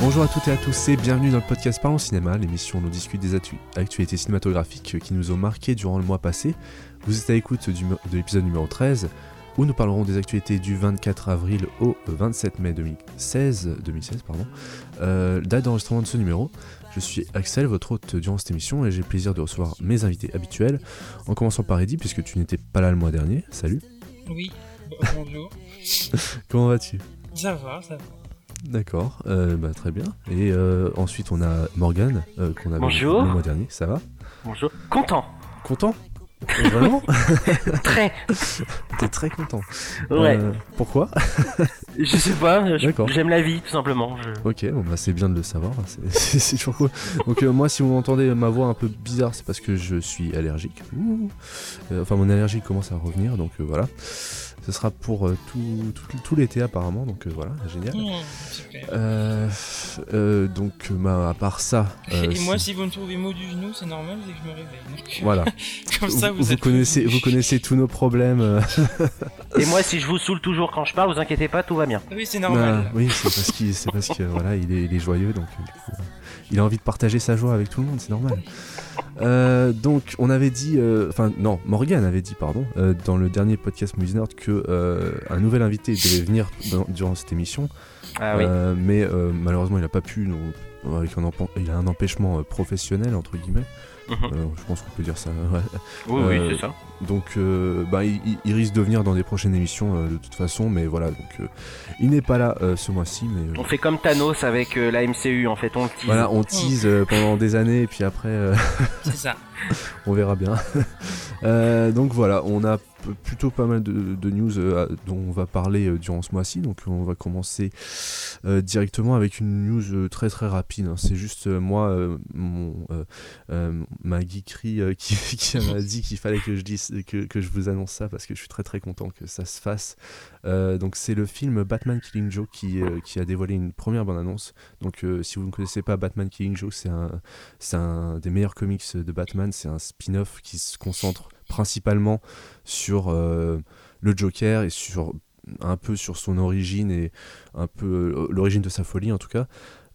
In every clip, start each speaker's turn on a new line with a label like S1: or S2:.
S1: Bonjour à toutes et à tous et bienvenue dans le podcast Parlons Cinéma, l'émission où l'on discute des actu- actualités cinématographiques qui nous ont marqués durant le mois passé. Vous êtes à l'écoute du mu- de l'épisode numéro 13 où nous parlerons des actualités du 24 avril au 27 mai 2016, 2016 pardon, euh, date d'enregistrement de ce numéro. Je suis Axel, votre hôte durant cette émission et j'ai le plaisir de recevoir mes invités habituels en commençant par Eddy puisque tu n'étais pas là le mois dernier. Salut,
S2: Oui, b- bonjour.
S1: comment vas-tu
S2: ça va, ça va.
S1: D'accord, euh, bah, très bien. Et euh, ensuite on a Morgan qu'on avait
S3: Bonjour.
S1: le mois dernier, ça va
S3: Bonjour. Content.
S1: Content Vraiment
S3: Très.
S1: T'es très content.
S3: Ouais.
S1: Euh, pourquoi
S3: Je sais pas. je-
S1: D'accord.
S3: J'aime la vie, tout simplement. Je...
S1: Ok, bon bah c'est bien de le savoir, c'est- c'est c'est toujours cool. Donc euh, moi si vous entendez ma voix un peu bizarre, c'est parce que je suis allergique. Ouh. Euh, enfin mon allergie commence à revenir, donc euh, voilà. Ce sera pour euh, tout, tout, tout l'été apparemment, donc euh, voilà, génial.
S2: Mmh, super.
S1: Euh, euh, donc bah, à part ça... euh,
S2: Et
S1: si-
S2: moi, si vous me trouvez mot du genou, c'est normal, c'est que je me réveille. Donc,
S1: Voilà,
S2: comme ça, vous,
S1: vous,
S2: êtes
S1: connaissez, vous
S2: prévenus.
S1: connaissez tous nos problèmes. euh,
S3: Et moi, si je vous saoule toujours quand je parle, vous inquiétez pas, tout va bien.
S2: Ah Oui, c'est
S1: Bah,
S2: normal.
S1: oui, c'est parce qu'il c'est parce que voilà, il est, il est joyeux, donc euh, du coup, euh, il a envie de partager sa joie avec tout le monde, c'est normal. Euh, donc on avait dit, euh, enfin non, Morgan avait dit pardon euh, dans le dernier podcast Movies Nerd que euh, un nouvel invité devait venir dans- durant cette émission,
S3: Ah oui.
S1: Euh, mais euh, malheureusement il n'a pas pu, donc, avec un empen- il a un empêchement euh, professionnel entre guillemets.
S2: Mm-hmm.
S3: Mhm.
S1: Euh, je pense qu'on peut dire ça. ouais.
S3: Oui,
S1: euh,
S3: oui, c'est ça.
S1: Donc, euh, bah, il, il- il risque de venir dans des prochaines émissions euh, de toute façon, mais voilà. Donc, euh, il n'est pas là euh, ce mois-ci, mais euh,
S3: On fait comme Thanos avec euh, la MCU, en fait, on le tease.
S1: Voilà, on tease euh, pendant des années et puis après euh,
S2: C'est ça.
S1: on verra bien. Euh, donc voilà, on a p- plutôt pas mal de, de news euh, à- dont on va parler euh, durant ce mois-ci. Donc on va commencer euh, directement avec une news euh, très très rapide. hein. C'est juste euh, moi, euh, mon, euh, euh, ma geekerie euh, qui, qui m'a dit qu'il fallait que je, dise, que, que je vous annonce ça parce que je suis très très content que ça se fasse. Euh, donc c'est le film Batman Killing Joe qui, euh, qui a dévoilé une première bande-annonce. Donc euh, si vous ne connaissez pas Batman Killing Joe, c'est un, c'est un des meilleurs comics de Batman. C'est un spin-off qui se concentre principalement sur euh, le Joker et sur un peu sur son origine et un peu euh, l'origine de sa folie en tout cas.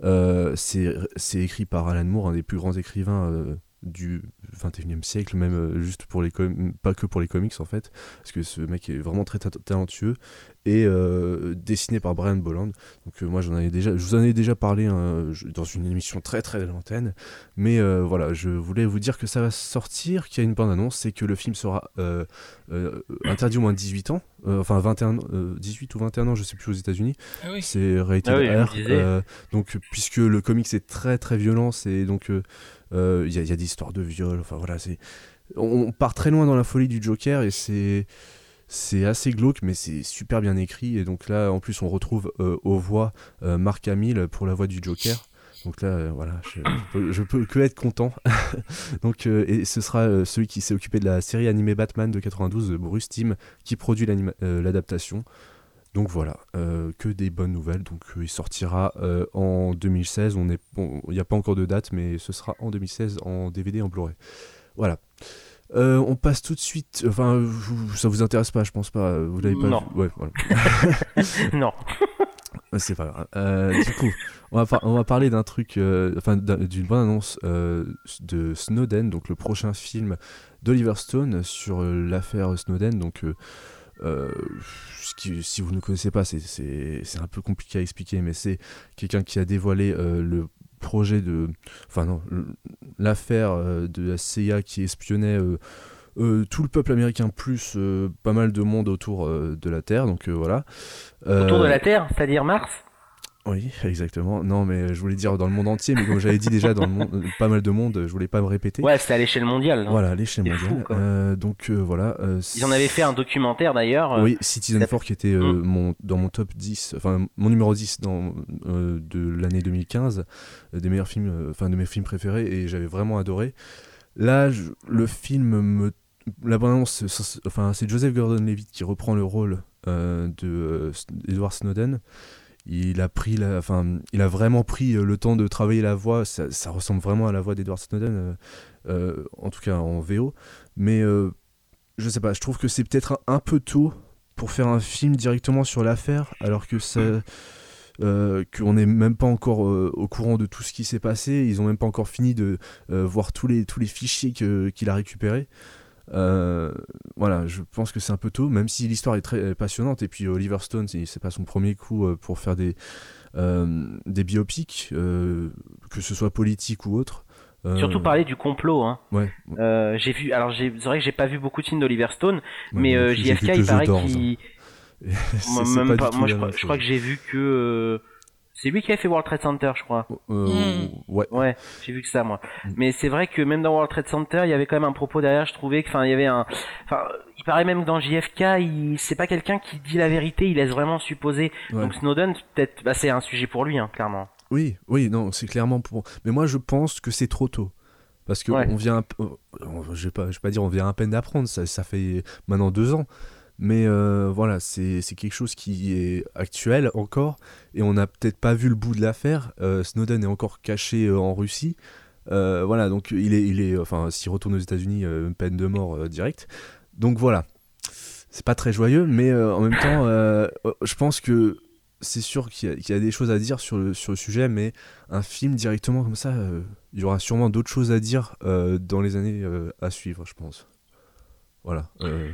S1: Euh, c'est c'est écrit par Alan Moore, un des plus grands écrivains euh, du 21e siècle, même euh, juste pour les com- pas que pour les comics en fait, parce que ce mec est vraiment très ta- talentueux et euh, dessiné par Brian Bolland. Donc euh, moi j'en avais déjà, je vous en ai déjà parlé hein, je- dans une émission très très lointaine, mais euh, voilà, je voulais vous dire que ça va sortir, qu'il y a une bande-annonce et que le film sera euh, euh, interdit au moins de 18 ans, euh, enfin 21, euh, 18 ou 21 ans, je sais plus aux États-Unis.
S2: Ah oui.
S1: C'est rated
S3: Ah oui, je me
S1: R.
S3: disais.
S1: euh, donc, puisque le comics est très très violent, c'est donc euh, euh, il y, a- il y a des histoires de viol. Enfin voilà, c'est on, on part très loin dans la folie du Joker et c'est c'est assez glauque, mais c'est super bien écrit. Et donc là, en plus, on retrouve euh, aux voix euh, Marc Hamill pour la voix du Joker. Donc là, euh, voilà, je, je peux, je peux que être content. donc, euh, et ce sera euh, celui qui s'est occupé de la série animée Batman de 92, euh, Bruce Timm, qui produit l'anima- euh, l'adaptation. Donc voilà, euh, que des bonnes nouvelles. Donc euh, il sortira euh, en 2016. On est, on- il n'y a pas encore de date, mais ce sera en 2016 en DVD et en Blu-ray. Voilà. Euh, on passe tout de suite. Enfin, vous- ça vous intéresse pas, je pense pas. Vous l'avez pas
S3: Non.
S1: vu. Ouais, voilà.
S3: Non.
S1: Ouais, C'est pas grave. Euh, du coup, on va, par- on va parler d'un truc, euh, enfin d'un- d'une bonne annonce euh, de Snowden, donc le prochain film d'Oliver Stone sur euh, l'affaire Snowden. Donc, euh, euh, ce qui- si vous ne connaissez pas, c'est- c'est c'est un peu compliqué à expliquer, mais c'est quelqu'un qui a dévoilé euh, le projet de, enfin non, le- l'affaire euh, de la CIA qui espionnait. euh, euh, tout le peuple américain plus euh, pas mal de monde autour euh, de la Terre, donc euh, voilà.
S3: Autour de
S1: Euh,
S3: la Terre, c'est-à-dire Mars
S1: oui, exactement. Non, mais je voulais dire dans le monde entier, mais comme j'avais dit déjà dans le monde, euh, pas mal de monde, je voulais pas me répéter.
S3: Ouais, c'est à l'échelle mondiale. hein.
S1: Voilà, l'échelle
S3: C'est fou,
S1: mondiale.
S3: quoi.
S1: Euh, donc euh, voilà. euh,
S3: Ils en avaient fait un documentaire, d'ailleurs. euh,
S1: Oui, Citizen
S3: Ça-
S1: 4 qui était euh, mon, dans mon top 10, enfin mon numéro 10 dans, euh, de l'année 2015, euh, des meilleurs films, euh, enfin de mes films préférés, et j'avais vraiment adoré. Là, je- le film me la bande-annonce, c'est- c'est- enfin, c'est Joseph Gordon-Levitt qui reprend le rôle euh, de euh, S- Edward Snowden. Il a pris, la, enfin, il a vraiment pris euh, le temps de travailler la voix. Ça, ça ressemble vraiment à la voix d'Edward Snowden, euh, euh, en tout cas en VO. Mais euh, je sais pas, je trouve que c'est peut-être un, un peu tôt pour faire un film directement sur l'affaire, alors que ça.
S3: Mm.
S1: euh, qu'on n'est même pas encore euh, au courant de tout ce qui s'est passé, ils ont même pas encore fini de euh, voir tous les, tous les fichiers que- qu'il a récupérés. Euh, voilà, je pense que c'est un peu tôt, même si l'histoire est très euh, passionnante. Et puis Oliver Stone, c'est c'est pas son premier coup euh, pour faire des, euh, des biopics, euh, que ce soit politique ou autre. Euh,
S3: Surtout parler du complot. Hein.
S1: Ouais.
S3: Euh, j'ai vu, alors j'ai- c'est vrai que j'ai pas vu beaucoup de films d'Oliver Stone,
S1: Ouais,
S3: mais
S1: moi non
S3: euh,
S1: plus, j'ai vu
S3: JFK,
S1: que
S3: il
S1: The
S3: paraît
S1: Doors,
S3: qu'il.
S1: hein. C'est-
S3: Moi,
S1: c'est
S3: même
S1: pas du
S3: pas-
S1: tout
S3: moi,
S1: la
S3: je, crois,
S1: même
S3: je crois que
S1: chose.
S3: j'ai vu que euh, c'est lui qui avait fait World Trade Center, je crois.
S1: Euh, ouais.
S3: Ouais, j'ai vu que ça moi.
S1: Mm.
S3: Mais c'est vrai que même dans World Trade Center, il y avait quand même un propos derrière. Je trouvais que, enfin, il y avait un. Enfin, il paraît même que dans JFK, il... c'est pas quelqu'un qui dit la vérité. Il laisse vraiment supposer.
S1: Ouais.
S3: Donc Snowden, peut-être, bah, c'est un sujet pour lui, hein, clairement.
S1: Oui, oui, non, c'est clairement pour. Mais moi, je pense que c'est trop tôt. Parce que
S3: Ouais.
S1: on vient. à p- euh, on- Je vais pas, je vais pas dire on vient à peine d'apprendre, ça, ça fait maintenant deux ans. Mais euh, voilà, c'est c'est quelque chose qui est actuel encore. Et on n'a peut-être pas vu le bout de l'affaire. Euh, Snowden est encore caché euh, en Russie. Euh, voilà, donc il est. Il est enfin, s'il retourne aux États-Unis, euh, peine de mort euh, directe. Donc voilà. C'est pas très joyeux, mais euh, en même temps, euh, euh, je pense que c'est sûr qu'il y, a- qu'il y a des choses à dire sur le, sur le sujet, mais un film directement comme ça, euh, il y aura sûrement d'autres choses à dire euh, dans les années euh, à suivre, je pense. Voilà. euh,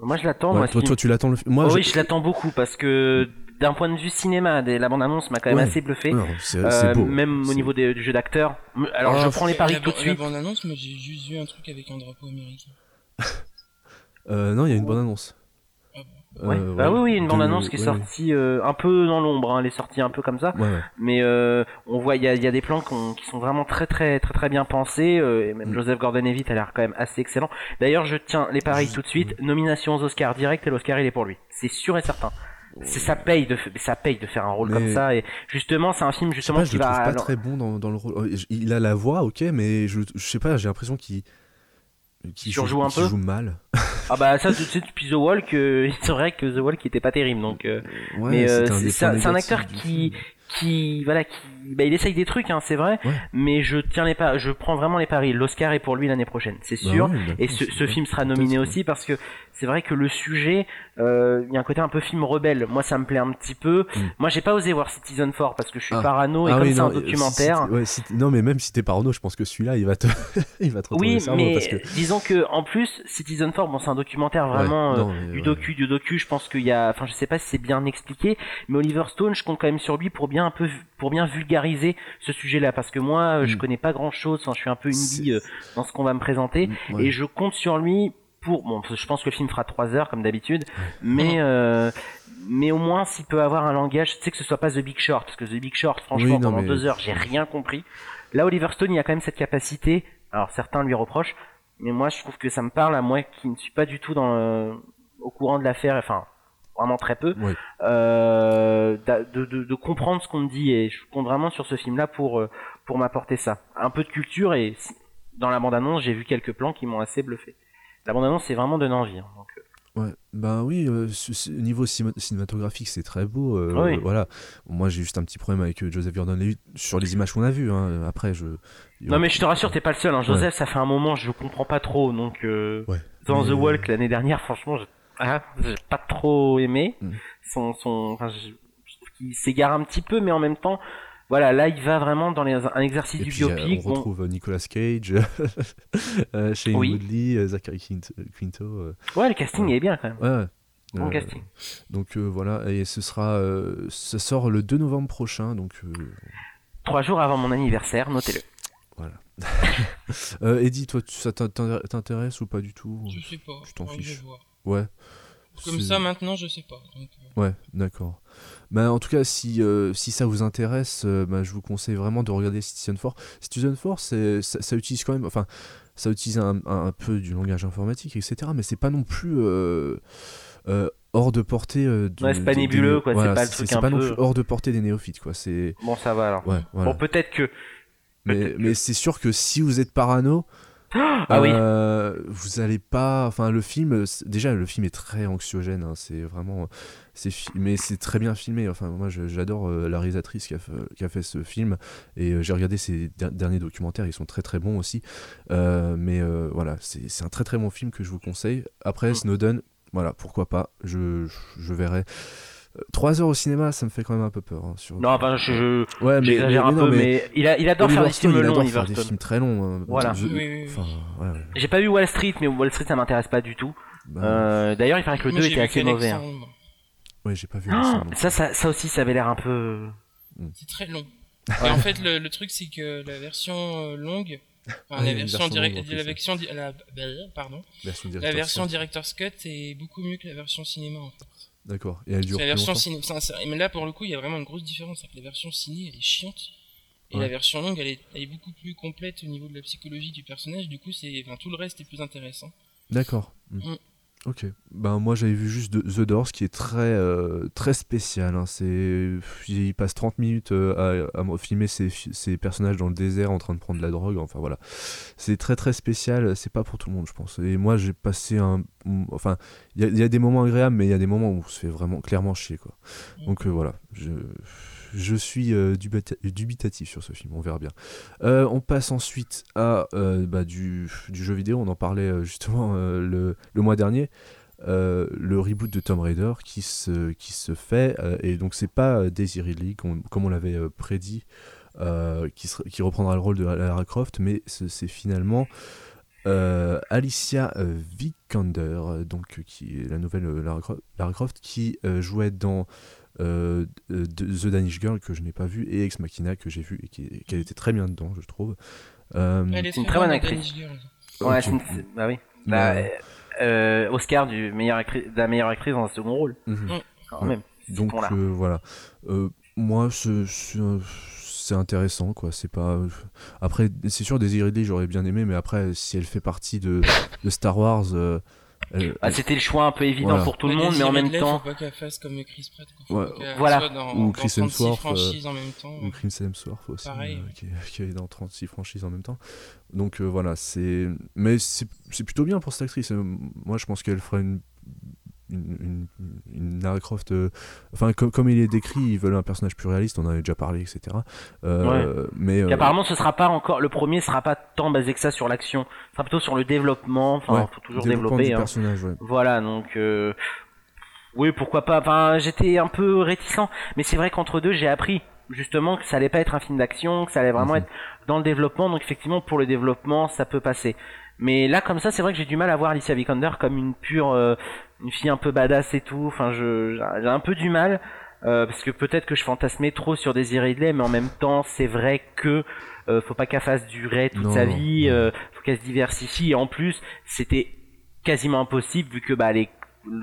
S3: Moi, je l'attends.
S1: ouais,
S3: moi, ce
S1: toi,
S3: film.
S1: toi, tu l'attends le film. Moi,
S3: Oh
S1: je-
S3: oui, je l'attends beaucoup parce que d'un point de vue cinéma, des- la bande-annonce m'a quand même
S1: Ouais.
S3: assez bluffé.
S1: Non, c'est
S3: Euh,
S1: c'est beau.
S3: Même
S1: C'est-
S3: au niveau des, du jeu d'acteur. M- Alors,
S1: Ah,
S3: je prends les paris tout de
S2: La
S3: suite.
S2: bande-annonce, moi j'ai juste vu un truc avec un drapeau américain.
S1: Euh, non, il y a une bonne annonce.
S3: Ouais.
S1: Euh,
S3: bah
S1: ouais,
S3: oui, oui, une
S1: de-
S3: bande-annonce qui est
S1: ouais,
S3: sortie euh, un peu dans l'ombre. hein, elle est sortie un peu comme ça.
S1: ouais, ouais.
S3: Mais euh, on voit, il y a, il y a des plans qu'on- qui sont vraiment très très très très bien pensés. euh, et même
S1: Mm.
S3: Joseph Gordon-Levitt a l'air quand même assez excellent. D'ailleurs, je tiens les paris
S1: Je-
S3: tout de suite. Nomination aux Oscars direct et l'Oscar il est pour lui. C'est sûr et certain. C'est ça paye de f- ça paye de faire un rôle
S1: Mais-
S3: comme ça. Et justement, c'est un film
S1: Je sais
S3: justement
S1: pas, je
S3: qui
S1: le
S3: va.
S1: trouve pas
S3: alors-
S1: très bon dans, dans le rôle. Oh, je- Il a la voix, ok, mais je, je sais pas, j'ai l'impression qu'il. qu'il
S3: surjoue
S1: joue-
S3: un
S1: qu'il
S3: peu
S1: joue mal.
S3: Ah bah ça tout de suite. Puis The Walk, euh, c'est vrai que The Walk était pas terrible. Donc euh,
S1: Ouais,
S3: Mais,
S1: c'était
S3: euh, c'est-
S1: des
S3: c'est un-
S1: points
S3: c'est un
S1: négatifs
S3: acteur
S1: du
S3: qui-
S1: film.
S3: qui voilà qui bah, il essaye des trucs, hein, c'est vrai.
S1: Ouais.
S3: Mais je tiens les pas, je prends vraiment les paris. L'Oscar est pour lui l'année prochaine, c'est
S1: Bah
S3: sûr.
S1: ouais, d'accord,
S3: Et ce,
S1: c'est
S3: ce
S1: vrai.
S3: film sera nominé
S1: Peut-être,
S3: aussi parce que c'est vrai que le sujet, euh, il y a un côté un peu film rebelle. Moi, ça me plaît un petit peu.
S1: Mm.
S3: Moi, j'ai pas osé voir Citizen 4 parce que je suis
S1: Ah.
S3: parano et comme
S1: oui,
S3: c'est un
S1: non, euh,
S3: documentaire.
S1: si t'es- ouais, si t'es- non, mais même si t'es parano, je pense que celui-là, il va te, il va te retourner
S3: Oui,
S1: le cerveau
S3: mais
S1: hein, parce que.
S3: disons que en plus, Citizen 4, bon, c'est un documentaire vraiment.
S1: Ouais,
S3: euh,
S1: non, mais
S3: du
S1: ouais.
S3: docu, du docu, je pense qu'il y a, enfin, je sais pas si c'est bien expliqué, mais Oliver Stone, je compte quand même sur lui pour bien un peu, pour bien vulgariser ce sujet-là, parce que moi, euh, je
S1: Mm.
S3: connais pas grand-chose, enfin, je suis un peu une
S1: C'est-
S3: bille euh, dans ce qu'on va me présenter,
S1: Mm, ouais.
S3: et je compte sur lui pour, bon, je pense que le film fera 3 heures comme d'habitude, mais, euh, mais au moins s'il peut avoir un langage, tu sais que ce soit pas The Big Short, parce que The Big Short, franchement,
S1: Oui, non,
S3: pendant
S1: mais-
S3: 2 heures, j'ai rien compris. Là, Oliver Stone, il a quand même cette capacité, alors certains lui reprochent, mais moi, je trouve que ça me parle à moi qui ne suis pas du tout dans le- au courant de l'affaire, enfin, vraiment très peu,
S1: Oui.
S3: euh, d'a- de, de- de comprendre ce qu'on me dit. Et je compte vraiment sur ce film-là pour, euh, pour m'apporter ça. Un peu de culture, et si- dans la bande-annonce, j'ai vu quelques plans qui m'ont assez bluffé. La bande-annonce, c'est vraiment donne envie. hein, donc, euh,
S1: Ouais. Bah oui, euh, ce- ce niveau cima- cinématographique, c'est très beau. euh,
S3: Oui.
S1: Voilà. Moi, j'ai juste un petit problème avec euh, Joseph Gordon-Levitt sur les images qu'on a vues. hein. Après, je.
S3: Non, mais je te rassure, t'es pas le seul. Hein, Joseph, ça fait un moment, je comprends pas trop. Donc, euh,
S1: Ouais.
S3: dans
S1: Mais-
S3: The Walk, l'année dernière, franchement, je- ah, j'ai pas trop aimé.
S1: Mm.
S3: Son, son, enfin, je, je trouve qu'il s'égare un petit peu, mais en même temps, voilà, là, il va vraiment dans les, un exercice
S1: Et
S3: du
S1: puis, euh,
S3: biopic.
S1: on
S3: bon,
S1: retrouve euh, Nicolas Cage, euh, Shane
S3: Oui.
S1: Woodley, euh, Zachary Quinto. Quinto, euh,
S3: Ouais, le casting est bien quand même.
S1: ouais, ouais.
S3: Bon
S1: Euh,
S3: casting.
S1: donc euh, voilà, et ce sera. euh, ça sort le 2 novembre prochain, donc. euh,
S3: Trois jours avant mon anniversaire, notez-le.
S1: Euh, Eddie, toi, tu- ça t'in- t'in- t'intéresse ou pas du tout
S2: Je sais pas.
S1: Je t'en
S2: Ouais,
S1: fiche.
S2: vais voir.
S1: Ouais.
S2: Comme
S1: C'est-
S2: ça, maintenant, je sais pas. Donc, euh,
S1: Ouais, d'accord. Bah, en tout cas, si, euh, si ça vous intéresse, euh, bah, je vous conseille vraiment de regarder Citizen 4. Citizen 4, c'est- ça, ça utilise quand même. Enfin, ça utilise un, un- un peu du langage informatique, etc. Mais c'est pas non plus. euh, euh, hors de portée euh, de-
S3: Ouais, c'est pas
S1: des- des-
S3: nébuleux, quoi, c'est
S1: voilà,
S3: pas le truc
S1: c'est
S3: un
S1: pas non
S3: peu- euh.
S1: plus hors de portée des néophytes quoi c'est
S3: Bon, ça va alors.
S1: ouais voilà
S3: Bon, peut-être que.
S1: mais,
S3: peut-être
S1: mais c'est sûr que si vous êtes parano
S3: Ah oui.
S1: Euh, vous allez pas, enfin le film, c'est- déjà le film est très anxiogène, hein, c'est vraiment, c'est fi- mais c'est très bien filmé. Enfin moi je- j'adore euh, la réalisatrice qui a, fa- qui a fait ce film et euh, j'ai regardé ses der- derniers documentaires, ils sont très très bons aussi. Euh, mais euh, voilà, c'est c'est un très très bon film que je vous conseille. Après
S3: Mm.
S1: Snowden, voilà pourquoi pas, je je, je verrai. Euh, Trois heures au cinéma, ça me fait quand même un peu peur. hein, sur...
S3: Non, enfin, je, je-
S1: ouais,
S3: j'exagère un
S1: Ah, non,
S3: peu, mais, il, a- il adore
S1: Oliver
S3: faire des
S1: Stone,
S3: films
S1: il
S3: longs,
S1: adore
S3: Oliver
S1: faire des
S3: Stone.
S1: films très longs. hein.
S3: Voilà.
S1: Je-
S2: Oui, oui, oui.
S1: Enfin, voilà.
S3: J'ai pas vu Wall Street, mais Wall Street, ça m'intéresse pas du tout.
S1: Bah,
S3: Euh, D'ailleurs, il paraît que le
S2: Moi,
S3: 2
S2: j'ai
S3: était
S2: vu
S3: assez mauvais. hein.
S2: Alexandre.
S1: Ouais, j'ai pas vu
S3: Ah,
S1: ça. non.
S3: ça, ça, ça aussi, ça avait l'air un peu.
S2: C'est très long. Et en fait, le, le truc, c'est que la version euh, longue, enfin,
S1: Ah, il y a
S2: la
S1: une version
S2: version
S1: longue, en
S2: directe,
S1: plus,
S2: la
S1: ouais.
S2: version, di- la, bah, pardon,
S1: Version
S2: la
S1: director's
S2: version
S1: cut.
S2: director's cut est beaucoup mieux que la version cinéma. En fait.
S1: D'accord. Et elle
S2: Parce que
S1: dure
S2: La
S1: plus
S2: version
S1: longtemps.
S2: cinéma, mais là pour le coup, il y a vraiment une grosse différence. C'est que la version ciné, elle est chiante. Et
S1: Ouais.
S2: la version longue, elle est, elle est beaucoup plus complète au niveau de la psychologie du personnage. Du coup, c'est, enfin, tout le reste est plus intéressant.
S1: D'accord. Mm.
S2: Mm.
S1: Ok. Ben moi j'avais vu juste de- The Doors qui est très euh, très spécial. hein. C'est il passe 30 minutes euh, à, à filmer ses, fi- ses personnages dans le désert en train de prendre de la drogue. Enfin voilà. C'est très très spécial. C'est pas pour tout le monde je pense. Et moi j'ai passé un mm, enfin il y, a- il y a des moments agréables mais il y a des moments où on se fait vraiment clairement chier quoi. Donc euh, voilà. Je je suis euh, dubita- dubitatif sur ce film. On verra bien. Euh, on passe ensuite à euh, bah, du, du jeu vidéo. On en parlait euh, justement euh, le, le mois dernier. Euh, le reboot de Tomb Raider qui se, qui se fait. euh, et donc, c'est pas euh, Daisy Ridley, com- comme on l'avait euh, prédit, euh, qui, sera- qui reprendra le rôle de Lara Croft, mais ce- c'est finalement. euh, Alicia euh, Vikander, euh, donc euh, qui est la nouvelle euh, Lara, Cro- Lara Croft, qui euh, jouait dans euh, euh, The Danish Girl que je n'ai pas vu et Ex Machina que j'ai vu et qui, et qu'elle était très bien dedans, je trouve. Euh,
S2: Elle est
S3: C'est une
S2: très hein.
S3: très bonne
S2: bonne,
S3: actrice.
S2: Danish Girl.
S3: Ouais,
S1: ok.
S3: c'est une- c'est- bah oui. Bah,
S1: Mais,
S3: euh, euh, Oscar du meilleur actri- de la meilleure actrice dans un second rôle,
S1: mhm.
S3: quand
S1: Ouais.
S3: même. C'est
S1: Donc
S3: con, là.
S1: euh, voilà. Euh, moi, ce- ce- c'est intéressant, quoi. C'est pas. Après, c'est sûr, Daisy Ridley, j'aurais bien aimé, mais après, si elle fait partie de, de Star Wars, euh, elle-
S3: Ah, c'était le choix un peu évident
S1: Voilà.
S3: pour tout
S2: Bah,
S3: le monde,
S2: Daisy
S3: mais en même
S2: Ridley,
S3: temps.
S2: Faut pas qu'elle fasse comme Chris Pratt. quoi.
S1: Ouais,
S2: Faut qu'elle
S3: voilà.
S2: soit dans-
S1: Ou
S2: dans
S1: Chris
S2: 36
S1: Hemsworth, euh,
S2: franchises en même temps.
S1: ou Chris Hemsworth aussi,
S2: Pareil.
S1: euh, qui, qui est dans 36 franchises en même temps. Donc euh, voilà, c'est. Mais c'est c'est plutôt bien pour cette actrice. Euh, Moi, je pense qu'elle fera une. Une, une, une Lara Croft, euh, enfin comme, comme il est décrit, ils veulent un personnage plus réaliste. On en avait déjà parlé, etc. Euh, Mais
S3: Et
S1: euh,
S3: apparemment, ce sera pas encore. Le premier sera pas tant basé que ça sur l'action. Ce sera plutôt sur le développement. Enfin,
S1: Ouais.
S3: faut toujours
S1: développement
S3: développer.
S1: du
S3: hein.
S1: personnage, ouais.
S3: Voilà, donc euh, oui, pourquoi pas. Enfin, j'étais un peu réticent, mais c'est vrai qu'entre deux, j'ai appris justement que ça allait pas être un film d'action, que ça allait vraiment
S1: Mhm.
S3: être dans le développement. Donc effectivement, pour le développement, ça peut passer. Mais là, comme ça, c'est vrai que j'ai du mal à voir Alicia Vikander comme une pure, euh, une fille un peu badass et tout. Enfin, je, j'ai un peu du mal. euh, parce que peut-être que je fantasmais trop sur Daisy Ridley, mais en même temps, c'est vrai que euh, faut pas qu'elle fasse du raid toute
S1: Non,
S3: sa
S1: non,
S3: vie,
S1: non.
S3: euh, faut qu'elle se diversifie. Et en plus, c'était quasiment impossible vu que bah les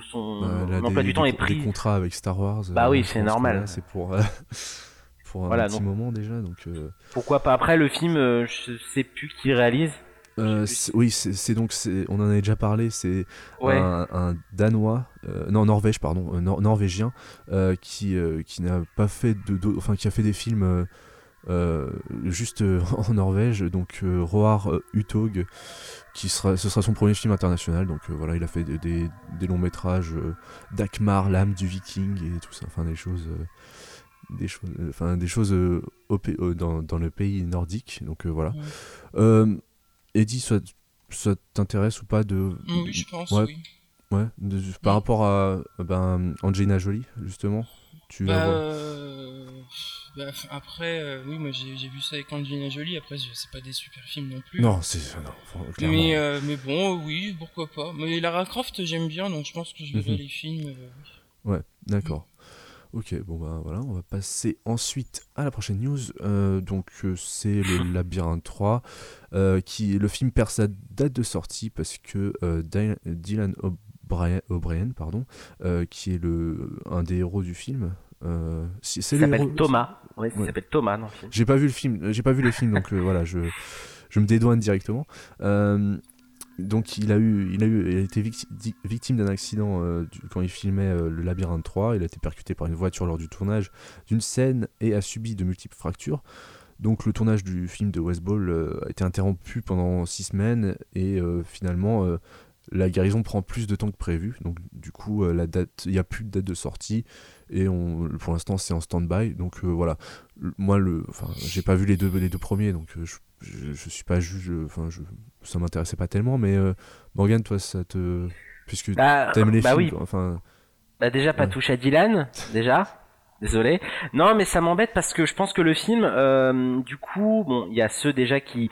S3: son
S1: Euh, là,
S3: emploi
S1: des-
S3: du temps
S1: des-
S3: est pris.
S1: Des contrats avec Star Wars. euh,
S3: Bah oui,
S1: je
S3: c'est
S1: pense que
S3: normal.
S1: là, C'est pour, euh, pour un
S3: Voilà,
S1: petit
S3: donc-
S1: moment déjà. Donc, euh,
S3: Pourquoi pas après le film, euh, je sais plus qui réalise.
S1: euh,
S3: sais
S1: c'est- oui, c'est c'est donc, c'est- on en avait déjà parlé. C'est
S3: Ouais.
S1: un, un Danois, euh, non Norvège, pardon, euh, Nor- norvégien, euh, qui euh, qui n'a pas fait de, d'au- enfin qui a fait des films. euh, euh, juste euh, en Norvège, donc euh, Roar euh, Uthaug, qui sera, ce sera son premier film international. Donc euh, voilà, il a fait des, des- des longs métrages, euh, Dakmar, l'âme du Viking et tout ça, enfin des choses, euh, des choses, euh, enfin des choses euh, au pa- euh, dans, dans le pays nordique. Donc euh, voilà.
S2: Ouais.
S1: Euh, Eddie, ça, ça t'intéresse ou pas de,
S2: Mm, Oui, je pense.
S1: Ouais.
S2: Oui.
S1: ouais, de- par
S2: Mm.
S1: rapport à euh, ben, Angelina Jolie justement, tu la
S2: Bah,
S1: vois.
S2: euh, bah, f- après, euh, oui, moi j'ai j'ai vu ça avec Angelina Jolie. Après, je- c'est pas des super films non plus.
S1: Non, c'est non, faut- clairement.
S2: Mais, euh, mais bon, euh, oui, pourquoi pas. Mais Lara Croft, j'aime bien, donc je pense que je verrai
S1: Mhm.
S2: les films. euh,
S1: Ouais, d'accord. Ok, bon ben voilà, on va passer ensuite à la prochaine news. Euh, donc euh, c'est le Labyrinthe 3, euh, qui le film perd sa date de sortie parce que euh, Dy- Dylan O'Brien, O'Brien, pardon, euh, qui est le un des héros du film. euh, si- c'est
S3: Il
S1: le
S3: s'appelle
S1: héros-
S3: Thomas. Ouais, il
S1: Ouais.
S3: s'appelle Thomas dans le film.
S1: J'ai pas vu le film, euh, j'ai pas vu le film, donc euh, voilà, je, je me dédouane directement. Euh, donc il a eu, il a eu, il a été victi- di- victime d'un accident euh, du- quand il filmait euh, le labyrinthe 3. Il a été percuté par une voiture lors du tournage d'une scène et a subi de multiples fractures. Donc le tournage du film de West Ball euh, a été interrompu pendant six semaines et euh, finalement euh, la guérison prend plus de temps que prévu. Donc du coup euh, la date, il n'y a plus de date de sortie et on, pour l'instant c'est en stand-by. Donc euh, voilà, Le- moi le, enfin j'ai pas vu les deux les deux premiers donc euh, je, je, je suis pas juge, euh, enfin je, ça m'intéressait pas tellement. Mais euh, Morgan toi ça te puisque
S3: Bah,
S1: t'aimes les
S3: bah
S1: films,
S3: oui,
S1: toi, enfin
S3: Bah déjà pas
S1: Ouais.
S3: touche à Dylan, déjà. Désolé. Non, mais ça m'embête parce que je pense que le film, euh, du coup, bon, il y a ceux déjà qui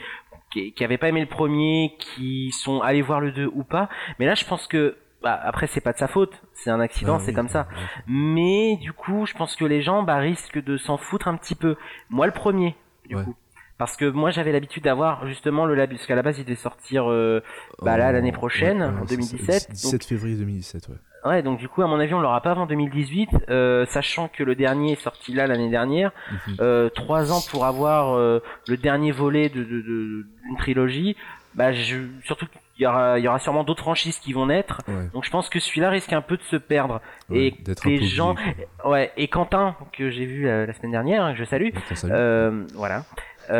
S3: qui qui avaient pas aimé le premier, qui sont allés voir le 2 ou pas. Mais là, je pense que bah, après, c'est pas de sa faute. C'est un accident,
S1: bah
S3: c'est
S1: oui,
S3: comme ça.
S1: bah, ouais.
S3: Mais du coup, je pense que les gens bah, risquent de s'en foutre un petit peu. Moi, le premier, du
S1: Ouais.
S3: coup. Parce que moi, j'avais l'habitude d'avoir justement le lab, parce qu'à la base, il devait sortir. euh, Bah, là,
S1: En-
S3: l'année prochaine, en
S1: c'est ça,
S3: 2017,
S1: 17 février 2017, ouais.
S3: Ouais, donc du coup, à mon avis, on l'aura pas avant 2018, euh, sachant que le dernier est sorti là l'année dernière.
S1: Mhm.
S3: Euh, trois ans pour avoir euh, le dernier volet de, de, de- d'une trilogie. Bah, je, surtout qu'il y aura, il y aura sûrement d'autres franchises qui vont naître.
S1: Ouais,
S3: Donc je pense que celui-là risque un peu de se perdre.
S1: ouais,
S3: et
S1: d'être un
S3: les
S1: peu
S3: gens,
S1: oublié, quoi.
S3: Ouais, et Quentin, que j'ai vu euh, la semaine dernière, que je salue,
S1: Donc, on salue.
S3: euh, voilà.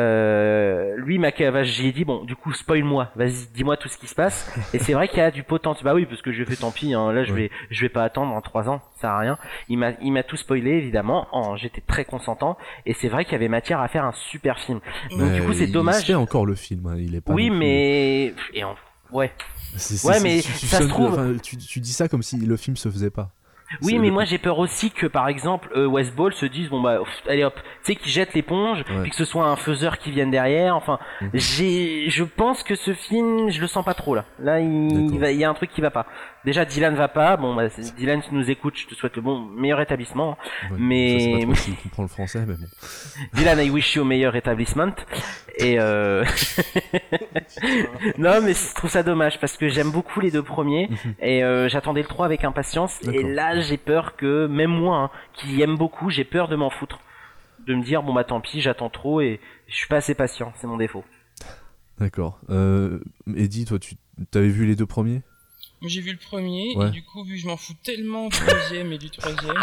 S3: Euh, lui, Maca, j'y ai dit, bon, du coup, spoil-moi, vas-y, dis-moi tout ce qui se passe. Et c'est vrai qu'il y a du potentiel. Bah oui, parce que je fais tant pis, hein, là, je,
S1: Ouais.
S3: vais, je vais pas attendre en 3 ans, ça sert à rien. Il m'a il m'a tout spoilé, évidemment, en- j'étais très consentant, et c'est vrai qu'il y avait matière à faire un super film. Donc,
S1: Mais
S3: du coup, c'est
S1: il
S3: dommage.
S1: se fait encore le film, hein, il est pas.
S3: oui,
S1: non plus-
S3: mais. Et en- Ouais.
S1: C'est- c'est-
S3: Ouais,
S1: c'est-
S3: mais
S1: tu- tu
S3: ça se
S1: sonnes-
S3: trouve-
S1: enfin, Tu, tu dis ça comme si le film se faisait pas.
S3: Oui,
S1: C'est-
S3: mais moi j'ai peur aussi que par exemple euh, West Ball se dise bon bah pff, allez hop, tu sais qu'ils jettent l'éponge,
S1: Ouais.
S3: puis que ce soit un faiseur qui vienne derrière. Enfin,
S1: Mhm.
S3: j'ai, je pense que ce film, je le sens pas trop là. Là, il,
S1: D'accord.
S3: il va- il y a un truc qui va pas. Déjà Dylan va pas. Bon, bah, c'est- Dylan, si tu nous écoutes, je te souhaite le bon meilleur établissement.
S1: Ouais,
S3: mais-
S1: Je sais pas trop s'il comprend le français, mais bon.
S3: Dylan, I wish you a meilleur établissement. Et euh... non, mais je trouve ça dommage parce que j'aime beaucoup les deux premiers
S1: Mhm.
S3: et euh, j'attendais le 3 avec impatience. Et
S1: D'accord.
S3: là, j'ai peur que, même moi, hein, qui aime beaucoup, j'ai peur de m'en foutre. De me dire, bon bah tant pis, j'attends trop et je suis pas assez patient, c'est mon défaut.
S1: D'accord. Euh, Eddie, toi, tu t'avais vu les deux premiers
S2: Moi, J'ai vu le premier,
S1: Ouais.
S2: et du coup, vu que je m'en fous tellement du deuxième et du troisième.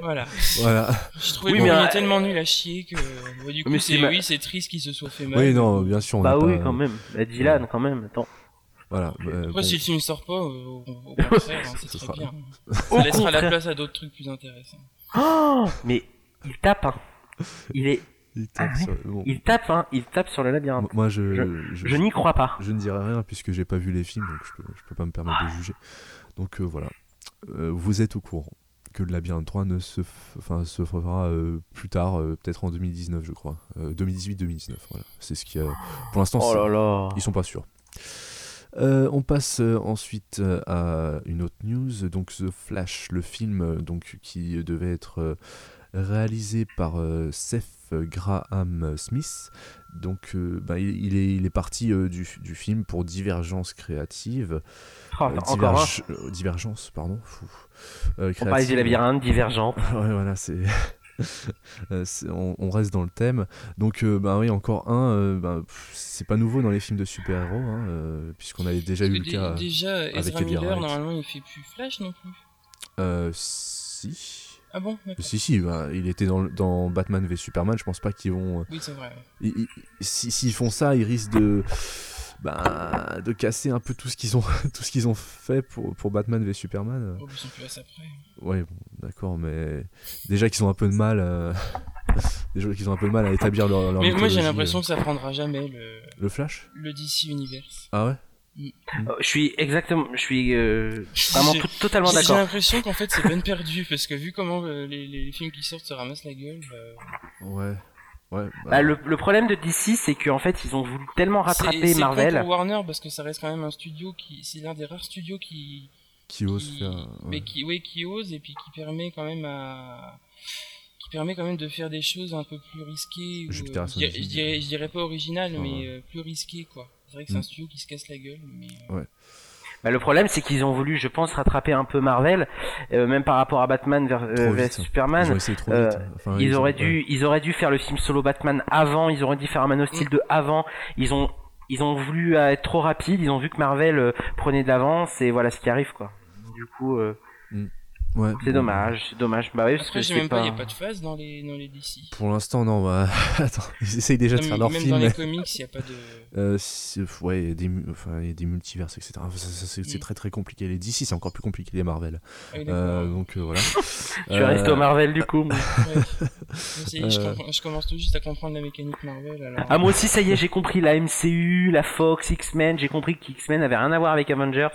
S2: voilà.
S1: Voilà.
S2: J'ai trouvé
S3: Oui,
S2: le
S3: mais,
S2: premier
S3: euh,
S2: tellement nul à chier que. ouais, du coup,
S3: mais
S2: c'est,
S3: c'est ma-
S2: oui, c'est triste qu'il se soit fait mal.
S1: Oui, non, bien sûr. On
S3: bah
S1: est
S3: oui,
S1: pas-
S3: quand même. Bah, Dylan, quand même. Attends.
S1: Voilà. euh,
S2: Après,
S1: bon.
S2: si le film sort pas, euh, au, au contraire, hein, ce
S1: Ce
S2: serait
S1: sera-
S2: bien.
S3: Au
S2: Ça laissera la
S3: contraire.
S2: place à d'autres trucs plus intéressants.
S3: Oh, mais il tape. Hein. Il est,
S1: Il tape
S3: Ah,
S1: sur- bon.
S3: il tape. Hein. Il tape sur le labyrinthe.
S1: Moi, je.
S3: Je n'y crois pas.
S1: Je ne dirai rien puisque j'ai pas vu les films, donc je peux, je peux pas me permettre de juger. Donc euh, voilà, Euh, vous êtes au courant que le labyrinthe 3 ne se, f- enfin, se fera euh, plus tard, euh, peut-être en 2019, je crois. Euh, 2018-2019, voilà. C'est ce qui. a- Pour l'instant,
S3: Oh
S1: c'est-
S3: là là.
S1: ils sont pas sûrs. Euh, on passe euh, ensuite euh, à une autre news, donc The Flash, le film euh, donc, qui devait être euh, réalisé par euh, Seth Graham Smith. Donc euh, bah, il, il est, il est parti euh, du, du film pour divergence créative.
S3: Oh,
S1: Euh,
S3: encore un.
S1: diverge- euh, divergence, pardon. fou. Euh,
S3: On parlait du
S1: créative.
S3: labyrinthe, divergent.
S1: Ouais, voilà, c'est. Euh, c'est- on, on reste dans le thème. Donc, euh, bah oui, encore un. euh, bah, pff, c'est pas nouveau dans les films de super-héros, hein, euh, puisqu'on avait déjà eu
S2: Parce
S1: le
S2: que
S1: cas.
S2: dé- déjà,
S1: avec
S2: Ezra
S1: Edgar
S2: Miller,
S1: Wright.
S2: normalement, il fait plus Flash non plus.
S1: Euh, si.
S2: Ah bon d'accord.
S1: Si, si, bah, il était dans, le- dans Batman v Superman. Je pense pas qu'ils vont. euh,
S2: Oui, c'est vrai. ouais.
S1: ils- ils- si- S'ils font ça, ils risquent de. Bah, de casser un peu tout ce qu'ils ont, tout ce qu'ils ont fait pour, pour Batman v Superman.
S2: Oh, ils sont plus à ça près.
S1: Ouais, bon, d'accord, mais déjà qu'ils ont un peu de mal, euh, déjà qu'ils ont un peu de mal à établir leur. leur
S2: Mais moi, j'ai
S1: mythologie,
S2: l'impression que ça prendra jamais le,
S1: euh. Le Flash
S2: le DC Universe.
S1: Ah ouais.
S3: Euh, Je suis exactement, je suis euh, vraiment
S2: J'ai-
S3: tout- totalement
S2: J'ai j'ai
S3: d'accord.
S2: l'impression qu'en fait, c'est peine perdue, parce que vu comment euh, les, les films qui sortent se ramassent la gueule. euh,
S1: Ouais. Ouais. bah,
S3: Bah, le, le problème de DC, c'est qu'en fait, ils ont voulu tellement
S2: C'est-
S3: rattraper
S2: c'est con
S3: Marvel.
S2: pour Warner parce que ça reste quand même un studio qui c'est l'un des rares studios qui
S1: Qui ose
S2: qui-
S1: faire. euh, ouais.
S2: mais qui ouais, qui ose et puis qui permet quand même à qui permet quand même de faire des choses un peu plus risquées ou,
S1: Jupiter
S2: euh, je, dirais,
S1: Ascending.
S2: je dirais- je dirais pas originales
S1: Ah,
S2: mais
S1: ouais.
S2: euh, plus risquées quoi. C'est vrai que c'est
S1: Mm.
S2: un studio qui se casse la gueule mais euh,
S3: Bah, le problème, c'est qu'ils ont voulu, je pense, rattraper un peu Marvel, euh, même par rapport à Batman vers, euh,
S1: Trop
S3: vers
S1: vite. Ils ont
S3: Superman.
S1: essayé trop
S3: euh,
S1: vite. hein. Enfin,
S3: Ils
S1: ont-
S3: auraient
S1: ouais.
S3: dû, ils auraient dû faire le film solo Batman avant. Ils auraient dû faire un Man of Steel 2 avant. Ils ont, ils ont voulu euh, être trop rapides. Ils ont vu que Marvel euh, prenait de l'avance et voilà ce qui arrive quoi. Du coup, euh,
S1: Mm. Ouais,
S3: C'est
S1: bon,
S3: dommage, c'est dommage. Bah oui, parce
S2: Après,
S3: que
S2: j'ai
S3: c'est
S2: même pas,
S3: pas.
S2: il n'y a pas de phase dans les, dans les DC.
S1: Pour l'instant, non, bah. Attends, ils essayent déjà de
S2: Même,
S1: faire leur
S2: même
S1: film.
S2: dans
S1: mais-
S2: les comics, il n'y a pas de.
S1: Euh, c'est- ouais, il y a des, mu- enfin, il y a des multiverses, etc. Enfin, ça- ça, c'est c'est
S2: Mm.
S1: très très compliqué. Les DC, c'est encore plus compliqué que les Marvel.
S2: Ah oui,
S1: Euh,
S2: d'accord.
S1: donc euh, voilà.
S3: Mm. Tu restes au Marvel du coup.
S2: Ouais.
S3: Euh.
S2: Mais c'est- je,
S1: Euh.
S2: comprends- je commence tout juste à comprendre la mécanique Marvel. Alors...
S3: Ah moi aussi ça y est j'ai compris la MCU, la Fox, X-Men, j'ai compris qu'X-Men avait rien à voir avec Avengers.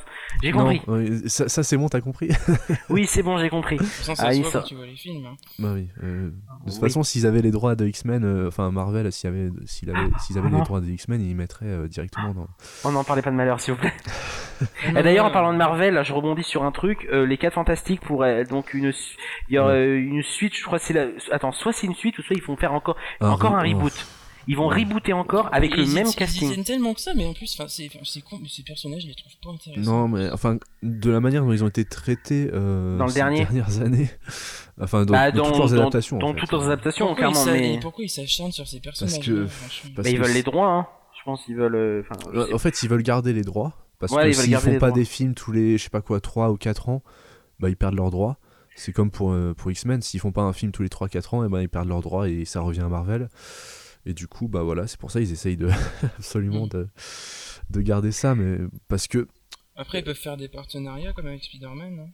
S3: J'ai
S1: Euh, Non,
S3: compris.
S1: ouais, ça, ça, c'est bon, t'as compris
S3: Oui c'est bon j'ai compris.
S2: Sans ça
S3: Ah,
S2: se
S3: il
S2: voit
S3: sort-
S2: quand tu vois les films. hein.
S1: Bah oui. euh, de toute
S3: Oui.
S1: façon, s'ils avaient les droits de X-Men, euh, enfin Marvel, s'il y avait- s'il avait- s'ils avaient,
S3: Ah.
S1: les droits de X-Men, ils mettraient euh, directement dans.
S3: On n'en parlait pas de malheur s'il vous plaît.
S2: Ah, non,
S3: Et D'ailleurs en
S2: non,
S3: parlant de Marvel là, je rebondis sur un truc. euh, les 4 Fantastiques pourraient donc une su- il y aurait une suite je crois c'est la... Attends soit c'est une suite ou soit ils vont faire encore encore un
S1: re-
S3: reboot. Ils vont
S1: Ouais.
S3: rebooter encore avec
S2: ils
S3: le
S2: hésitent-
S3: même
S2: ils
S3: casting.
S2: hésitent tellement que ça, mais en plus, enfin, c'est c'est con, mais ces personnages, je les trouve pas
S1: oh.
S2: intéressants.
S1: Non, mais enfin, de la manière dont ils ont été traités euh,
S3: Dans le
S1: ces
S3: dernier.
S1: dernières années, enfin, dans,
S3: Bah,
S1: dans toutes
S3: dans-
S1: leurs adaptations. en
S3: Dans
S1: fait.
S3: toutes leurs adaptations
S2: Pourquoi ils
S3: clairement
S2: s'a-
S3: mais
S2: et pourquoi ils s'acharnent sur ces personnages hein,
S1: que- parce
S3: Bah, ils
S1: que
S3: veulent
S1: c'est-
S3: les droits hein. Je pense qu'ils veulent euh, enfin, je sais
S1: En fait, ils veulent garder les droits. Parce
S3: Ouais, ils
S1: que
S3: veulent
S1: s'ils
S3: garder
S1: font
S3: les
S1: pas
S3: droits.
S1: des films tous les, je sais pas quoi, 3 ou 4 ans, bah ils perdent leurs droits. C'est comme pour, euh, pour X-Men, s'ils font pas un film tous les 3-4 ans, et ben ils perdent leurs droits et ça revient à Marvel. Et du coup, bah voilà, c'est pour ça ils essayent de,
S3: Mm.
S1: absolument de, de garder ça, mais parce que,
S2: Après, ils peuvent faire des partenariats comme avec Spider-Man. hein.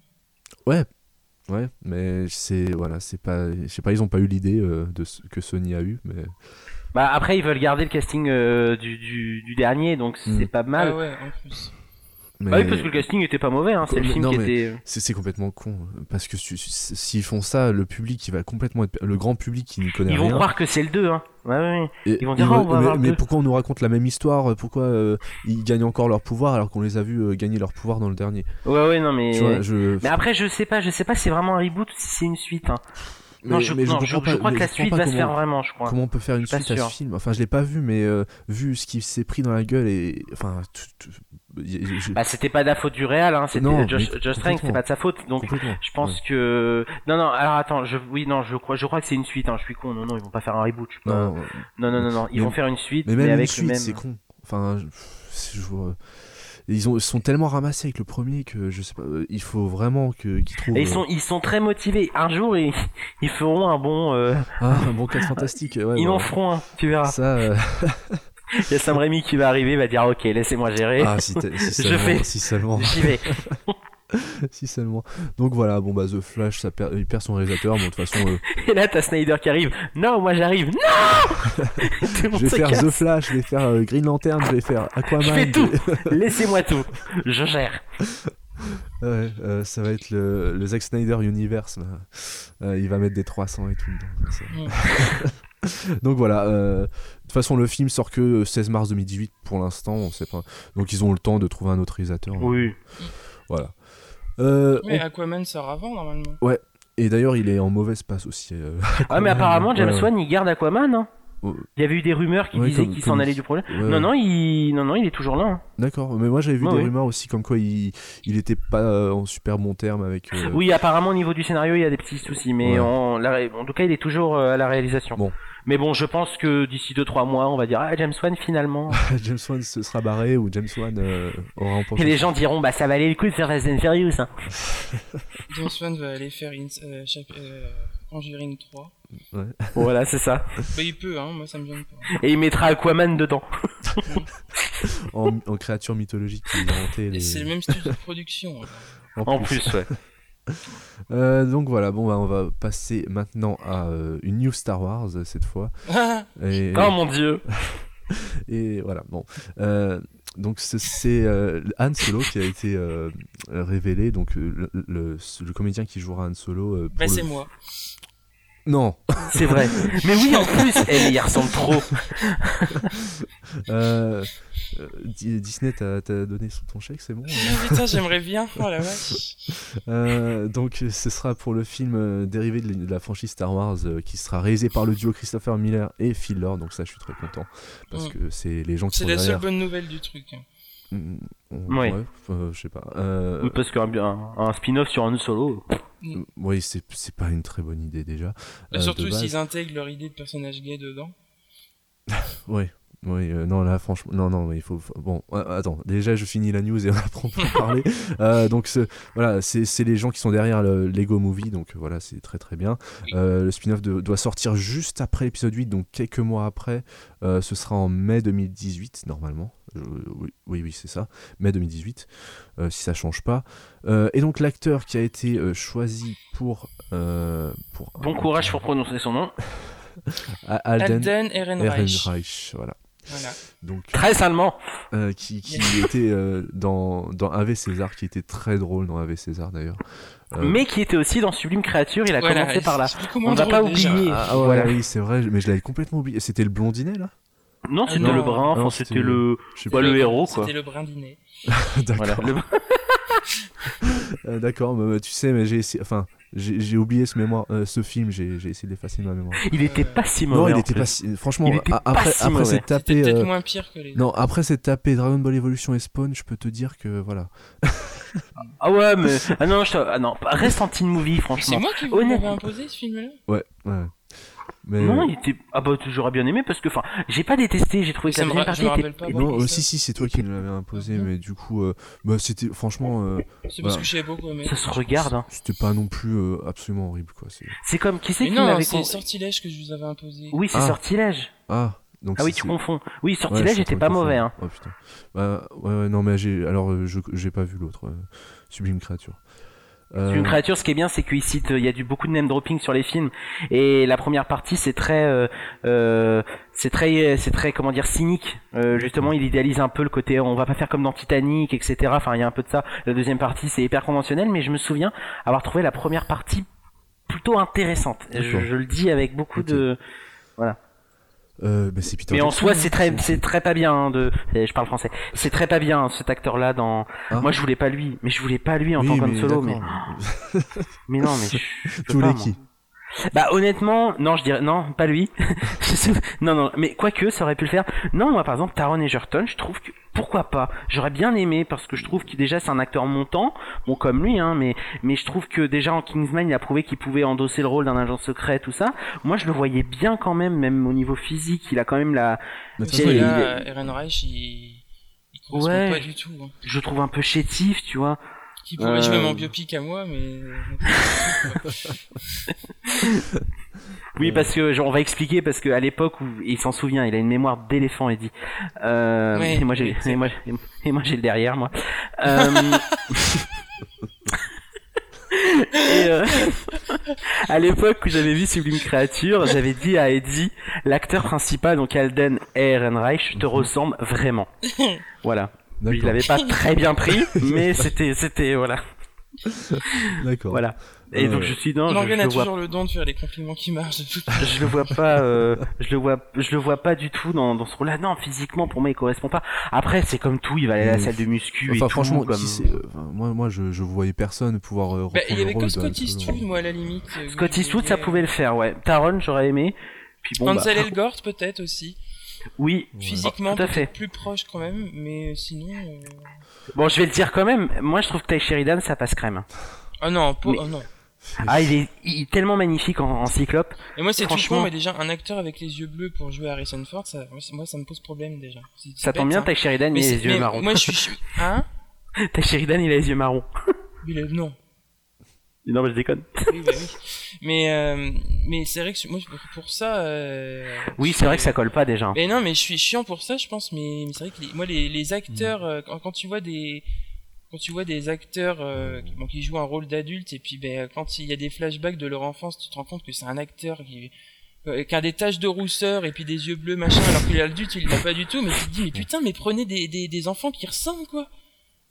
S1: ouais, mais c'est, voilà, c'est pas, je sais pas, ils ont pas eu l'idée euh, de ce- que Sony a eu, mais
S3: Bah après ils veulent garder le casting euh, du, du, du dernier donc c'est
S1: Mm.
S3: pas mal.
S2: Ah ouais, en plus.
S1: mais-
S3: Bah oui parce que le casting était pas mauvais hein, c'est le
S1: Comme-
S3: film
S1: non,
S3: qui
S1: mais-
S3: était.
S1: C'est c'est complètement con euh, parce que su- su- s'ils font ça, le public il va complètement être le grand public qui n'y connaît
S3: Ils vont
S1: rien.
S3: croire que c'est le 2 hein. Ouais, ouais, ouais.
S1: Et-
S3: Ils vont dire,
S1: et-
S3: Ah, on va
S1: mais,
S3: avoir le
S1: mais
S3: deux.
S1: pourquoi on nous raconte la même histoire Pourquoi euh, ils gagnent encore leur pouvoir alors qu'on les a vus euh, gagner leur pouvoir dans le dernier
S3: Ouais ouais non mais.
S1: Tu vois, je.
S3: Mais après je sais pas je sais pas si c'est vraiment un reboot ou si c'est une suite hein. non
S1: mais-
S3: je,
S1: mais
S3: non, je,
S1: comprends pas-
S3: je crois
S1: mais
S3: que la
S1: comprends
S3: suite
S1: pas
S3: va se
S1: comment-
S3: faire vraiment je crois.
S1: Comment on peut faire une
S3: suis pas
S1: suite à
S3: sûr.
S1: ce film Enfin, je l'ai pas vu, mais euh, vu ce qu'il s'est pris dans la gueule et enfin, tout- tout- y- y- je-
S3: Bah c'était pas de la faute du réal hein c'était
S1: Non,
S3: Josh,
S1: mais
S3: Josh Trank c'est
S1: complètement.
S3: pas de sa faute donc.
S1: complètement.
S3: Je pense que non non alors attends je oui non je crois je crois que c'est une suite hein je suis con non non ils vont pas faire un reboot je suis
S1: Ouais.
S3: pas-
S1: Non,
S3: non non non non, ils
S1: Mais-
S3: vont faire une suite
S1: Mais
S3: mais,
S1: même une
S3: avec
S1: suite,
S3: le même
S1: c'est con. Enfin, je- pff, je vois- Ils ont, ils sont tellement ramassés avec le premier que je sais pas. euh, Il faut vraiment que- qu'ils trouvent.
S3: Et ils
S1: euh,
S3: sont, ils sont très motivés. Un jour, ils, ils feront un bon. euh,
S1: ah, un bon 4 fantastique. ouais,
S3: ils
S1: bah,
S3: en feront un, tu verras.
S1: Ça. euh,
S3: Il y a Sam Raimi qui va arriver, il va dire Ok, laissez-moi gérer.
S1: Ah, si, t'es- si
S3: Je
S1: seulement,
S3: fais.
S1: si seulement,
S3: J'y vais.
S1: si seulement. Donc voilà, bon bah The Flash, ça perd, il perd son réalisateur, mais de toute façon, euh,
S3: Et là, t'as Snyder qui arrive. Non, moi j'arrive. Non Tout le
S1: je
S3: monde
S1: vais
S3: se
S1: faire
S3: casse.
S1: The Flash, je vais faire euh, Green Lantern, je vais faire Aquaman.
S3: Je fais tout.
S1: vais-
S3: Laissez-moi tout. Je gère.
S1: Ouais, euh, ça va être le, le Zack Snyder Universe. là. Euh, il va mettre des 300 et tout dedans. comme ça. Donc voilà, euh, de toute façon, le film sort que 16 mars 2018 pour l'instant, on sait pas. Donc ils ont le temps de trouver un autre réalisateur.
S3: Oui.
S1: Voilà. Euh,
S2: Mais
S3: Oh.
S1: on-
S2: Aquaman sort avant, normalement.
S1: Et d'ailleurs, il est en mauvaise passe aussi. euh,
S3: Ah, mais apparemment, James
S1: Ouais, ouais.
S3: Wan, il garde Aquaman. Hein.
S1: Oh.
S3: Il y avait eu des rumeurs qui
S1: Ouais,
S3: disaient
S1: comme-
S3: qu'il
S1: comme
S3: s'en
S1: il-
S3: allait du problème.
S1: ouais,
S3: Non, non, il... non, non, il est toujours là. hein.
S1: D'accord, mais moi j'avais vu
S3: Ouais,
S1: des
S3: ouais.
S1: rumeurs aussi comme quoi il, il était pas euh, en super bon terme avec. euh,
S3: Oui, apparemment, au niveau du scénario, il y a des petits soucis. Mais
S1: Ouais.
S3: en, la ré- en tout cas, il est toujours euh, à la réalisation.
S1: Bon.
S3: Mais bon, je pense que d'ici 2-3 mois, on va dire Ah, James Wan, finalement.
S1: James Wan se sera barré ou James Wan euh, aura
S3: Et
S1: emporté.
S3: les gens diront, bah ça valait le coup de faire Fast and Furious. Hein.
S2: James Wan va aller faire Ins- euh, chap- euh, Conjuring 3.
S3: voilà, c'est ça.
S2: Bah, il peut, hein, moi ça me gêne pas.
S3: Et il mettra Aquaman dedans.
S1: en, en créature mythologique qui inventait
S2: Et c'est le
S1: les...
S2: même studio de production. hein.
S3: En plus, ouais.
S1: Euh, donc voilà, bon bah, on va passer maintenant à euh, une news Star Wars euh, cette fois.
S2: Ah,
S1: Et,
S3: Oh mon dieu.
S1: et voilà, bon. Euh, donc ce- c'est euh, Han Solo qui a été euh, révélé, donc euh, le, le- le comédien qui jouera Han Solo. euh, pour
S2: bah,
S1: le-
S2: c'est moi.
S1: Non.
S3: C'est vrai. Mais oui, en plus, eh, mais il ressemble trop.
S1: Euh, euh, Di- Disney t'a t'a donné son- ton chèque, c'est bon euh
S2: Ah, putain, j'aimerais bien. Oh la vache.
S1: Euh, donc euh, ce sera pour le film euh, dérivé de l- de la franchise Star Wars euh, qui sera réalisé par le duo Christopher Miller et Phil Lord donc ça je suis très content parce
S2: Mm.
S1: que c'est les gens qui
S2: C'est
S1: sont
S2: la seule
S1: derrière
S2: bonne nouvelle du truc. hein.
S1: Mm, on-
S3: Ouais.
S1: euh, je sais pas Euh,
S3: Oui, Parce qu'un un, un spin-off sur un solo.
S1: euh, oui c'est c'est pas une très bonne idée déjà
S2: Et
S1: euh, de
S2: surtout
S1: base.
S2: s'ils intègrent leur idée de personnage gay dedans.
S1: ouais Oui, euh, non, là, franchement, non, non, mais il faut. faut- Bon, euh, attends, déjà, je finis la news et on apprend pour en parler. Euh, donc, ce- voilà, c'est c'est les gens qui sont derrière le Lego Movie, donc euh, voilà, c'est très très bien. Euh, le spin-off de- doit sortir juste après l'épisode 8, donc quelques mois après. Euh, ce sera en mai 2018, normalement. Euh, oui, oui, oui, c'est ça, mai 2018, euh, si ça change pas. Euh, et donc, l'acteur qui a été euh, choisi pour. euh, pour
S3: Bon courage pour prononcer son nom.
S1: A- Alden,
S2: Alden Ehrenreich.
S1: Ehrenreich, voilà.
S2: Voilà.
S1: Donc,
S3: Très allemand.
S1: euh, qui, qui était euh, dans, dans AV César, qui était très drôle dans AV César d'ailleurs. Euh,
S3: Mais qui était aussi dans Sublime Créature. Il a
S2: Voilà,
S3: commencé par là.
S2: c'est beaucoup moins
S3: On va
S2: drôle
S3: pas
S2: déjà.
S3: oublier.
S1: Ah, ah ouais,
S3: Voilà.
S1: oui, c'est vrai, mais je l'avais complètement oublié. C'était le blondinet là
S3: Non,
S2: Ah
S3: c'était
S2: non.
S3: le brun.
S1: Ah non,
S3: Enfin,
S1: c'était-
S3: c'était le.
S1: Je sais
S3: Ouais, le héros, quoi.
S2: C'était le brindinet.
S1: pas, D'accord,
S3: Voilà. le-
S1: Euh, d'accord, mais, mais tu sais, mais j'ai essayé- Enfin, j'ai j'ai oublié ce, mémoire, euh, ce film, j'ai j'ai essayé de l'effacer de ma mémoire.
S3: Il était pas si mauvais.
S1: Non, il
S3: en
S1: était
S3: plus.
S1: pas si- Franchement,
S3: Il était
S1: a-
S3: pas
S1: après,
S3: si
S1: après
S3: mauvais.
S1: s'être
S2: C'était
S1: tapé.
S2: peut-être
S1: euh,
S2: moins pire que les
S1: Non, après s'être tapé Dragon Ball Evolution et Spawn, je peux te dire que voilà.
S3: Ah ouais, mais. Ah non, je... te- ah non, reste en teen movie,
S2: autres. C'est
S3: franchement.
S2: moi qui vous
S3: Honnêtement.
S2: l'avais imposé ce film-là
S1: Ouais, ouais. Mais,
S3: Non, il était. Ah bah, j'aurais bien aimé parce que, enfin, j'ai pas détesté, j'ai trouvé que
S2: Ça me
S3: la deuxième
S2: ra- je
S3: partie
S2: me rappelle
S3: était.
S2: pas avoir
S1: Non,
S2: vu
S1: euh,
S2: ça.
S1: si, si, c'est toi qui me l'avais imposé,
S2: Mhm.
S1: mais du coup, euh, bah, c'était franchement, euh,
S2: C'est parce
S1: Voilà.
S2: que j'ai beaucoup aimé.
S3: Ça se regarde, hein.
S1: c'était pas non plus euh, absolument horrible, quoi. c'est-
S3: C'est comme. Qui c'est
S2: Mais
S3: qui
S2: non,
S3: m'avait.
S2: c'est
S3: con-
S2: Sortilège que je vous avais imposé.
S3: Oui, c'est
S1: Ah.
S3: Sortilège.
S1: Ah, donc
S3: Ah oui,
S1: c'est-
S3: tu
S1: c'est-
S3: confonds. Oui,
S1: ouais,
S3: Sortilège
S1: c'est
S3: était
S1: toi
S3: pas
S1: qui fais.
S3: mauvais, hein.
S1: Oh putain. Bah, ouais, ouais, non, mais j'ai alors euh, je j'ai pas vu l'autre euh, Sublime Créature. Euh,
S3: Une créature, ce qui est bien, c'est qu'il cite, il y a du beaucoup de name dropping sur les films, et la première partie, c'est très, euh, euh, c'est très, c'est très, comment dire, cynique. Euh, justement, il idéalise un peu le côté, on va pas faire comme dans Titanic, etc. Enfin, il y a un peu de ça. La deuxième partie, c'est hyper conventionnel, mais je me souviens avoir trouvé la première partie plutôt intéressante. Je,
S1: D'accord.
S3: je le dis avec beaucoup
S1: Ok.
S3: de,
S1: euh, bah, c'est Peter.
S3: mais en
S1: Jackson,
S3: soi,
S1: hein,
S3: c'est très, c'est très pas bien. hein, de, eh, je parle français. C'est très pas bien hein, cet acteur-là dans.
S1: Ah.
S3: Moi, je voulais pas lui, mais je voulais pas lui en
S1: Oui,
S3: tant qu'homme
S1: mais
S3: solo, mais.
S1: d'accord,
S3: Mais non, mais je, je peux
S1: Tu voulais
S3: pas, hein.
S1: qui
S3: moi. Bah honnêtement, non, je dirais non, pas lui. Je sais- non, non, mais quoique, ça aurait pu le faire. Non, moi par exemple, Taron Egerton, je trouve que pourquoi pas. J'aurais bien aimé parce que je trouve que déjà c'est un acteur montant, bon comme lui, hein, mais mais je trouve que déjà en Kingsman, il a prouvé qu'il pouvait endosser le rôle d'un agent secret, tout ça. Moi, je le voyais bien quand même, même au niveau physique, il a quand même la,
S1: Mais de toute
S3: J'ai-
S1: façon, il y a-
S2: Là, Ehrenreich, il. Il correspond
S3: Ouais.
S2: pas du tout. hein.
S3: je trouve un peu chétif, tu vois.
S2: Qui pourrait jouer
S3: Euh.
S2: mon biopic à moi, mais.
S3: Oui,
S1: Euh.
S3: parce que genre, on va expliquer parce que à l'époque où il s'en souvient, il a une mémoire d'éléphant, il dit. Euh,
S2: Oui,
S3: et moi j'ai,
S2: c'est
S3: et moi, et moi j'ai le derrière moi. Euh, et, euh, à l'époque où j'avais vu Sublime Créature, j'avais dit à Eddie, l'acteur principal, donc Alden Ehrenreich, te ressemble vraiment. Voilà. Il
S1: Mhm. D'accord.
S3: l'avait pas très bien pris, mais c'était, c'était voilà,
S1: D'accord.
S3: voilà. Et
S1: Euh.
S3: donc je suis dans, je, je
S2: Morgan a
S3: le vois
S2: toujours le don de faire les compliments qui marchent. de toute
S3: je le vois pas euh, je le vois je le vois pas du tout dans, dans ce rôle là non physiquement pour moi il correspond pas après c'est comme tout il va aller à la
S1: Oui.
S3: salle de muscu et
S1: Enfin,
S3: tout
S1: franchement,
S3: comme...
S1: qui c'est, euh, enfin, moi, moi, je, je voyais personne pouvoir euh,
S2: Bah,
S1: reprendre
S2: il y
S1: le
S2: avait
S1: rôle
S2: que
S1: de
S2: Scott
S1: Han Solo.
S2: Eastwood, moi, à la limite. euh, que
S3: Scott
S2: je
S3: Eastwood
S2: voyais,
S3: ça
S2: euh,
S3: pouvait le faire ouais Taron j'aurais aimé puis bon bah,
S2: Ansel Elgort, peut-être aussi.
S3: oui
S1: Ouais.
S2: Physiquement,
S3: Tout à
S2: peut-être
S3: fait.
S2: plus proche quand même, mais sinon. euh,
S3: bon je vais le dire quand même moi je trouve que Ty Sheridan ça passe crème
S2: Ah non, po-
S3: Mais-
S2: ah non.
S3: ah il est, il est tellement magnifique en, en cyclope
S2: Et moi, c'est tout
S3: Franchement.
S2: con, mais déjà, un acteur avec les yeux bleus pour jouer Harrison Ford, ça, moi, ça me pose problème déjà. C'est- c'est
S3: ça tombe
S2: bête,
S3: bien
S2: hein.
S3: Ty Sheridan
S2: Mais
S3: il a
S2: c'est-
S3: les yeux
S2: mais
S3: marrons
S2: Moi, je suis- je suis. Hein
S3: Ty Sheridan il a les yeux marrons
S2: Mais le- Non.
S3: non mais je déconne
S2: Oui, bah oui. Mais, euh, mais c'est vrai que moi, pour ça. euh,
S3: oui
S2: je-
S3: c'est vrai que ça colle pas déjà
S2: Mais non, mais je suis chiant pour ça, je pense. Mais, mais c'est vrai que les- moi, les, les acteurs, euh, quand, quand tu vois des, quand tu vois des acteurs euh, qui, bon, qui jouent un rôle d'adulte, et puis ben, quand il y a des flashbacks de leur enfance, tu te rends compte que c'est un acteur qui, euh, qui a des taches de rousseur et puis des yeux bleus, machin, alors qu'il est adulte, il l'a pas du tout. Mais tu te dis, mais putain, mais prenez des, des, des enfants qui ressemblent, quoi.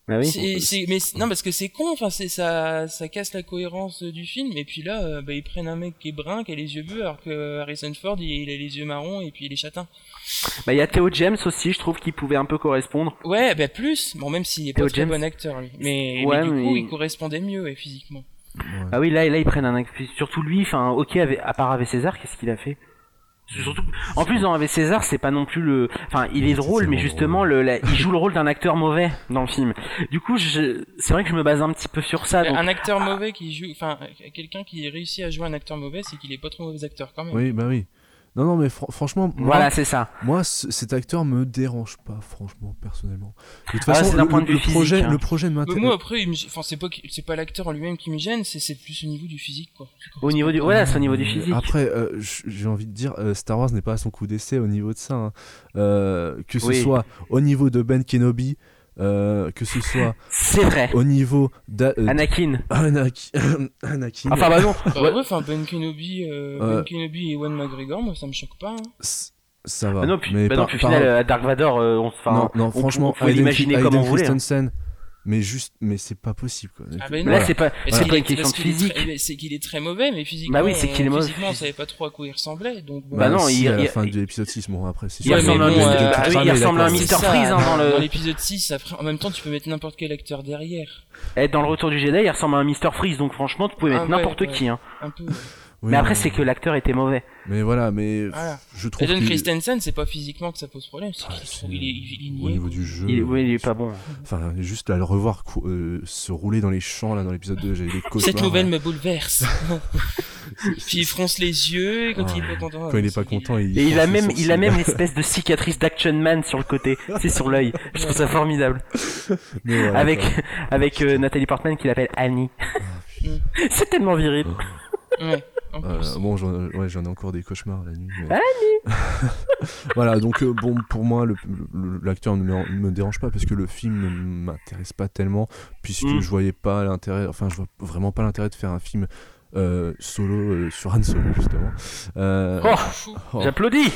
S3: bah oui
S2: C'est- c'est- mais c'est- non, parce que c'est con, enfin, c'est, ça, ça casse la cohérence euh, du film. Et puis là, euh, bah, ils prennent un mec qui est brun, qui a les yeux bleus, alors que euh, Harrison Ford, il, il a les yeux marrons et puis il est châtain.
S3: bah il y a Theo James aussi je trouve qu'il pouvait un peu correspondre
S2: Ouais, bah plus, bon, même s'il est pas
S3: Theo
S2: très
S3: James.
S2: bon acteur, lui. Mais,
S3: Ouais,
S2: mais du
S3: mais
S2: coup,
S3: il-
S2: il correspondait mieux, ouais, physiquement.
S1: Ouais.
S3: Ah oui, là, là ils prennent un acte- puis Surtout lui, enfin, ok, avec- à part avec César, qu'est-ce qu'il a fait C'est surtout... En plus, dans avec César, c'est pas non plus le. Enfin, il est
S1: C'est
S3: drôle, mais
S1: zéro
S3: justement,
S1: drôle.
S3: le, la- il joue le rôle d'un acteur mauvais dans le film. Du coup, je... c'est vrai que je me base un petit peu sur ça.
S2: Euh,
S3: Ah, donc-
S2: Un acteur mauvais qui joue, enfin, euh, quelqu'un qui réussit à jouer un acteur mauvais, c'est qu'il est pas trop mauvais acteur, quand même.
S1: Oui, bah oui. Non, non, mais fran- franchement, moi,
S3: Ah, Voilà, c'est ça.
S1: moi, c- cet acteur me dérange pas, franchement, personnellement. De toute
S3: Ah,
S1: façon,
S3: c'est d'un
S1: le,
S3: point de
S1: le-
S3: vue
S1: le projet,
S3: physique, hein.
S1: le projet euh,
S2: Mais
S1: m'intéresse.
S2: moi après, il me- enfin c'est pas que- c'est pas l'acteur en lui-même qui me gêne, c'est c'est plus au niveau du physique quoi.
S3: Au niveau du, voilà, c'est au niveau du physique.
S1: Après, euh, j- j'ai envie de dire, euh, Star Wars n'est pas à son coup d'essai au niveau de ça. hein. Euh, que ce
S3: Oui.
S1: soit au niveau de Ben Kenobi, euh, que ce soit
S3: C'est vrai.
S1: au niveau d'A- euh,
S3: Anakin.
S1: Anaki- Anakin.
S3: Enfin bah non.
S2: Enfin,
S3: Ouais.
S2: ouais, enfin Ben Kenobi, euh,
S1: Euh.
S2: Ben Kenobi et Ewan McGregor, moi ça me choque pas. hein.
S1: c- ça va.
S3: Bah non, puis,
S1: mais
S3: bah non,
S1: par-
S3: puis au
S1: par-
S3: final, euh, Dark Vador, euh, on se. enfin,
S1: non, non,
S3: on-
S1: franchement,
S3: on pouvait l'imaginer
S1: Hayden-
S3: comme on
S1: Hayden
S3: voulait, hein.
S1: Christensen, mais juste, mais c'est pas possible. Quoi.
S2: Ah, mais
S3: Mais
S1: Voilà.
S3: Là, c'est pas,
S2: Parce
S3: c'est
S2: qu'il
S3: pas
S2: est-
S3: une question
S2: parce
S3: de
S2: qu'il est
S3: physique.
S2: très- C'est qu'il est très mauvais, mais physiquement,
S3: Bah oui, c'est qu'il est
S2: on-
S3: mauvais.
S2: physiquement, on savait pas trop à quoi il ressemblait. Donc bon.
S1: Bah
S3: non,
S1: si,
S3: il-
S1: à la
S3: il-
S1: fin de l'épisode 6, bon après c'est
S3: il
S1: sûr,
S3: ressemble
S1: mais
S3: à un
S1: de- de-
S3: Mr.
S1: de- de-
S3: Bah oui,
S1: de-
S3: il
S1: de-
S3: ressemble à un
S1: d'accord.
S2: C'est
S3: Mr.
S2: ça,
S3: Freeze, hein, dans le-
S2: l'épisode 6, après, en même temps, tu peux mettre n'importe quel acteur derrière.
S3: Eh, Dans le retour du Jedi, il ressemble à un Mr Freeze, donc franchement, tu pouvais
S2: Ah
S3: mettre
S2: ouais,
S3: n'importe
S2: ouais.
S3: qui. Hein.
S2: Un peu.
S1: Oui,
S3: mais après,
S1: non,
S3: c'est que l'acteur était mauvais.
S1: Mais voilà, mais
S2: Voilà.
S1: je trouve
S2: Eden
S1: que
S2: Christensen, c'est pas physiquement que ça pose problème, c'est
S1: Ah,
S2: qu'il est
S1: c'est-
S2: trop- il est, il est- il est
S1: au
S2: niais,
S1: niveau
S2: quoi.
S1: du jeu,
S3: Il, est- ouais, il est pas bon.
S1: enfin juste à le revoir cou- euh, se rouler dans les champs là dans l'épisode 2, j'avais des
S2: Cette
S1: cauchemars.
S2: nouvelle
S1: ouais.
S2: me bouleverse. Puis il fronce les yeux, et quand
S1: Ah,
S2: il est pas content.
S1: quand il est pas content, il
S3: Et il a
S1: fronce les
S3: même, il a
S1: sourcils.
S3: même l'espèce de cicatrice d'Action Man sur le côté, c'est sur l'œil. Je trouve ça formidable.
S1: Mais voilà, quoi.
S3: avec, avec euh, Nathalie Portman qui l'appelle Annie.
S1: Ah,
S2: putain.
S3: c'est tellement viril.
S2: Ouais, en plus.
S1: Euh, bon, j'en ouais, j'en ai encore des cauchemars la nuit. mais- voilà, donc euh, bon, pour moi, le- le- l'acteur ne me, ne me dérange pas parce que le film ne m'intéresse pas tellement, puisque
S3: Mm.
S1: je voyais pas l'intérêt, enfin, je vois vraiment pas l'intérêt de faire un film euh, solo euh, sur Han Solo, justement. Euh,
S3: Oh,
S2: Fou.
S1: oh.
S3: J'applaudis.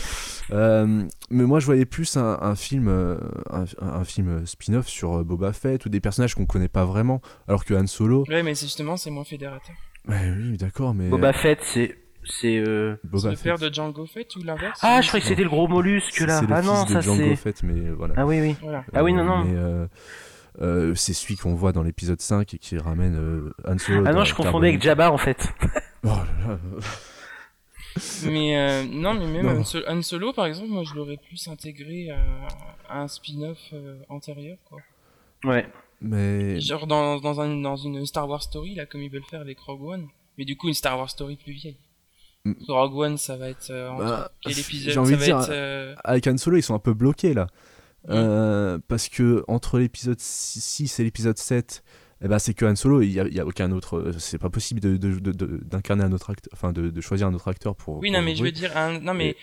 S1: Euh, mais moi, je voyais plus un, un film, euh, un, un film spin-off sur euh, Boba Fett ou des personnages qu'on connaît pas vraiment, alors que Han Solo.
S2: Ouais, mais c'est justement, c'est moins fédérateur.
S1: Bah oui, d'accord, mais.
S3: Boba Fett, c'est, c'est. euh,
S2: C'est
S1: Boba
S2: le
S1: Fett,
S2: père de Django Fett ou l'inverse
S3: Ah,
S2: ou-
S3: je croyais que c'était le gros mollusque
S1: c'est
S3: là.
S1: c'est le
S3: Ah
S1: fils
S3: non,
S1: de
S3: ça
S1: Django
S3: c'est.
S1: Fett, mais euh, voilà.
S3: Ah oui, oui.
S2: Voilà.
S3: Ah oui, non, non.
S1: Mais, euh, euh, c'est celui qu'on voit dans l'épisode 5 et qui ramène euh, Han Solo.
S3: Ah non,
S1: dans
S3: je
S1: Carbone.
S3: confondais avec Jabba en fait.
S1: Oh là là.
S2: Mais euh, non, mais même
S1: Non.
S2: Han Solo- Han Solo, par exemple, moi je l'aurais plus intégré à, à un spin-off euh, antérieur, quoi.
S3: Ouais.
S1: Mais.
S2: Genre dans, dans, un, dans une Star Wars story, là, comme ils veulent faire avec Rogue One. Mais du coup, une Star Wars story plus vieille.
S1: Mm.
S2: Rogue One, ça va être euh, entre
S1: Bah,
S2: quel épisode
S1: j'ai envie
S2: Ça
S1: de
S2: va
S1: dire,
S2: être. Mm. euh,
S1: Avec Han Solo, ils sont un peu bloqués là. Euh, parce que entre l'épisode 6 et l'épisode 7, eh ben, c'est que Han Solo, il n'y a, il y a aucun autre. euh, C'est pas possible de- de- de- de- d'incarner un autre acteur, enfin de, de choisir un autre acteur pour.
S2: Oui,
S1: pour
S2: non, mais je
S1: jouer.
S2: veux dire, un- non, mais.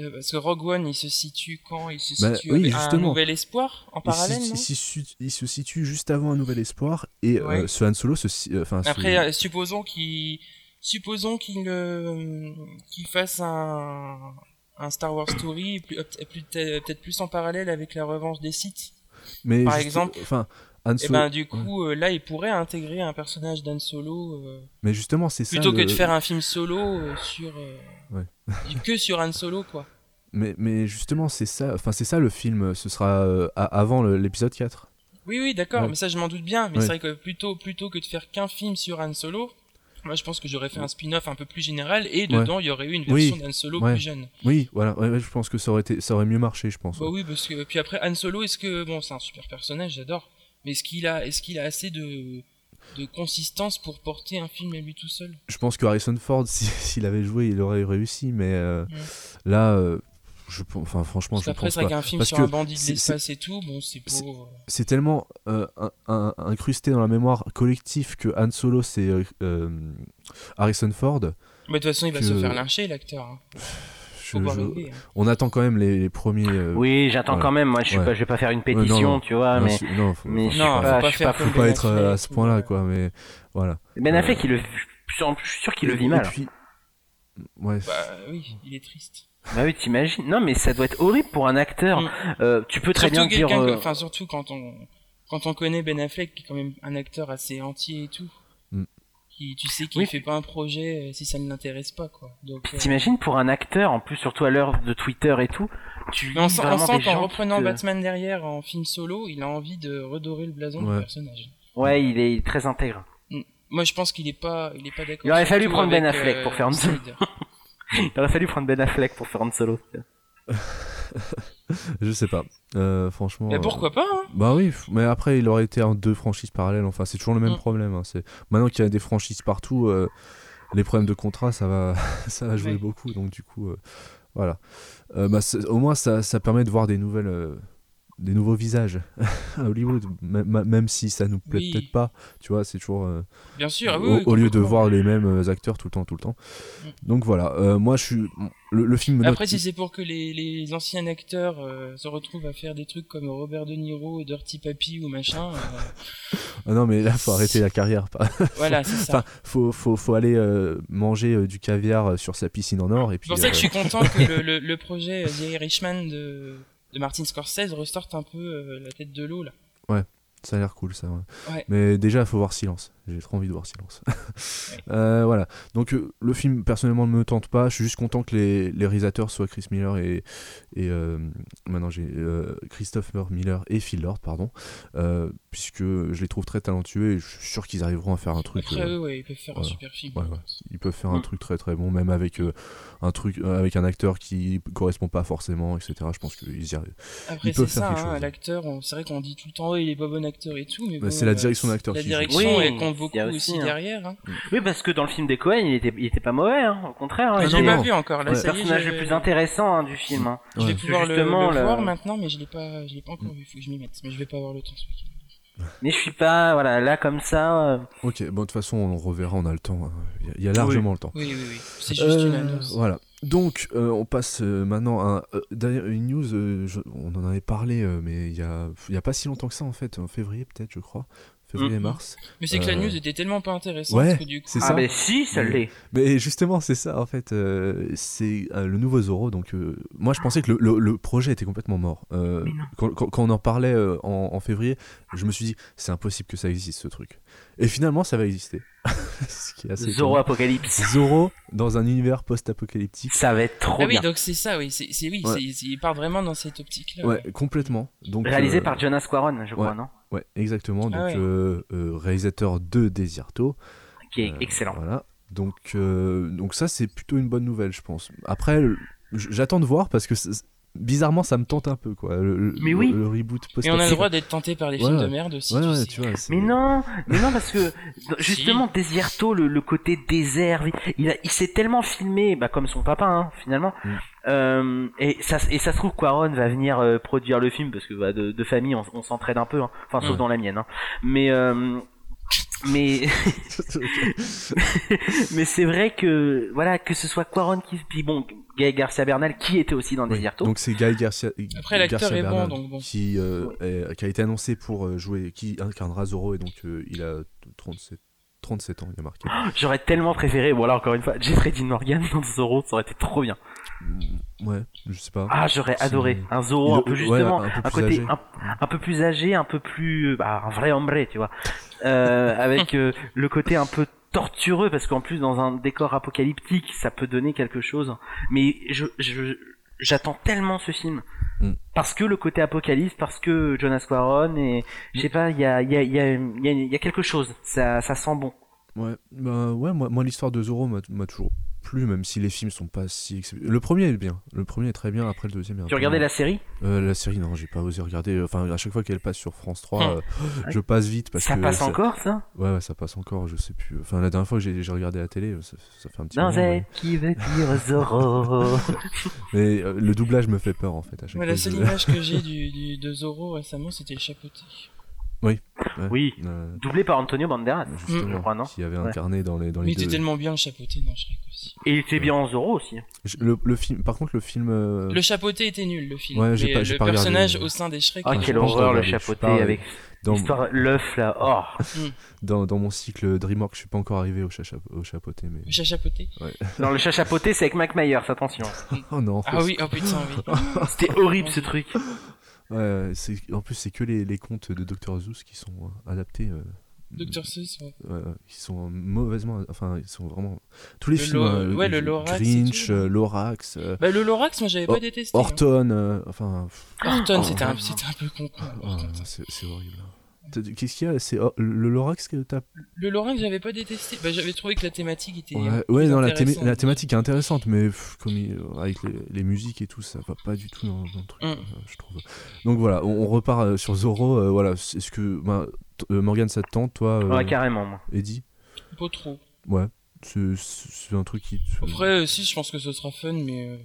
S2: euh, parce que Rogue One, il se situe quand Il se
S1: Bah,
S2: situe
S1: oui,
S2: avec un
S1: justement.
S2: nouvel espoir
S1: Il
S2: en
S1: se-
S2: parallèle, non
S1: il, se situe- il se situe juste avant Un Nouvel Espoir et euh,
S2: Ouais.
S1: ce Han Solo, se si- euh, enfin, ce-
S2: Après, euh, supposons qu'il supposons qu'il euh, qu'il fasse un, un Star Wars Story plus- euh, plus- peut-être peut-être plus en parallèle avec la revanche des Sith.
S1: mais
S2: euh, par
S1: juste-
S2: exemple,
S1: enfin, Han
S2: Et
S1: Solo-
S2: ben du coup euh, là il pourrait intégrer un personnage d'Han Solo euh,
S1: mais justement, c'est ça.
S2: plutôt que
S1: le-
S2: de faire un film solo euh, sur euh,
S1: Ouais.
S2: que sur Han Solo quoi.
S1: Mais, mais justement, c'est ça, enfin, c'est ça le film, ce sera euh, a- avant le- l'épisode 4.
S2: Oui oui d'accord
S1: Ouais.
S2: mais ça je m'en doute bien mais
S1: Ouais.
S2: c'est vrai que plutôt plutôt que de faire qu'un film sur Han Solo moi je pense que j'aurais fait un spin-off un peu plus général et dedans il y aurait eu une
S1: Oui.
S2: version d'Han Solo
S1: Ouais.
S2: plus jeune.
S1: Oui, voilà, ouais, ouais, je pense que ça aurait, été, ça aurait mieux marché, je pense.
S2: Bah oui, parce que puis après Han Solo, est-ce que bon, c'est un super personnage, j'adore, mais est-ce qu'il a, est-ce qu'il a assez de de consistance pour porter un film à lui tout seul
S1: Je pense que Harrison Ford, si- s'il avait joué, il aurait réussi, mais euh,
S2: Ouais.
S1: là, euh, je, pense- enfin, franchement,
S2: Parce
S1: je
S2: qu'après,
S1: pense
S2: Mm. c'est vrai
S1: pas.
S2: qu'un film
S1: Parce
S2: sur
S1: que
S2: un bandit de
S1: c'est-
S2: l'espace et tout, bon, c'est pour
S1: C'est tellement euh, un- un- incrusté dans la mémoire collective que Han Solo, c'est euh, euh, Harrison Ford.
S2: Mais de toute façon, il va
S1: que-
S2: se faire lyncher, l'acteur. hein.
S1: Je-
S2: Faut pas
S1: je-
S2: rêver, hein.
S1: on attend quand même les, les premiers. euh,
S3: Oui, j'attends
S1: ouais.
S3: quand même. Moi, je suis
S1: Ouais. Euh,
S3: pas, je vais pas faire une
S1: non,
S3: pétition,
S1: non.
S3: tu vois.
S1: non,
S3: mais
S1: si- non, faut,
S3: mais
S1: faut
S3: je
S2: Non,
S1: pas,
S2: faut pas,
S3: pas- je suis
S2: faire
S3: pas-
S2: comme
S1: faut pas
S2: Ben
S1: être euh, à
S2: Affleck
S1: ce
S2: ou,
S1: point-là,
S2: euh,
S1: quoi. Mais voilà.
S3: Ben Affleck, il le, je suis en- je suis sûr qu'il le vit
S1: Et
S3: mal.
S1: puis- Ouais.
S2: Bah oui, il est triste.
S3: Bah oui, t'imagines. Non, mais ça doit être horrible pour un acteur.
S2: Mm.
S3: Euh, tu peux très
S2: surtout
S3: bien dire.
S2: quelqu'un que-
S3: euh,
S2: enfin surtout quand on quand on connaît Ben Affleck, qui est quand même un acteur assez entier et tout.
S1: Mm.
S2: Qui, tu sais qu'il
S3: Oui.
S2: fait pas un projet euh, si ça ne l'intéresse pas quoi. Donc, euh,
S3: T'imagines pour un acteur, en plus surtout à l'heure de Twitter et tout, tu
S2: Mais on
S3: lis
S2: sent, on
S3: vraiment
S2: sent
S3: des
S2: qu'en
S3: gens qui
S2: reprenant
S3: te-
S2: Batman derrière en film solo, il a envie de redorer le blason
S1: Ouais.
S2: du personnage.
S3: Ouais, il est très intègre.
S2: Moi, je pense qu'il est pas, il est pas d'accord.
S3: Il aurait fallu
S2: surtout
S3: prendre Ben
S2: avec, euh,
S3: Affleck pour faire un-
S2: Snyder.
S3: Il aurait fallu prendre Ben Affleck pour faire un solo.
S1: Je sais pas. Euh, franchement.
S2: Mais
S1: euh,
S2: pourquoi pas hein
S1: Bah oui, f- mais après, il aurait été en deux franchises parallèles. Enfin, c'est toujours le même
S2: Mm.
S1: problème. hein, C'est maintenant qu'il y a des franchises partout, euh, les problèmes de contrat, ça va, ça va jouer
S2: Ouais.
S1: beaucoup. Donc du coup, euh, Voilà. Euh, bah, c'est- au moins, ça, ça permet de voir des nouvelles, euh, des nouveaux visages à Hollywood, m- m- même si ça nous plaît
S2: Oui.
S1: peut-être pas. Tu vois, c'est toujours euh,
S2: Bien sûr, ah oui,
S1: au,
S2: oui,
S1: au lieu de
S2: complètement. Mm.
S1: voir les mêmes euh, acteurs tout le temps, tout le temps. Donc voilà. euh, moi, je suis le, le film. me note-
S2: Après, si c'est pour que les, les anciens acteurs euh, se retrouvent à faire des trucs comme Robert De Niro, Dirty Papi ou machin, euh,
S1: Ah non, mais là, faut arrêter la carrière. pas-
S2: voilà, c'est ça.
S1: Enfin, faut, faut, faut aller euh, manger euh, du caviar euh, sur sa piscine en or et
S2: C'est
S1: puis.
S2: pour ça que
S1: euh,
S2: je suis content que le, le, le projet euh, The Irishman de, de Martin Scorsese ressorte un peu euh, la tête de l'eau là.
S1: Ça a l'air cool, ça. ouais.
S2: Ouais.
S1: Mais déjà, il faut voir Silence. J'ai trop envie de voir Silence. Euh, voilà. Donc, euh, le film, personnellement, ne me tente pas. Je suis juste content que les, les réalisateurs soient Chris Miller et. et euh, maintenant, j'ai. euh, Christopher Miller et Phil Lord, pardon. Euh, puisque je les trouve très talentueux et je suis sûr qu'ils arriveront à faire un truc.
S2: Après,
S1: euh,
S2: eux, ouais, ils peuvent faire un
S1: voilà.
S2: super film.
S1: Ouais, ouais. Ils peuvent faire un
S3: Mm.
S1: truc très très bon, même avec euh, un truc euh, avec un acteur qui correspond pas forcément, etc. Je pense qu'ils y arrivent.
S2: Après,
S1: Ils peuvent
S2: c'est
S1: faire
S2: ça,
S1: quelque
S2: hein,
S1: chose.
S2: l'acteur, on- c'est vrai qu'on dit tout le temps, ouais, il est pas bon acteur et tout, mais
S1: Bah,
S2: bon,
S1: c'est la
S2: euh,
S1: direction de l'acteur
S2: La
S1: qui joue.
S2: direction,
S3: Oui,
S2: elle compte
S3: il
S2: beaucoup
S3: y a
S2: aussi,
S3: aussi, hein.
S2: derrière. hein.
S3: Oui, parce que dans le film des Cohen, il était, il était pas mauvais, hein, au contraire. hein,
S2: Mais
S1: Ah
S2: je
S1: non,
S2: l'ai pas
S1: non.
S2: vu encore, là,
S1: Ouais.
S3: le
S2: ça y est,
S3: personnage
S2: je-
S3: le plus intéressant hein, du film. hein.
S2: Je vais
S1: Ouais.
S2: pouvoir le,
S3: Justement,
S2: le
S3: le-
S2: voir maintenant, mais je l'ai pas, je l'ai pas encore vu. Faut que je m'y mette, mais je vais pas avoir le temps. ce week-end.
S3: Mais je suis pas, voilà, là comme ça. euh,
S1: Ok, bon, de toute façon, on reverra, on a le temps. hein. Il y a- il y, a largement le temps.
S2: Oui, oui, oui. C'est juste
S1: Euh,
S2: une annonce.
S1: Voilà. Donc, euh, on passe euh, maintenant à euh, d'ailleurs, une news. euh, je- on en avait parlé, euh, mais il y a, il y a pas si longtemps que ça, en fait, en février peut-être, je crois.
S2: Mm-hmm.
S3: Mm.
S1: Février-mars.
S2: Mais c'est que la
S1: Euh,
S2: news était tellement pas intéressante
S1: ouais,
S2: que du coup.
S1: C'est
S3: Ah,
S1: ça
S3: ben si, ça
S1: Mais-
S3: l'est.
S1: Mais justement, c'est ça, en fait. euh, c'est euh, le nouveau Zoro. Donc, euh, moi, je pensais que le, le- le projet était complètement mort. Euh, quand, quand- quand on en parlait euh, en, en février, je me suis dit, c'est impossible que ça existe, ce truc. Et finalement, ça va exister. ce qui est assez étonnant.
S3: Zoro Apocalypse.
S1: Zoro dans un univers post-apocalyptique.
S3: Ça va être trop
S2: Ah oui,
S3: bien.
S2: donc c'est ça, oui. C'est c'est- oui,
S1: Ouais.
S2: c'est- c'est- il part vraiment dans cette optique-là.
S1: Ouais, complètement. Donc,
S3: Réalisé
S1: euh,
S3: par Jonas Quaron, je crois, non
S1: Ouais, exactement. Donc,
S2: Ah ouais.
S1: euh, euh, réalisateur de Desierto.
S3: Qui est
S1: Euh,
S3: excellent.
S1: Voilà. Donc, euh, donc ça, c'est plutôt une bonne nouvelle, je pense. Après, le- j- j'attends de voir parce que c'est- bizarrement, ça me tente un peu, quoi. Le, le-
S3: Mais oui.
S1: le reboot post
S2: Et on a le droit d'être tenté par des films
S1: Voilà.
S2: de merde aussi.
S1: Ouais,
S2: tu
S1: ouais,
S2: sais.
S1: tu vois. c'est-
S3: Mais non, mais non parce que justement
S2: Si.
S3: Desierto, le, le côté désert, il, a- il s'est tellement filmé, bah, comme son papa hein, finalement.
S1: Mm.
S3: Euh, et ça, et ça se trouve Quaron va venir euh, produire le film parce que bah, de, de famille on, on s'entraide un peu, hein. enfin sauf
S1: Ouais.
S3: dans la mienne. Hein. Mais euh, mais mais c'est vrai que voilà que ce soit Quaron qui puis bon Gaël Garcia Bernal qui était aussi dans
S1: Oui.
S3: Desierto.
S1: Donc c'est Guy Garcia,
S2: Après, l'acteur
S1: Garcia
S2: est bon,
S1: Bernal
S2: donc bon.
S1: qui, euh, est- qui a été annoncé pour euh, jouer, qui incarnera Zoro et donc euh, il a 37, 37 ans, il a marqué.
S3: J'aurais tellement préféré, bon là encore une fois, Jeffrey Dean Morgan dans Zorro, ça aurait été trop bien.
S1: Mm, ouais, je sais pas.
S3: Ah, j'aurais
S1: C'est-
S3: adoré. Un Zorro
S1: Il-
S3: un peu
S1: ouais,
S3: justement,
S1: un peu
S3: un
S1: plus
S3: côté
S1: âgé.
S3: un, un peu plus âgé, un peu plus bah, un vrai hombre, tu vois. Euh, avec euh, le côté un peu tortureux parce qu'en plus dans un décor apocalyptique, ça peut donner quelque chose. Mais je je- j'attends tellement ce film.
S1: Mm.
S3: Parce que le côté apocalypse, parce que Jonas Quaron et je sais pas, il y a, il y, a, il y, a, il y, a, il y a quelque chose, ça, ça sent bon.
S1: Ouais, bah ouais, moi, moi, l'histoire de Zoro m'a m'a toujours plu, même si les films sont pas si exceptionnels. Le premier est bien, le premier est très bien, après le deuxième est un
S3: Tu
S1: peu
S3: regardais
S1: moins.
S3: la série
S1: Euh, la série, non, j'ai pas osé regarder. Enfin, à chaque fois qu'elle passe sur France 3,
S2: Hmm.
S1: euh, je passe vite parce
S3: Ça
S1: que.
S3: passe encore ça
S1: Ouais, ouais, ça passe encore, je sais plus. Enfin, la dernière fois que j'ai j'ai regardé la télé, euh, ça, ça fait un petit
S3: Dans
S1: moment.
S3: un
S1: Mais,
S3: qui veut dire Zorro.
S1: mais, euh, le doublage me fait peur en fait. À chaque
S2: Moi,
S1: fois
S2: la
S1: que
S2: seule
S1: je-
S2: image que j'ai du, du- de Zorro récemment, c'était le chapeauté.
S3: oui,
S1: Euh,
S3: doublé par Antonio Banderas.
S1: justement,
S3: Je crois, non
S1: qui avait
S3: Ouais.
S1: incarné dans les, dans
S2: Mais
S1: les
S2: il était
S1: deux.
S2: tellement bien le chapeauté dans Shrek aussi.
S3: Et il était bien en Zorro aussi.
S1: Je- Le, le film, par contre, le film. euh,
S2: Le chapeauté était nul, le film.
S1: Ouais, j'ai
S2: mais
S1: pas- j'ai
S2: le
S1: pas regardé.
S2: personnage au sein des Shrek.
S3: Ah,
S2: était-
S1: je
S3: quelle
S1: pense
S3: horreur le
S1: regarder, je suis
S3: chapeauté
S1: pas, euh,
S3: avec
S1: dans,
S3: l'histoire l'œuf là. Oh.
S1: dans, dans mon cycle DreamWorks, je suis pas encore arrivé au, chacha- au chapeauté, mais.
S2: Le chat chapeauté.
S3: Dans le chat chapeauté, c'est avec Mac Myers, attention.
S1: Oh non.
S2: Ah oui, oh putain, oui.
S3: C'était horrible ce truc.
S1: Ouais, ouais, c'est- en plus, c'est que les, les contes de Dr. Zeus qui sont euh, adaptés. euh,
S2: Docteur Seuss, ouais.
S1: ouais, ouais, qui sont mauvaisement. Enfin, ils sont vraiment. Tous les
S2: Le
S1: films.
S2: Lo-
S1: euh,
S2: ouais, le Lorax et
S1: Grinch,
S2: tout.
S1: euh, Lorax, euh,
S2: Bah, le Lorax, moi, j'avais
S1: Oh,
S2: pas détesté. hein.
S1: Orton. euh, enfin, pff,
S2: Orton,
S3: Oh,
S2: c'était un,
S3: vraiment.
S2: c'était un peu con. con,
S1: ah,
S2: par contre.
S1: c'est c'est horrible. T'as- Qu'est-ce qu'il y a C'est oh, le Lorax que t'as.
S2: Le Lorax, j'avais pas détesté. Bah, j'avais trouvé que la thématique était.
S1: Ouais,
S2: plus
S1: ouais, non, la,
S2: intéressante.
S1: théma- la thématique est intéressante, mais pff, comme il- avec les, les musiques et tout, ça va pas du tout dans, dans le truc,
S2: Mm.
S1: euh, je trouve. Donc voilà, on, on repart euh, sur Zoro. euh, voilà, c'est- est-ce que. bah, t- euh, Morgane, ça te tente, toi euh,
S3: Ouais, carrément. moi.
S1: Eddie
S2: Pas trop.
S1: Ouais, c'est- c'est c'est un truc qui. te-
S2: Après, euh, si, je pense que ce sera fun, mais. euh,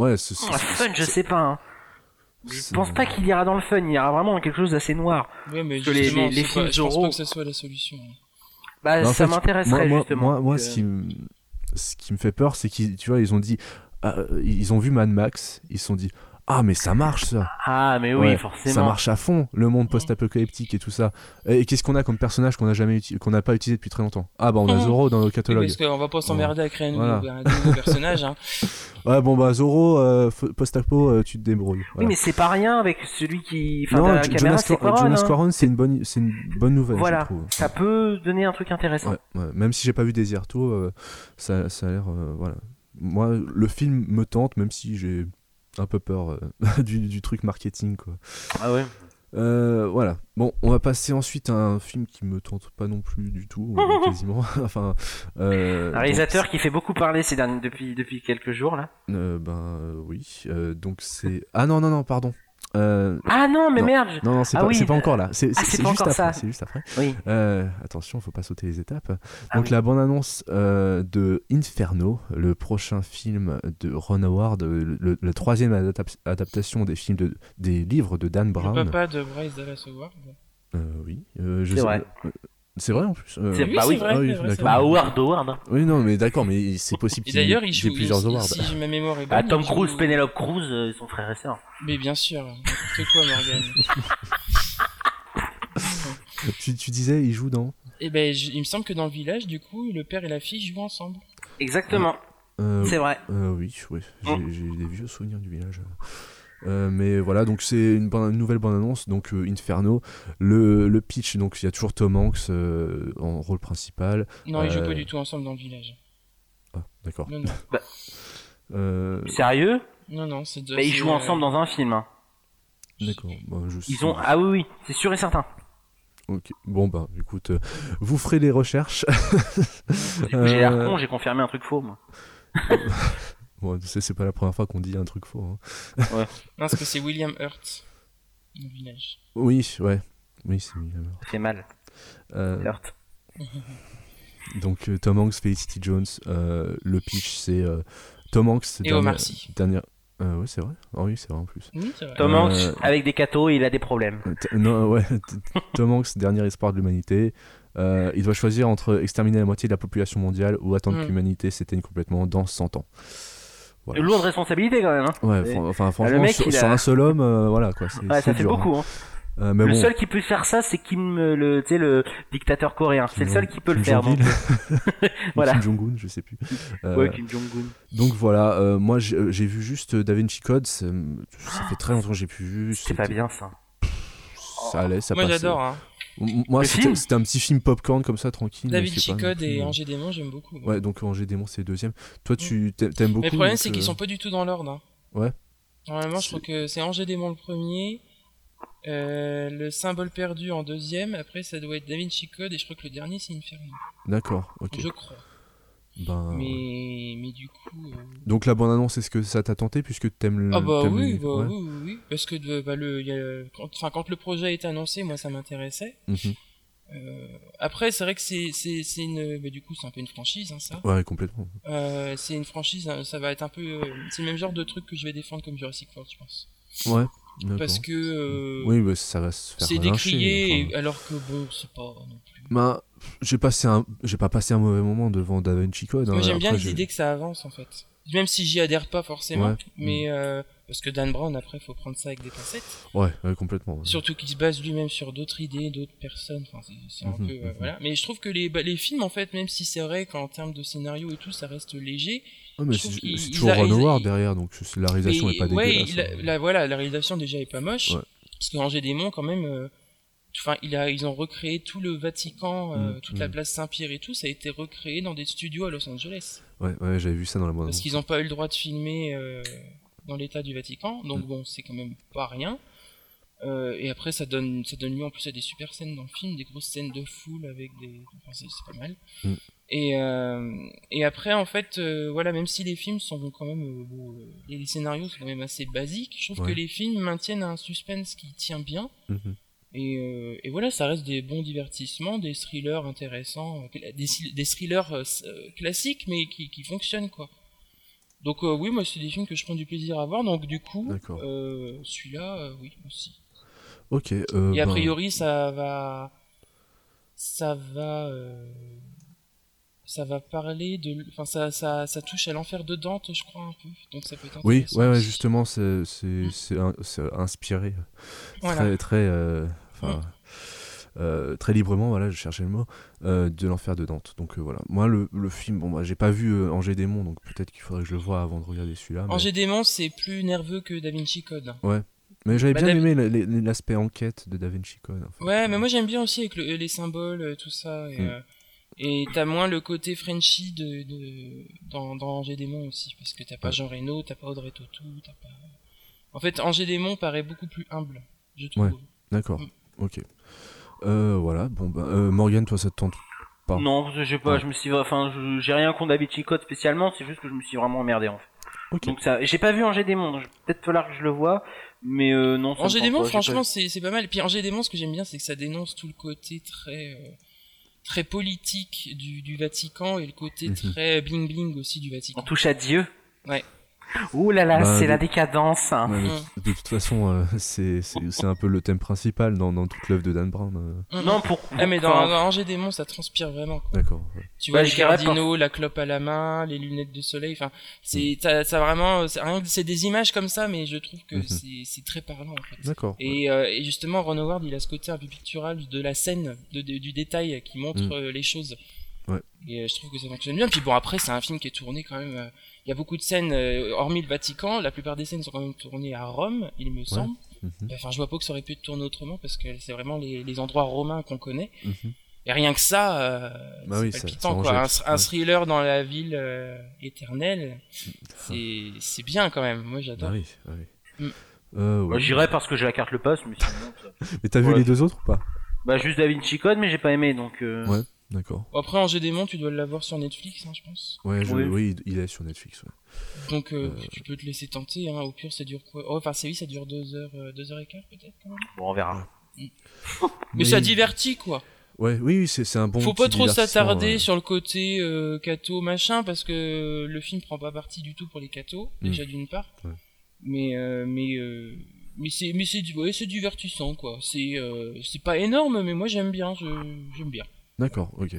S1: Ouais, c'est. c'est-
S3: Ah, fun, je sais pas. hein. Je
S1: c'est-
S3: pense pas qu'il ira dans le fun, il ira vraiment dans quelque chose d'assez noir.
S2: Ouais, mais
S3: Parce que les-
S2: justement,
S3: les- les
S2: c'est
S3: films
S2: pas- je pense
S3: Zorro-
S2: pas que ça soit la solution.
S3: Bah,
S1: Bah, en
S3: ça
S1: fait,
S3: m'intéresserait
S1: Moi, moi,
S3: justement. euh.
S1: moi, moi,
S3: que-
S1: ce, qui me, ce qui me fait peur, c'est qu'ils, tu vois, ils ont dit, ah, euh, ils ont vu Mad Max, ils se sont dit, ah mais ça marche ça,
S3: Ah, mais oui,
S1: Ouais,
S3: forcément.
S1: ça marche à fond, le monde post-apocalyptique et tout ça. Et qu'est-ce qu'on a comme personnage qu'on n'a jamais uti- qu'on n'a pas utilisé depuis très longtemps Ah bah on a
S2: Mhm.
S1: Zoro dans nos
S2: Oui,
S1: catalogues.
S2: parce qu'on va pas s'emmerder à créer un nouveau,
S1: Voilà.
S2: un nouveau personnage. Hein.
S1: Ouais bon bah Zoro euh, f- post-apo, euh, tu te débrouilles.
S3: Oui,
S1: Voilà.
S3: mais c'est pas rien avec celui qui. Enfin,
S1: non,
S3: derrière la
S1: Jo-
S3: caméra,
S1: Jonas, Cor-
S3: c'est
S1: euh,
S3: Quaron,
S1: Jonas
S3: hein.
S1: Quaron, c'est une bonne, c'est une bonne nouvelle, je
S3: Voilà,
S1: trouve.
S3: ça peut donner un truc intéressant.
S1: Ouais, ouais. Même si j'ai pas vu Desierto, euh, ça, ça a l'air. euh, voilà. Moi, le film me tente, même si j'ai un peu peur euh, du, du truc marketing. Quoi.
S3: Ah ouais.
S1: Euh, voilà. Bon, on va passer ensuite à un film qui me tente pas non plus du tout, euh, quasiment. enfin, euh,
S3: Un réalisateur qui fait beaucoup parler ces derniers depuis depuis quelques jours là.
S1: donc, euh, ben euh, oui. Euh, donc c'est. Ah non non non, pardon. Euh,
S3: Ah non, mais
S1: Non.
S3: merde.
S1: non non, c'est
S3: Ah
S1: pas,
S3: oui,
S1: c'est pas
S3: euh,
S1: encore là. C'est
S3: ah,
S1: c'est-
S3: c'est
S1: c'est
S3: pas
S1: juste
S3: encore ça.
S1: après. C'est juste après.
S3: Oui.
S1: Euh, attention, faut pas sauter les étapes.
S3: Ah
S1: Donc
S3: oui.
S1: la bande-annonce euh, de Inferno, le prochain film de Ron Howard, euh, le- la troisième adap- adaptation des films de, des livres de Dan
S2: Le
S1: Brown.
S2: papa de Bryce Dallas Howard.
S1: Euh, oui, euh, je
S3: C'est
S1: sais-
S3: vrai.
S1: euh, C'est vrai en plus. euh,
S3: C'est- bah oui.
S1: Ah oui,
S2: c'est vrai,
S1: d'accord.
S2: c'est
S3: Bah
S2: vrai.
S3: Howard, Howard.
S1: Oui, non, mais d'accord, mais c'est possible
S2: Et
S1: qu'il
S2: d'ailleurs,
S1: y
S2: il
S1: ait
S2: joue
S1: plusieurs
S2: il-
S1: awards.
S2: Si si ma mémoire est bonne.
S3: Bah, Tom
S2: il joue-
S3: Cruise, Penelope Cruz, euh, ils sont frères et sœurs.
S2: Mais bien sûr, n'importe quoi, Morgan.
S1: tu, tu disais, il joue dans.
S2: Et ben, je- il me semble que dans le village, du coup, le père et la fille jouent ensemble.
S3: Exactement,
S1: Euh,
S3: c'est vrai. Mm.
S1: euh, oui, oui. J'ai j'ai des vieux souvenirs du village. Euh, mais voilà, donc c'est une, ban- une nouvelle bande-annonce, donc euh, Inferno. Le, le pitch, donc il y a toujours Tom Hanks euh, en rôle principal.
S2: Non, ils jouent
S1: Euh.
S2: pas du tout ensemble dans le village.
S1: Ah, d'accord.
S2: Non, non,
S1: Euh,
S3: Sérieux
S2: non, non c'est. de-
S3: Bah, ils
S2: c'est,
S3: jouent
S2: euh,
S3: ensemble dans un film. hein.
S1: d'accord. Bon, je sais-
S3: Ils ont ah oui oui, c'est sûr et certain.
S1: Ok. Bon, bah, écoute, euh, vous ferez les recherches.
S3: Du coup, J'ai l'air
S1: Euh.
S3: con, j'ai confirmé un truc faux moi.
S1: Bon, tu sais, c'est pas la première fois qu'on dit un truc faux. hein.
S2: Non, parce que c'est William Hurt. Dans le village.
S1: Oui, ouais. Oui, c'est William Hurt.
S3: Ça fait mal.
S1: Euh,
S3: Hurt.
S1: donc, euh, Tom Hanks, Felicity Jones. euh, le pitch, c'est euh, Tom Hanks.
S2: Et
S1: dernière-
S2: Omar Sy.
S1: Dernière. Euh, ouais, c'est vrai. Ah oui, c'est vrai en plus.
S2: Oui, c'est vrai.
S3: Tom
S1: Euh.
S3: Hanks avec des cathos, il a des problèmes.
S1: Euh, t- non, ouais. t- Tom Hanks, dernier espoir de l'humanité. Euh, il doit choisir entre exterminer la moitié de la population mondiale ou attendre
S2: Mm.
S1: que l'humanité s'éteigne complètement dans 100 ans. Voilà.
S3: Une lourde responsabilité quand même. hein.
S1: Ouais,
S3: Et-
S1: fran- enfin franchement,
S3: le mec,
S1: sur,
S3: il a-
S1: sur un seul homme, euh, voilà quoi. c'est-
S3: Ouais,
S1: c'est
S3: ça fait
S1: dur, hein.
S3: beaucoup. hein.
S1: Euh, mais
S3: le
S1: bon,
S3: seul qui peut faire ça, c'est Kim, euh, le, tu sais, le dictateur coréen. C'est le seul qui peut le faire.
S1: Jong-il,
S3: donc. euh,
S1: ou
S3: Voilà.
S1: Kim Jong-un, je sais plus. Euh,
S3: Ouais, Kim Jong-un.
S1: Donc voilà, euh, moi j'ai euh, j'ai vu juste euh, Da Vinci Code, ça, me- ça fait très longtemps que j'ai plus vu.
S3: C'est pas bien ça.
S1: Ça allait, ça euh,
S2: Moi
S1: passait.
S2: j'adore, hein.
S1: M- Moi
S3: Le
S1: c'était
S3: film
S1: c'était un petit film popcorn comme ça, tranquille.
S2: David
S1: c'est pas non
S2: Chicode
S1: plus,
S2: et
S1: euh,
S2: Angers Démon, j'aime beaucoup.
S1: Ouais, donc Angers Démon c'est le deuxième. Toi tu t'a- t'aimes beaucoup.
S2: Mais le problème,
S1: donc,
S2: c'est
S1: euh,
S2: qu'ils sont pas du tout dans l'ordre. hein.
S1: Ouais.
S2: Normalement, je
S1: C'est-
S2: crois que c'est Angers Démon le premier, euh, le symbole perdu en deuxième, après ça doit être Da Vinci Code, et je crois que le dernier c'est Inferno.
S1: D'accord, ok.
S2: Je crois.
S1: Ben,
S2: Mais, mais du coup. euh,
S1: Donc la bande annonce, est-ce que ça t'a tenté puisque t'aimes le.
S2: Ah bah
S1: t'aimes le
S2: oui,
S1: livre,
S2: bah
S1: ouais.
S2: oui, oui, oui. Parce que de- bah, le, il y a- quand, enfin, quand le projet a été annoncé, moi ça m'intéressait. Euh,
S1: Mhm.
S2: Après, c'est vrai que c'est, c'est, c'est une. bah, du coup, c'est un peu une franchise, hein, ça.
S1: Ouais, complètement.
S2: Euh, c'est une franchise, hein, ça va être un peu. euh, c'est le même genre de truc que je vais défendre comme Jurassic World, je pense.
S1: Ouais. d'accord.
S2: Parce que. euh,
S1: Oui, mais ça va se faire
S2: C'est
S1: lyncher,
S2: décrié,
S1: enfin.
S2: et- alors que bon, c'est pas. non plus.
S1: Ben, j'ai passé un, j'ai pas passé un mauvais moment devant Da Vinci Code.
S2: Moi
S1: hein,
S2: j'aime bien
S1: après, j'ai-
S2: l'idée que ça avance en fait. Même si j'y adhère pas forcément,
S1: Ouais.
S2: mais euh, parce que Dan Brown après faut prendre ça avec des pincettes.
S1: Ouais, ouais, complètement. ouais.
S2: Surtout qu'il se base lui-même sur d'autres idées, d'autres personnes. Enfin c'est c'est un
S1: Mhm,
S2: peu euh,
S1: mhm.
S2: voilà. Mais je trouve que les bah, les films en fait, même si c'est vrai qu'en termes de scénario et tout ça reste léger,
S1: Ouais, Ah, mais
S2: je
S1: c'est,
S2: trouve qu'ils-
S1: c'est
S2: ils
S1: toujours
S2: a- ils-
S1: Ron Howard
S2: ils-
S1: derrière, donc c'est- la réalisation est pas
S2: mais ouais,
S1: dégueulasse.
S2: il a-
S1: hein.
S2: la, voilà la réalisation déjà est pas moche.
S1: Ouais.
S2: Parce que Angers Démon quand même. euh, Enfin, il a, ils ont recréé tout le Vatican, euh,
S1: Mhm,
S2: toute la
S1: mhm.
S2: place Saint-Pierre et tout, ça a été recréé dans des studios à Los Angeles.
S1: Ouais, ouais, j'avais vu ça dans la bande.
S2: parce qu'ils n'ont pas eu le droit de filmer euh, dans l'état du Vatican, donc
S1: Mm.
S2: bon, c'est quand même pas rien. Euh, et après, ça donne, ça donne lieu en plus à des super scènes dans le film, des grosses scènes de foule avec des. Enfin, c'est c'est pas mal.
S1: Mm.
S2: Et, euh, et après, en fait, euh, voilà, même si les films sont quand même. euh, bon, euh, les les scénarios sont quand même assez basiques, je trouve
S1: Ouais.
S2: que les films maintiennent un suspense qui tient bien.
S1: Mhm.
S2: Et, euh, et voilà, ça reste des bons divertissements, des thrillers intéressants, euh, des, des thrillers euh, s- euh, classiques, mais qui, qui fonctionnent quoi. Donc euh, oui, moi c'est des films que je prends du plaisir à voir, donc du coup,
S1: D'accord.
S2: euh, celui-là, euh, oui aussi.
S1: Ok. euh,
S2: Et a
S1: ben,
S2: priori, ça va, ça va, euh, ça va parler de, enfin ça, ça, ça touche à l'enfer de Dante, je crois un peu. Donc ça peut être.
S1: Oui,
S2: intéressant
S1: ouais, ouais,
S2: aussi.
S1: justement, c'est c'est- c'est in- c'est inspiré
S2: Voilà. Mm.
S1: très très euh, enfin, euh, très librement voilà je cherchais le mot euh, de l'enfer de Dante donc euh, voilà moi le, le film bon bah, j'ai pas vu euh, Angers démon donc peut-être qu'il faudrait que je le voie avant de regarder celui-là mais,
S2: Angers Démon, c'est plus nerveux que Da Vinci Code.
S1: mais j'avais
S2: Bah,
S1: bien
S2: David-
S1: aimé la- la- l'aspect enquête de Da Vinci Code en fait.
S2: Ouais, mais moi j'aime bien aussi avec le- les symboles, euh, tout ça. Et
S1: Mm.
S2: euh, et t'as moins le côté Frenchy de, de, dans, dans Angers Démon aussi, parce que t'as pas
S1: Ouais.
S2: Jean Reno, t'as pas Audrey Tautou, t'as pas. euh, En fait, Angers Démon paraît beaucoup plus humble, je trouve.
S1: d'accord
S2: Mm.
S1: ok Euh, voilà bon bah, euh, Morgan toi ça te tente Pardon.
S3: Non, je sais pas,
S1: Ouais.
S3: je me suis, enfin, je- j'ai rien contre David Chicotte spécialement, c'est juste que je me suis vraiment emmerdé en fait.
S1: ok
S3: Donc ça, j'ai pas vu Angers Démon, donc je- peut-être falloir que je le vois, mais euh, non. ça me
S2: Angers
S3: tente
S2: Démon,
S3: pas, j'ai pas
S2: franchement, c'est c'est pas mal. Et puis Angers Démon, ce que j'aime bien, c'est que ça dénonce tout le côté très euh, très politique du, du Vatican et le côté
S1: Mhm.
S2: très bling bling aussi du
S3: On
S2: Vatican.
S3: touche à Dieu.
S2: Ouais.
S3: Ouh là là,
S1: Bah,
S3: c'est
S1: de-
S3: la décadence. hein.
S1: Ouais, mais
S2: Ouais.
S1: de toute façon euh, c'est c'est- c'est un peu le thème principal dans, dans toute l'œuvre de Dan Brown euh.
S2: Mhm.
S3: Non, pour.
S2: Ah, mais dans,
S3: enfin,
S2: dans Angers Démon, ça transpire vraiment. quoi.
S1: d'accord ouais.
S2: Tu
S3: Bah,
S2: vois les
S3: j'irais pas.
S2: cardinaux, la clope à la main, les lunettes de soleil. Enfin,
S1: Mm.
S2: c'est ça, ça vraiment, c'est rien que- c'est des images comme ça, mais je trouve que
S1: Mhm.
S2: c'est c'est très parlant en fait.
S1: d'accord
S2: Et, euh, et justement, Ron Howard, il a ce côté un peu pictural de la scène, de, de- du détail qui montre
S1: Mm.
S2: euh, les choses.
S1: Ouais.
S2: Et euh, je trouve que ça fonctionne bien. Puis bon, après, c'est un film qui est tourné quand même. euh, Il y a beaucoup de scènes, euh, hormis le Vatican, la plupart des scènes sont quand même tournées à Rome, il me semble.
S1: Mhm,
S2: Enfin, je vois pas que ça aurait pu être tourné autrement parce que c'est vraiment les, les endroits romains qu'on connaît.
S1: mhm.
S2: Et rien que ça, euh,
S1: Bah
S2: c'est
S1: oui, ça-
S2: palpitant,
S1: ça en
S2: quoi. Un,
S1: jette,
S2: un
S1: ouais.
S2: thriller dans la ville euh, éternelle, c'est c'est bien quand même. Moi,
S1: Ah
S2: j'adore.
S1: oui, ah oui.
S2: Mm.
S1: Euh, ouais.
S3: bah, J'irai parce que j'ai la carte le passe, mais sinon, ça-
S1: Mais t'as vu
S3: Ouais.
S1: les deux autres ou pas
S3: Bah, juste Da Vinci Code, mais j'ai pas aimé donc. euh,
S1: Ouais. D'accord.
S2: Après, Angers Démon, tu dois l'avoir sur Netflix, hein, je pense.
S1: Ouais, je-
S3: Oui.
S1: oui, il- il est sur Netflix. ouais.
S2: Donc, euh,
S1: Euh.
S2: tu peux te laisser tenter. Hein. Au pire, ça dure quoi oh, Enfin, c'est oui, ça dure 2 heures, 2 heures et quart peut-être. quand même.
S3: Bon, on verra.
S2: Mais, ça divertit quoi.
S1: Ouais, oui, oui, c'est c'est un bon.
S2: Faut pas
S1: petit
S2: trop
S1: divertissement,
S2: s'attarder
S1: ouais.
S2: sur le côté euh, catho machin parce que le film prend pas parti du tout pour les cathos
S1: Mm.
S2: déjà d'une part.
S1: Ouais.
S2: Mais euh, mais euh, mais c'est mais c'est du- ouais, c'est divertissant quoi. C'est euh, c'est pas énorme mais moi j'aime bien, je- j'aime bien.
S1: D'accord, ok.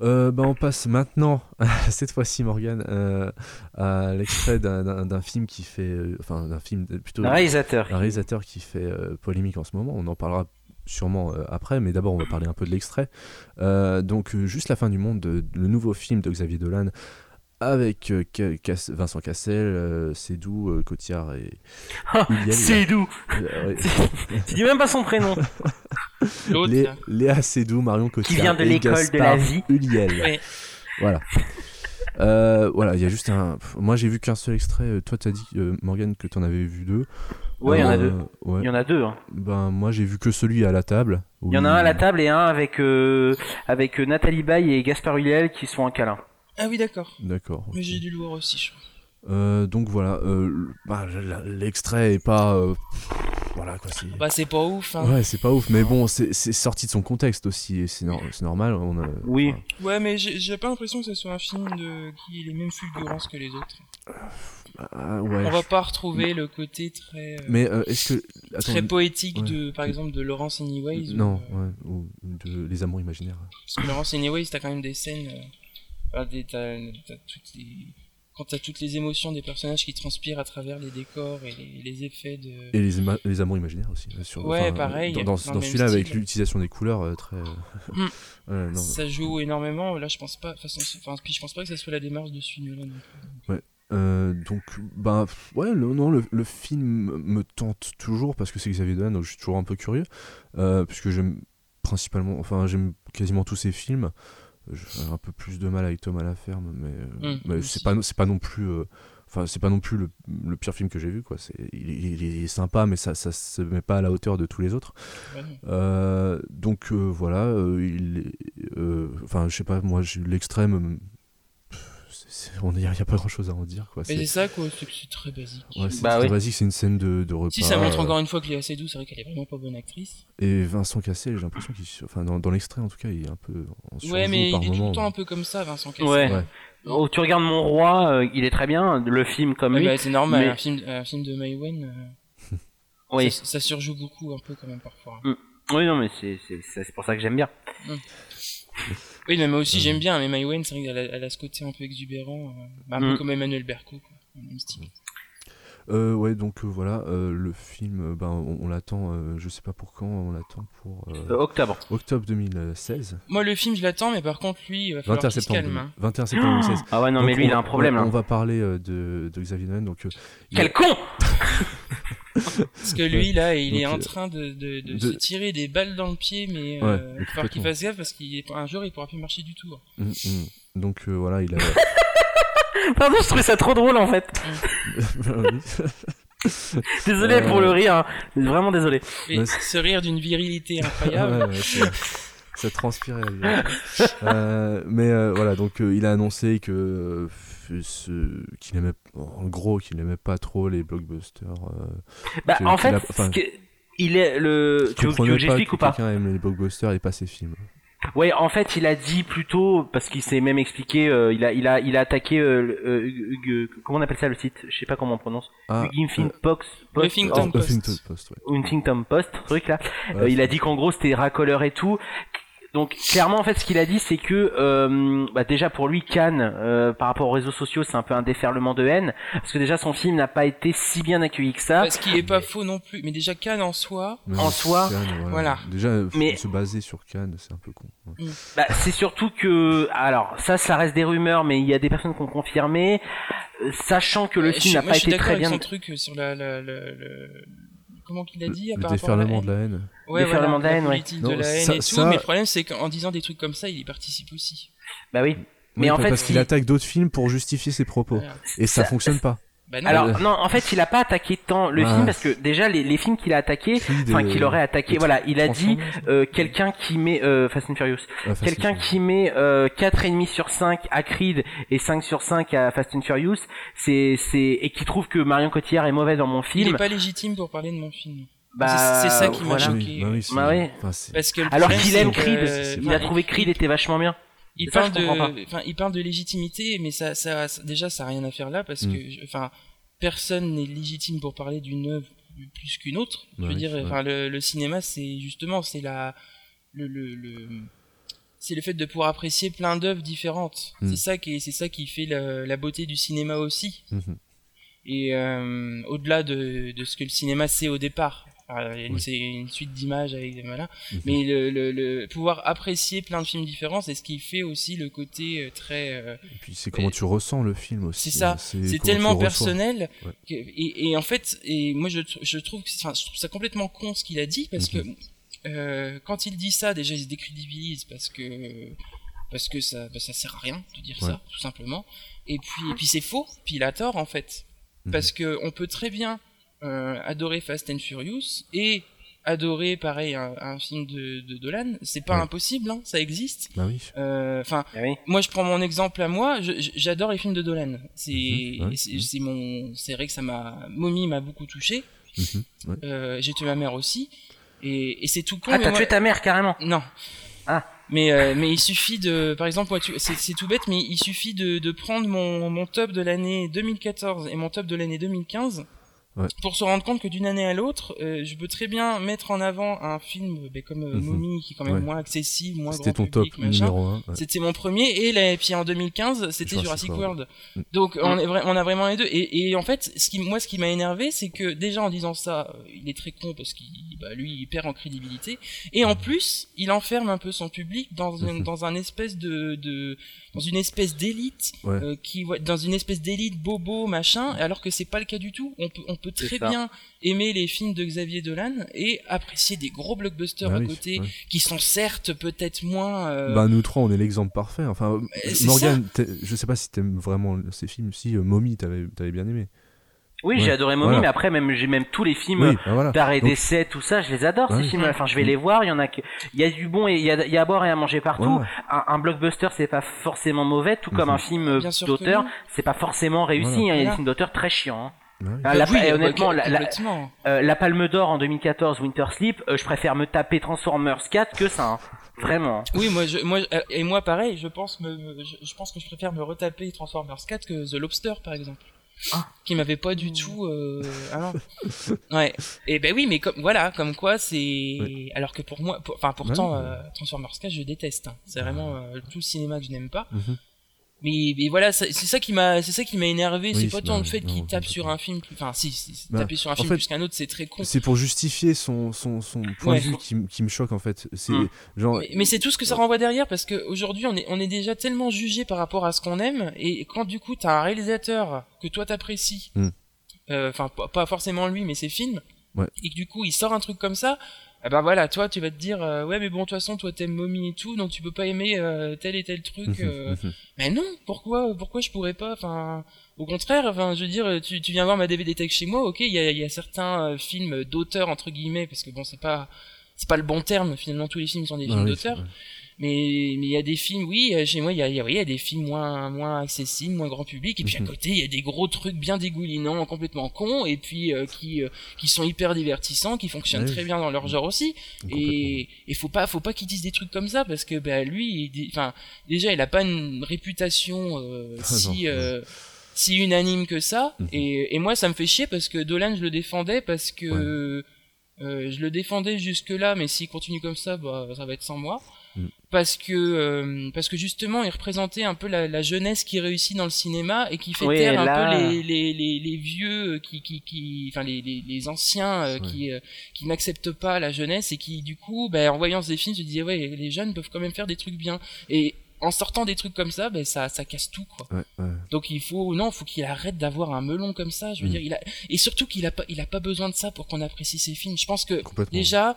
S1: Euh, bah, on passe maintenant, cette fois-ci, Morgan, à l'extrait d'un- d'un d'un film qui fait. euh, Enfin, d'un film euh, plutôt.
S3: Le réalisateur.
S1: un réalisateur qui fait euh, polémique en ce moment. On en parlera sûrement euh, après, mais d'abord on va parler un peu de l'extrait. Euh, donc euh, juste la fin du monde, de- le nouveau film de Xavier Dolan avec euh, Ca- Cass- Vincent Cassel, euh, Sédou, euh, Cotillard et
S3: Ah,
S1: Huliel,
S3: C'est doux.
S1: euh, ouais,
S3: Tu dis même pas son prénom.
S2: L'autre
S1: Lé-
S2: là.
S1: Léa Sédou, Marion Cotillard
S3: vient de
S1: et
S3: l'école de la
S1: Gaspard
S3: vie.
S1: Huliel.
S2: Ouais.
S1: Voilà. Euh, voilà, il y a juste un. pff, Moi j'ai vu qu'un seul extrait. Euh, Toi t'as dit, Morgan Morgane, que t'en avais vu deux.
S3: Ouais, il y en a
S1: Euh,
S3: deux.
S1: ouais.
S3: Il y en a deux. hein.
S1: Ben, moi j'ai vu que celui à la table. où
S3: Il y en a un à la
S1: il-
S3: table et un avec euh, avec euh, Nathalie Baye et Gaspard Huliel qui sont en câlin.
S2: Ah oui d'accord.
S1: D'accord. ok.
S2: Mais j'ai dû le voir aussi je crois.
S1: Euh, donc voilà, euh, l- bah, l- l'extrait est pas. euh, voilà quoi, c'est.
S2: Bah c'est pas ouf. Hein.
S1: Ouais, c'est pas ouf, mais bon, c'est c'est sorti de son contexte aussi, et c'est nor- c'est normal. On a,
S3: Oui.
S1: enfin,
S2: Ouais, mais j'ai j'ai pas l'impression que ce soit un film de... qui ait les mêmes fulgurances que les autres.
S1: ah, ouais.
S2: On va pas retrouver le côté très. euh,
S1: Mais euh, est-ce que. Attends,
S2: très poétique
S1: ouais.
S2: de par exemple de Laurence Anyways ou,
S1: non,
S2: euh,
S1: ouais, ou de Les Amours Imaginaires.
S2: parce que Laurence Anyways t'as quand même des scènes euh, enfin, des- t'as, t'as toutes les quand t'as toutes les émotions des personnages qui transpirent à travers les décors et les, les effets de
S1: Et les, ima- les Amours Imaginaires aussi. euh, sur-
S2: Ouais,
S1: enfin, euh,
S2: pareil,
S1: Dans, dans-
S2: dans le
S1: dans
S2: même
S1: celui-là, avec
S2: style.
S1: l'utilisation des couleurs, euh, très. euh,
S2: Mm.
S1: Ouais, non,
S2: ça joue énormément là je pense pas de toute façon, c'est- enfin puis je pense pas que ça soit la démarche de ce film là
S1: Euh, donc, ben, pff, ouais, le, non, le, le film me tente toujours parce que c'est Xavier Dolan, donc je suis toujours un peu curieux. euh, puisque j'aime principalement, enfin, j'aime quasiment tous ses films. J'ai un peu plus de mal avec Tom à la ferme, mais, euh,
S2: Mm,
S1: mais
S2: moi
S1: c'est
S2: aussi.
S1: pas, non- c'est pas non plus. euh, Enfin, c'est pas non plus le, le pire film que j'ai vu, quoi. C'est, il, est- il est- il est sympa, mais ça, ça se met pas à la hauteur de tous les autres. Euh, donc euh, voilà, euh, il est- euh, enfin je sais pas, moi j'ai l'extrême, Il n'y a, y a pas grand chose à en dire. Quoi.
S2: Mais c'est
S1: C'est
S2: ça, quoi, c'est que c'est très basique.
S1: ouais, c'est
S3: Bah
S1: très
S3: oui.
S1: basique, c'est une scène de, de repas.
S2: Si ça montre
S1: euh,
S2: encore une fois que Léa Seydoux, c'est vrai qu'elle est vraiment pas bonne actrice.
S1: Et Vincent Cassel, j'ai l'impression qu'il. Enfin, dans, dans l'extrait en tout cas, il est un peu. en
S2: Ouais,
S1: surjoue
S2: mais
S1: par
S2: il est tout
S1: moment,
S2: le temps
S1: mais-
S2: un peu comme ça, Vincent Cassel.
S3: Ouais.
S1: Ouais.
S3: Oh, tu regardes Mon Roi, euh, il est très bien, le film comme
S2: Ouais,
S3: lui.
S2: bah, c'est normal,
S3: mais-
S2: un, film, un film de Maïwen, euh,
S3: oui.
S2: ça, ça surjoue beaucoup un peu quand même parfois.
S3: oui, non, mais c'est- c'est c'est- c'est pour ça que j'aime bien.
S2: Oui, mais moi aussi
S1: Euh.
S2: j'aime bien, mais Maïwen, c'est vrai qu'elle a, elle a ce côté un peu exubérant, euh, bah, un peu
S3: Mm.
S2: comme Emmanuel Berco, quoi. dans le même style.
S1: Euh, ouais, donc euh, voilà, euh, le film, euh, ben, on, on l'attend, euh, je sais pas pour quand, on l'attend pour euh,
S3: Euh, octobre.
S1: octobre 2016.
S2: Moi, le film, je l'attends, mais par contre, lui, il va falloir
S1: 21
S2: qu'il se
S1: septembre.
S2: calme. hein.
S1: 21 septembre 2016.
S3: Ah ouais, non,
S1: Donc,
S3: mais lui,
S1: on-
S3: il a un problème hein.
S1: On,
S3: là.
S1: on va parler euh, de, de Xavier Dolan, donc euh,
S3: Quel con
S2: Parce que lui, là, il
S1: Donc,
S2: est en
S1: euh,
S2: train de, de, de
S1: de-
S2: se tirer des balles dans le pied,
S1: Ouais, mais
S2: mais euh, il va falloir qu'il
S1: complètement.
S2: fasse gaffe parce qu'un jour, il pourra plus marcher du tout. hein.
S1: mm, mm. donc euh, voilà, il a.
S3: Pardon, je trouvais ça trop drôle en fait. Désolé
S1: Euh.
S3: pour le rire, hein. vraiment désolé.
S2: Et
S1: Ouais, c'est-
S2: ce rire d'une virilité
S1: Ah
S2: incroyable.
S1: ouais, ouais, c'est- ça transpirait. là. Euh, mais euh, voilà, donc euh, il a annoncé que euh, f- ce- qu'il aimait, en gros, qu'il aimait pas trop les blockbusters. euh,
S3: Bah,
S1: Tu-
S3: en
S1: tu
S3: fait,
S1: l'as- enfin,
S3: ce que- il est le. Tu veux tu veux
S1: comprenait
S3: que j'explique
S1: que
S3: ou pas
S1: Quelqu'un aime les blockbusters et pas ses films.
S3: Ouais, en fait, il a dit plutôt parce qu'il s'est même expliqué. euh, il a, il a, il a attaqué. euh, le- euh, Hugues- Hugues- comment on appelle ça le site Je sais pas comment on prononce.
S1: Ah,
S3: Hugues Infin Pox.
S2: Le
S3: Post-
S2: Huffington
S1: oh,
S2: Post.
S1: Huffington Post, ouais.
S3: oh, Huffington Post, truc là. Euh,
S1: Ouais.
S3: il a dit qu'en gros c'était racoleur et tout. Donc clairement en fait ce qu'il a dit c'est que euh, bah, déjà pour lui Cannes euh, par rapport aux réseaux sociaux c'est un peu un déferlement de haine parce que déjà son film n'a pas été si bien accueilli que ça.
S2: Bah, Ce qui est pas faux non plus, mais déjà Cannes en soi.
S1: Mais
S3: en
S1: non,
S3: soi,
S1: Cannes, voilà.
S2: voilà.
S1: Déjà, euh,
S3: Mais-
S1: se baser sur Cannes, c'est un peu con. hein. ouais.
S3: Bah, c'est surtout que alors ça ça reste des rumeurs mais il y a des personnes qui ont confirmé euh, sachant que le
S2: Euh, je suis-
S3: film n'a
S2: moi,
S3: pas
S2: je suis
S3: été
S2: d'accord
S3: très
S2: avec
S3: bien
S2: son truc euh, sur la, la- la- le- comment qu'il a dit
S1: Le-
S2: à
S1: le
S2: par rapport à
S1: déferlement de la haine.
S2: Ouais, voilà,
S3: Déferlement de la haine, ouais.
S2: politique de
S1: Non,
S2: la haine
S1: ça-
S2: et tout.
S1: ça-
S2: Mais le problème, c'est qu'en disant des trucs comme ça, il y participe aussi.
S3: Bah oui. Mais
S1: Oui,
S3: en
S1: pa-
S3: fait,
S1: parce qu'il
S3: il-
S1: attaque d'autres films pour justifier ses propos.
S2: Voilà.
S1: Et ça,
S3: Ça-
S1: fonctionne pas.
S2: Bah non,
S3: Alors
S1: euh,
S3: non en fait il a pas attaqué tant le
S1: Ouais.
S3: film parce que déjà les, les films qu'il a attaqué
S1: Creed,
S3: enfin
S1: euh,
S3: qu'il aurait attaqué
S1: les
S3: voilà il a dit
S1: Transformers,
S3: euh, quelqu'un qui met euh, Fast and Furious
S1: ah, facile.
S3: Quelqu'un qui met euh, 4,5 sur 5 à Creed et 5 sur 5 à Fast and Furious, c'est c'est et qui trouve que Marion Cotillard est mauvaise dans mon
S2: il
S3: film,
S2: est pas légitime pour parler de mon film.
S3: bah
S2: c'est- c'est ça qui m'a
S1: Ah
S2: choqué.
S1: oui, bah oui, c'est-
S3: Bah ouais.
S1: enfin, c'est-
S2: Parce que le
S3: Alors
S2: problème,
S3: qu'il
S2: c'est
S3: aime
S2: que,
S3: Creed,
S2: euh,
S1: c'est-
S3: Il a trouvé Creed était vachement bien.
S2: Il
S3: Ça,
S2: parle
S3: je comprends
S2: de, enfin, il parle de légitimité, mais ça, ça, ça- déjà, ça a rien à faire là parce
S1: Mm.
S2: que, je- enfin, personne n'est légitime pour parler d'une œuvre plus qu'une autre. Je
S1: Ouais,
S2: veux dire,
S1: ouais.
S2: enfin, le, le cinéma, c'est justement, c'est la, le, le, le- c'est le fait de pouvoir apprécier plein d'œuvres différentes.
S1: Mm.
S2: C'est ça qui, est- c'est ça qui fait la, la beauté du cinéma aussi.
S1: Mhm.
S2: Et euh, au-delà de, de ce que le cinéma c'est au départ, Enfin, il y a une-
S1: Oui.
S2: c'est une suite d'images avec des malins.
S1: Mhm.
S2: Mais le, le, le pouvoir apprécier plein de films différents, c'est ce qui fait aussi le côté euh, très. euh,
S1: Et puis c'est comment tu ressens le film aussi.
S2: C'est ça.
S1: hein,
S2: c'est
S1: comment
S2: tellement
S1: tu le reçois.
S2: personnel.
S1: Ouais.
S2: que- et, et en fait, et moi je, tr- je trouve que c'est- enfin, je trouve ça complètement con ce qu'il a dit parce
S1: Mhm.
S2: que euh, quand il dit ça, déjà il se décrédibilise parce que parce que ça bah, ça sert à rien de dire
S1: Ouais.
S2: ça tout simplement. Et puis et puis c'est faux. Puis il a tort en fait
S1: Mhm.
S2: parce que on peut très bien euh, adorer Fast and Furious et adorer pareil un, un film de, de Dolan. C'est pas
S1: Ouais.
S2: impossible, hein, ça existe.
S1: Bah oui.
S2: Euh, Enfin,
S3: Ah oui.
S2: moi, je prends mon exemple à moi. je- je- J'adore les films de Dolan. C'est
S1: Mhm, ouais,
S2: c'est-
S1: mhm.
S2: c'est mon. C'est vrai que ça m'a. Mommy m'a beaucoup touché.
S1: Mhm. Ouais.
S2: Euh, J'ai tué ma mère aussi. Et, et c'est tout con.
S3: Ah
S2: mais
S3: t'as
S2: moi-
S3: tué ta mère carrément.
S2: Non.
S3: Ah.
S2: Mais euh, mais il suffit de. Par exemple, moi, tu- c'est c'est tout bête, mais il suffit de, de prendre mon mon top de l'année 2014 et mon top de l'année 2015.
S1: Ouais.
S2: Pour se rendre compte que d'une année à l'autre, euh, je peux très bien mettre en avant un film ben, comme euh,
S1: Mhm.
S2: Mommy, qui est quand même
S1: Ouais.
S2: moins accessible, moins
S1: C'était
S2: grand
S1: ton
S2: public,
S1: top
S2: machin.
S1: numéro Bah 1.
S2: C'était mon premier et, la- et puis en 2015 c'était
S1: Jurassic
S2: Jurassic World.
S1: Mm.
S2: Donc on, est vra- on a vraiment les deux et, et en fait ce qui moi ce qui m'a énervé c'est que déjà en disant ça euh, il est très con parce qu'il bah, lui il perd en crédibilité et en plus il enferme un peu son public dans un,
S1: Mhm.
S2: dans un espèce de, de dans une espèce d'élite
S1: Ouais.
S2: euh, qui voit- dans une espèce d'élite bobo machin alors que c'est pas le cas du tout on peut on peut
S3: C'est
S2: très
S3: ça.
S2: bien aimer les films de Xavier Dolan et apprécier des gros blockbusters à côté qui sont certes peut-être moins euh,
S1: Bah nous trois on est l'exemple parfait. Enfin
S2: c'est
S1: euh, Morgan, je sais pas si t'aimes vraiment ces films. Si euh, Mommy t'avais t'avais bien aimé.
S3: Oui,
S1: Ouais,
S3: j'ai adoré Mommy,
S1: voilà.
S3: mais après, même, j'ai même tous les films
S1: Oui, bah voilà.
S3: d'arrêt
S1: Donc-
S3: d'essai, tout ça, je les adore
S1: Ouais.
S3: ces films. Enfin, je vais
S1: Mm.
S3: les voir. Il y en a que, il y a du bon et il y a, il y a à boire et à manger partout.
S1: Ouais, ouais.
S3: Un, un blockbuster, c'est pas forcément mauvais, tout comme
S1: Mhm.
S3: un film euh,
S2: Bien sûr que
S3: d'auteur,
S2: non.
S3: c'est pas forcément réussi.
S1: Voilà.
S3: hein. Il y a des
S2: Voilà.
S3: films d'auteur très chiants. hein.
S1: Bah oui.
S3: Ah, la-
S2: oui,
S3: et
S2: bah,
S3: honnêtement, la- la-
S2: complètement.
S3: Euh, la Palme d'Or en 2014, Winter Sleep, euh, je préfère me taper Transformers 4 que ça. hein. Vraiment.
S2: Oui, moi, je, moi, euh, et moi, pareil, je pense, me, me- je, je pense que je préfère me retaper Transformers 4 que The Lobster, par exemple.
S1: Ah.
S2: Qui m'avait pas
S1: Hmm.
S2: du tout. Euh... Ah non. Ouais. Et ben oui, mais comme, voilà, comme quoi c'est. Alors que pour moi, pour- enfin, pourtant,
S1: Ouais. Ah.
S2: euh, Transformers 4, je déteste. hein. C'est vraiment euh, tout le cinéma que je n'aime pas.
S1: Mhm.
S2: Mais, mais voilà, ça- c'est ça qui m'a, c'est ça qui m'a énervé.
S1: Oui,
S2: c'est pas
S1: c'est-
S2: tant le
S1: bah,
S2: fait
S1: non,
S2: qu'il tape
S1: complètement.
S2: sur un film, plus- enfin, si, si, si,
S1: Bah,
S2: taper sur un
S1: en
S2: film
S1: fait,
S2: plus qu'un autre, c'est très con.
S1: C'est pour justifier son, son, son point
S2: Ouais. Hum.
S1: de vue qui, m- qui me choque en fait. C'est
S3: Mm.
S1: genre. euh,
S2: Mais, mais c'est tout ce que ça renvoie derrière parce que aujourd'hui on est, on est déjà tellement jugé par rapport à ce qu'on aime et quand du coup t'as un réalisateur que toi t'apprécies,
S1: Mm.
S2: euh, enfin pas- pas forcément lui mais ses films,
S1: Ouais.
S2: et que du coup il sort un truc comme ça, eh ben voilà toi tu vas te dire euh, ouais mais bon de toute façon toi t'aimes Mommy et tout donc tu peux pas aimer euh, tel et tel truc.
S1: Mhm,
S2: euh,
S1: mhm.
S2: mais non, pourquoi, pourquoi je pourrais pas Enfin, au contraire, enfin, je veux dire, euh, tu, tu viens voir ma DVD tech chez moi, ok, il y a, il y a certains euh, films d'auteur entre guillemets, parce que bon, c'est pas, c'est pas le bon terme. Finalement, tous les films sont des
S1: Bah
S2: films
S1: oui,
S2: d'auteur,
S1: c'est-
S2: mais mais il y a des films, oui, euh, chez moi, il y a, il y a- oui, il y a des films moins moins accessibles, moins grand public, et puis à
S1: Mhm.
S2: côté, il y a des gros trucs bien dégoulinants, complètement cons, et puis euh, qui euh, qui sont hyper divertissants, qui fonctionnent
S1: Ouais,
S2: très
S1: oui.
S2: bien dans leur genre aussi. Et, et faut pas, faut pas qu'il dise des trucs comme ça parce que bah, lui, il dit- enfin déjà, il a pas une réputation euh,
S1: Ah,
S2: si
S1: non,
S2: euh, si unanime que ça.
S1: Mhm.
S2: Et, et moi, ça me fait chier parce que Dolan, je le défendais parce que euh, je le défendais jusque là, mais s'il continue comme ça, bah, ça va être sans moi.
S3: Mm.
S1: Mhm.
S2: Parce que euh, parce que justement, il représentait un peu la, la jeunesse qui réussit dans le cinéma et qui fait
S3: Oui,
S2: taire
S3: et
S2: un
S3: là-
S2: peu les, les, les, les vieux euh, qui qui qui, enfin les, les, les anciens euh,
S1: Ouais.
S2: qui euh, qui n'acceptent pas la jeunesse et qui du coup ben, en voyant ces films je disais ouais les jeunes peuvent quand même faire des trucs bien et en sortant des trucs comme ça ben ça ça casse tout quoi
S1: Ouais, ouais.
S2: donc il faut non faut qu'il arrête d'avoir un melon comme ça je veux
S1: Mm.
S2: dire il a et surtout qu'il a pas il a pas besoin de ça pour qu'on apprécie ses films je pense que
S1: Complètement.
S2: déjà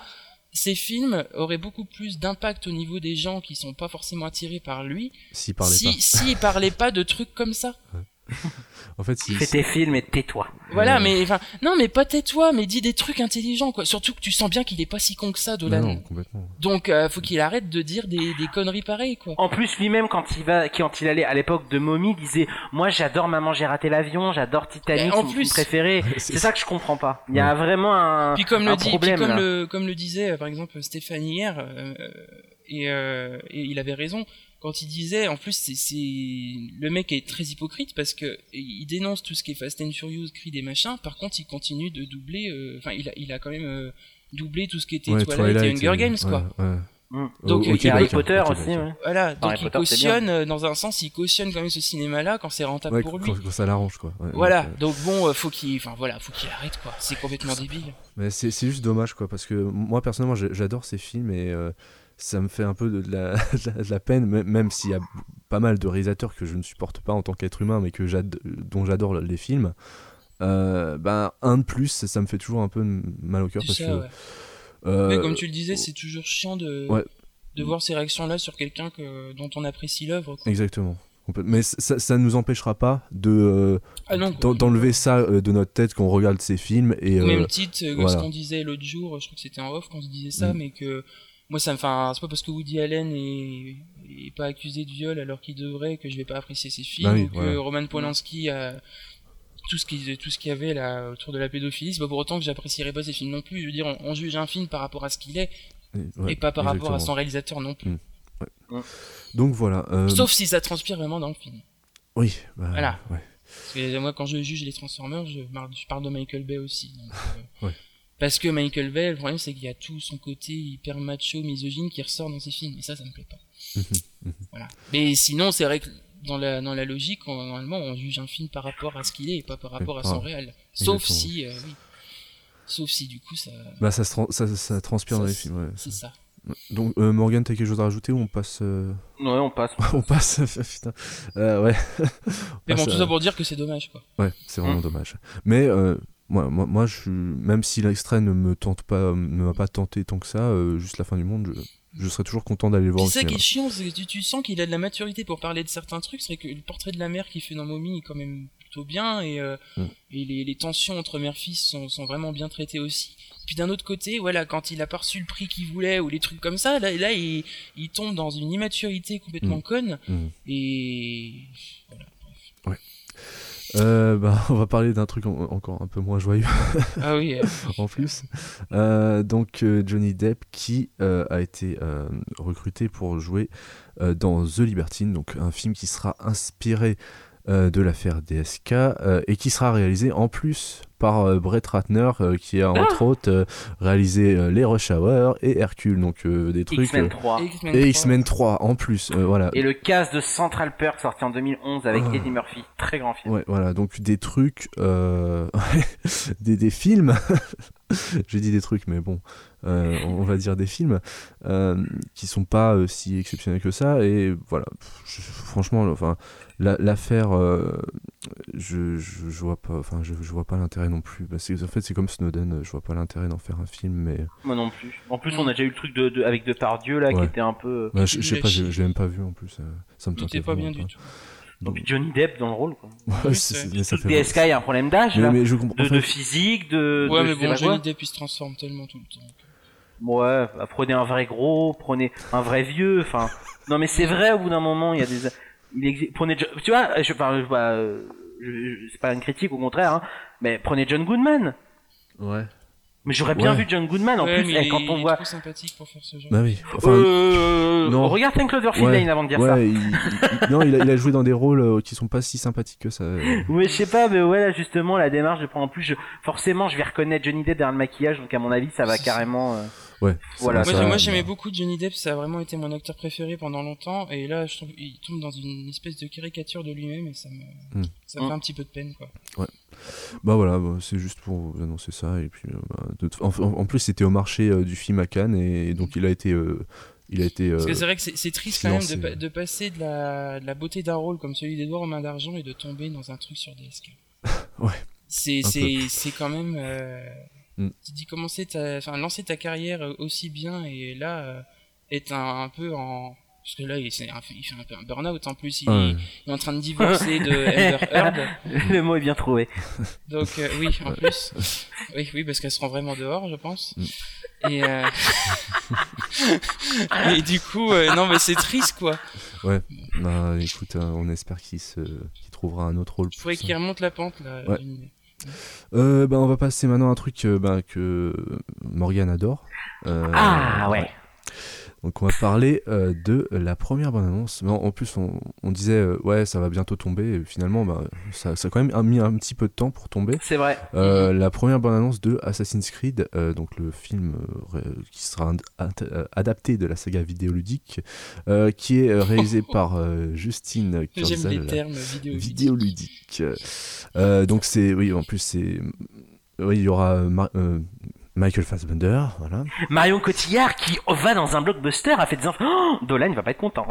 S2: ces films auraient beaucoup plus d'impact au niveau des gens qui sont pas forcément attirés par lui
S1: S'il parlait
S2: si s'il parlait pas de trucs comme ça
S1: pas. En fait, si-
S3: Fais tes films et tais-toi.
S2: Voilà,
S1: Ouais.
S2: mais enfin, non, mais pas tais-toi, mais dis des trucs intelligents, quoi. Surtout que tu sens bien qu'il est pas si con que ça,
S1: Non,
S2: Dolan.
S1: non, complètement.
S2: Donc, euh, faut qu'il arrête de dire des, des conneries pareilles, quoi.
S3: En plus, lui-même, quand il va, quand il allait à l'époque de Mommy, disait Moi, j'adore Maman, j'ai raté l'avion, j'adore Titanic,
S2: Et en
S3: c'est mon
S2: plus-
S3: film préféré.
S1: c'est
S3: C'est ça que je comprends pas. Il y a vraiment un,
S2: Puis comme
S3: un
S2: le dit, puis
S3: problème.
S2: comme
S3: là.
S2: le, comme le disait euh, par exemple Stéphanie hier, euh, et, euh, et il avait raison quand il disait, en plus c'est, c'est le mec est très hypocrite parce que il dénonce tout ce qui est Fast and Furious, cri des machins. Par contre, il continue de doubler, euh, enfin il a, il a quand même euh, doublé tout ce qui était
S1: Ouais,
S2: Twilight, et Hunger
S1: euh,
S2: Games, quoi.
S1: ouais, ouais.
S3: Mm.
S2: Donc, euh,
S1: Au- au
S2: il y a
S1: Québec,
S3: Harry
S1: hein,
S3: Potter
S1: au Québec,
S3: aussi.
S1: ouais.
S3: ouais.
S2: Voilà, donc
S3: Harry
S2: il
S3: Potter, c'est
S2: cautionne euh, dans un sens, il cautionne quand même ce cinéma-là quand c'est rentable
S1: Ouais,
S2: pour lui.
S1: quand, quand ça l'arrange, quoi. Ouais,
S2: Voilà,
S1: donc, euh,
S2: donc bon, euh, faut qu'il, enfin voilà, faut qu'il arrête quoi. C'est complètement débile.
S1: Mais c'est c'est juste dommage, quoi, parce que moi, personnellement, j'ai- j'adore ces films et euh, ça me fait un peu de de la, de la- de la peine, même- même s'il y a pas mal de réalisateurs que je ne supporte pas en tant qu'être humain, mais que j'ad- dont j'adore les films. Euh, ben, un de plus, ça, ça me fait toujours un peu mal au cœur
S2: C'est
S1: parce
S2: ça,
S1: que.
S2: ouais.
S1: euh,
S2: Ouais, comme tu le disais, c'est toujours chiant de,
S1: Ouais.
S2: de voir ces réactions-là sur quelqu'un que, dont on apprécie l'œuvre. quoi.
S1: Exactement. Complète- Mais c- ça, ça ne nous empêchera pas de euh,
S2: Ah non,
S1: d'en- d'enlever ça euh, de notre tête quand on regarde ces films et
S2: Au
S1: euh,
S2: même titre euh, que
S1: voilà.
S2: ce qu'on disait l'autre jour, je crois que c'était en off qu'on se disait ça,
S1: Mm.
S2: mais que moi, ça me. Enfin, c'est pas parce que Woody Allen est, est pas accusé de viol alors qu'il devrait que je vais pas apprécier ses films,
S1: Bah oui,
S2: ou que
S1: voilà.
S2: Roman Polanski a. Tout ce qui- tout ce qu'il y avait là autour de la pédophilie, c'est pas pour autant que j'apprécierais pas ses films non plus. Je veux dire, on, on juge un film par rapport à ce qu'il est
S1: ouais,
S2: et pas par rapport
S1: exactement.
S2: à
S1: Mm.
S2: son réalisateur non plus.
S1: Donc voilà. euh,
S2: Sauf si ça transpire vraiment dans le film.
S1: Oui. bah,
S2: Voilà.
S1: ouais.
S2: Parce que moi, quand je juge les Transformers, je, mar- je parle de Michael Bay aussi. donc, euh,
S1: Ouais.
S2: Parce que Michael Bay, le problème, c'est qu'il y a tout son côté hyper macho, misogyne qui ressort dans ses films. Et ça, ça me plaît pas.
S1: Mhm,
S2: voilà. Mais sinon, c'est vrai que dans la, dans la logique, on- normalement, on juge un film par rapport à ce qu'il est et pas par rapport à son
S1: pas-
S2: réel. Sauf
S1: Exactement.
S2: si, euh, oui. Sauf si, du coup, ça.
S1: Bah, ça, se tran- ça, ça transpire
S2: Ça,
S1: dans les
S2: c'est-
S1: films. ouais.
S2: C'est ça.
S1: Donc euh, Morgan, t'as quelque chose à rajouter ou on passe euh,
S3: Ouais, on passe.
S1: On passe. Putain. Euh, ouais.
S2: Mais bon,
S1: Ah, ça-
S2: tout ça pour Hein. dire que c'est dommage, quoi.
S1: Ouais, c'est vraiment
S3: Mm.
S1: dommage. Mais euh, moi, moi, moi, je suis- même si l'extrait ne me tente pas, ne m'a pas tenté tant que ça, euh, juste la fin du monde, je, je serais toujours content d'aller le voir
S2: Puis
S1: au
S2: ça qui est
S1: cinéma.
S2: chiant, c'est que tu, tu sens qu'il a de la maturité pour parler de certains trucs. C'est vrai que le portrait de la mère qu'il fait dans Mommy est quand même plutôt bien et, euh,
S1: Mm.
S2: et les, les tensions entre mère-fils sont, sont vraiment bien traitées aussi. Puis d'un autre côté, voilà, quand il a pas reçu le prix qu'il voulait ou les trucs comme ça, là, là il, il tombe dans une immaturité complètement conne
S1: Mm.
S2: et
S1: Euh, bah, on va parler d'un truc en- encore un peu moins joyeux
S2: ah oui, euh,
S1: en plus. Euh, donc euh, Johnny Depp qui euh, a été euh, recruté pour jouer euh, dans The Libertine, donc un film qui sera inspiré euh, de l'affaire DSK euh, et qui sera réalisé en plus par euh, Brett Ratner euh, qui a
S3: Ah
S1: entre autres euh, réalisé euh, Les Rush Hour et Hercule, donc euh, des trucs...
S3: X-Men
S1: euh,
S3: 3.
S2: X-Men
S1: et
S2: 3.
S1: X-Men 3 en plus, euh, voilà.
S3: Et le casse de Central Perk sorti en 2011 avec
S1: Ah.
S3: Eddie Murphy. Très grand film.
S1: Ouais, voilà, donc des trucs, euh, des, des films, j'ai dit des trucs, mais bon, euh, on va dire des films, euh, qui sont pas euh, si exceptionnels que ça, et voilà, pff, je- franchement, enfin, la- l'affaire, euh, je, je, je vois pas, enfin, je, je vois pas l'intérêt non plus, Bah, c'est- en fait, c'est comme Snowden, euh, je vois pas l'intérêt d'en faire un film, mais
S3: Moi non plus. En plus, on
S2: Mm.
S3: a déjà eu le truc de, de- avec Depardieu là, qui
S1: Ouais.
S3: était un peu. euh,
S1: bah, je je sais
S2: Le
S1: pas, je
S2: chi-
S1: je l'ai même pas vu en plus, euh, ça me
S2: Il
S1: tentait
S2: était pas bien
S1: vraiment
S2: du tout.
S3: Et puis Johnny Depp dans le rôle. Quoi.
S1: Ouais, c'est-
S2: Ouais,
S1: c'est- mais ça
S3: Tout
S1: fait-
S3: DSK, il y a un problème d'âge
S1: mais,
S3: là.
S1: mais je comprends.
S3: De,
S1: en fait,
S3: de physique, de.
S2: Ouais,
S3: de-
S2: mais
S3: je sais
S2: bon,
S3: pas quoi.
S2: Johnny Depp il se transforme tellement tout le temps.
S3: Ouais, bah, prenez un vrai gros, prenez un vrai vieux, enfin. non mais c'est vrai, au bout d'un moment, il y a des. Il exi- Prenez. Jo- Tu vois, je parle. bah, euh, je- je- c'est pas une critique, au contraire, hein, mais prenez John Goodman.
S1: ouais.
S3: Mais j'aurais bien
S1: Ouais.
S3: vu John Goodman en
S2: Ouais,
S3: plus,
S2: mais
S3: eh, quand
S2: il
S3: on
S2: est
S3: voit.
S2: trop sympathique pour faire ce genre.
S1: Bah oui. Enfin,
S3: Euh,
S1: non.
S3: Regarde Saint Cloverfield
S1: Ouais,
S3: Lane avant de dire
S1: ouais,
S3: ça.
S1: il- il- non, il a, il a joué dans des rôles euh, qui sont pas si sympathiques que ça. euh.
S3: Oui, je sais pas, mais ouais, là, justement, la démarche de prendre en plus, je- forcément, je vais reconnaître Johnny Depp derrière le maquillage, donc à mon avis, ça va
S2: C'est-
S3: carrément. euh,
S1: Ouais. ça-
S3: Voilà,
S1: ça-
S2: Moi, j'ai- moi,
S1: bah,
S2: j'aimais beaucoup Johnny Depp, ça a vraiment été mon acteur préféré pendant longtemps, et là je trouve il tombe dans une espèce de caricature de lui-même et ça me,
S1: Hmm. Euh,
S2: ça me fait
S3: Hmm.
S2: un petit peu de peine quoi.
S1: Bah voilà, bah, c'est juste pour vous annoncer ça. Et puis, euh, bah, de toute- en, en- en plus, c'était au marché euh, du film à Cannes et, et donc il a été, euh, il a été.
S2: Parce que
S1: euh,
S2: c'est vrai que c'est c'est triste quand même de,
S1: silencé.
S2: pa- de passer de la, de la beauté d'un rôle comme celui d'Edouard aux mains d'argent et de tomber dans un truc sur DSK.
S1: Ouais.
S2: C'est
S1: Un
S2: c'est c'est quand même. euh,
S1: Hmm.
S2: Tu dis commencer ta, enfin lancer ta carrière euh, aussi bien et là euh, être un, un peu en parce que là il, c'est un- il fait un peu un burn-out en plus, il,
S1: ah ouais.
S2: il est en train de divorcer de Amber Heard.
S3: le mot est bien trouvé.
S2: Donc euh, oui, en plus. Oui, oui, parce qu'elles seront vraiment dehors, je pense.
S1: Mm.
S2: Et, euh, et du coup, euh, non, mais c'est triste, quoi.
S1: Bah, écoute, euh, on espère qu'il se, qu'il trouvera un autre rôle.
S2: Je
S1: pour
S2: pourrais
S1: ça.
S2: qu'il remonte la pente, là.
S1: Ouais.
S2: d'une-
S1: Euh, bah, on va passer maintenant à un truc euh, bah, que Morgan adore. Euh,
S3: ah ouais.
S1: Donc on va parler euh, de la première bande-annonce. Mais en- en plus, on, on disait, euh, ouais, ça va bientôt tomber. Et finalement, bah, ça, ça a quand même un- mis un petit peu de temps pour tomber.
S3: C'est vrai.
S1: Euh, la première bande-annonce de Assassin's Creed, euh, donc le film euh, ré- qui sera ind- int- euh, adapté de la saga vidéoludique, euh, qui est euh, réalisé par euh, Justine
S2: J'aime les
S1: Kurzel.
S2: termes vidéo.
S1: Vidéoludique. Euh, donc c'est, oui, en plus c'est, oui, il y aura euh, Mar- euh, Michael Fassbender, voilà.
S3: Marion Cotillard qui va dans un blockbuster a fait des enfants. Oh, Dolan il va pas être content.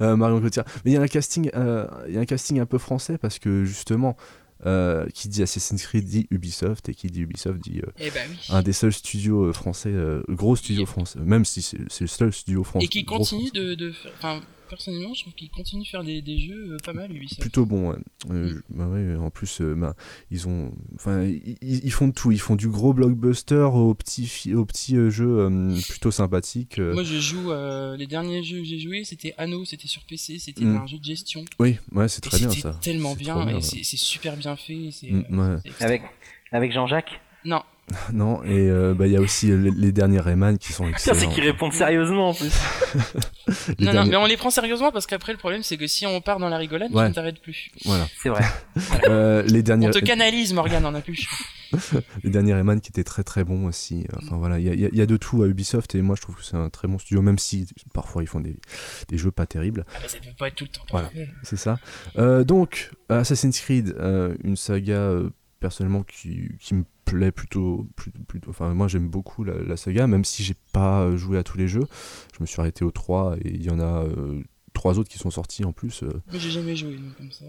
S1: Euh, Marion Cotillard. Mais il y a un casting, euh, il y a un casting un peu français parce que justement, euh, qui dit Assassin's Creed dit Ubisoft et qui dit Ubisoft dit euh,
S2: Eh ben oui.
S1: un des seuls studios euh, français, euh, gros studio français, même si c'est c'est le seul studio français.
S2: Et qui continue de, de faire. Enfin, personnellement, je trouve qu'il continue de faire des, des jeux euh, pas mal, Ubisoft.
S1: Plutôt bon, ouais.
S2: Mm.
S1: Euh, je- bah ouais, en plus, euh, bah, ils ont, enfin, ils, ils- ils font de tout. Ils font du gros blockbuster aux petits, fi- aux petits euh, jeux euh, plutôt sympathiques. euh.
S2: Moi, je joue. euh, les derniers jeux que j'ai joués, c'était Anno, c'était sur PC, c'était
S1: Mm.
S2: un jeu de gestion.
S1: Oui, ouais, c'est
S2: Et
S1: très bien
S2: C'était
S1: ça.
S2: tellement
S1: C'est
S2: bien,
S1: trop bien,
S2: et
S1: ouais.
S2: c'est c'est super bien fait. c'est,
S1: Mm,
S2: euh,
S1: ouais.
S2: c'est-
S3: Avec avec Jean-Jacques.
S2: Non,
S1: Non, et euh, bah, il y a aussi euh, les, les derniers Rayman qui sont
S3: Putain,
S1: excellents.
S3: c'est qu'il répond sérieusement en plus.
S1: Les
S2: Non, non,
S1: derniers-
S2: mais on les prend sérieusement parce qu'après le problème c'est que si on part dans la rigolade,
S1: Ouais.
S2: tu ne t'arrêtes plus.
S1: Voilà.
S3: C'est vrai.
S1: Euh, les derniers,
S2: On te canalise, Morgane, on a plus.
S1: les derniers Rayman qui étaient très très bons aussi. Euh, Enfin voilà, il y a- il y, a- il y a de tout à Ubisoft et moi je trouve que c'est un très bon studio, même si parfois ils font des, des jeux pas terribles.
S2: Ah bah, ça peut pas être tout le temps.
S1: Voilà.
S2: parfait.
S1: C'est ça. Euh, donc, Assassin's Creed, euh, une saga euh, personnellement qui, qui me plaît plutôt, plutôt, plutôt- Enfin, moi j'aime beaucoup la, la saga, même si j'ai pas euh, joué à tous les jeux. Je me suis arrêté aux trois et il y en a. euh, trois autres qui sont sortis en plus euh,
S2: Moi j'ai jamais joué, donc comme ça.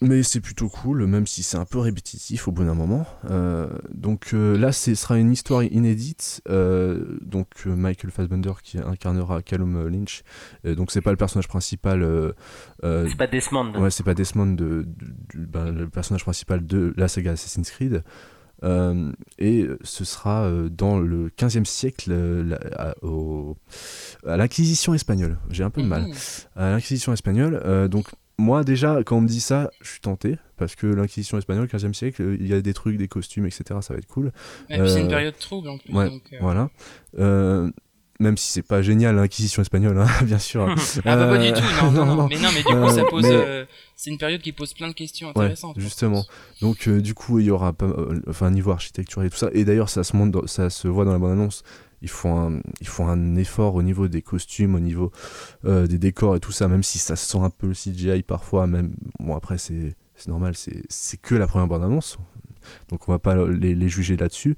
S1: Mais c'est plutôt cool, même si c'est un peu répétitif au bout d'un moment. Euh, donc euh, là, ce sera une histoire inédite. Euh, donc Michael Fassbender qui incarnera Callum euh, Lynch. donc c'est pas le personnage principal. euh,
S3: c'est pas Desmond.
S1: Ouais, c'est pas Desmond, de, de, de, ben, le personnage principal de la saga Assassin's Creed. Euh, et ce sera euh, dans le 15e siècle euh, la, à, au, à l'Inquisition espagnole. J'ai un peu de mal.
S2: Mmh.
S1: À l'Inquisition espagnole, Euh, donc moi déjà, quand on me dit ça, je suis tenté, parce que l'Inquisition espagnole, 15e siècle, il y a des trucs, des costumes, etc. Ça va être cool.
S2: Ouais, et puis c'est une période trouble en plus.
S1: Euh, Ouais,
S2: donc, euh.
S1: Voilà. Euh, même si c'est pas génial l'inquisition espagnole, hein, bien sûr. Euh,
S2: Ah bah pas du tout, non, non, non, Mais non, mais du coup ça pose... Mais c'est une période qui pose plein de questions intéressantes. hein,
S1: Ouais, justement. Donc euh, du coup, il y aura pas, euh, enfin niveau architecture et tout ça. Et d'ailleurs, ça se montre, dans, ça se voit dans la bande annonce. Ils font un, ils font un effort au niveau des costumes, au niveau euh, des décors et tout ça. Même si ça sent un peu le CGI parfois. Même bon après c'est normal, c'est que la première bande annonce. Donc on va pas les, les juger là-dessus.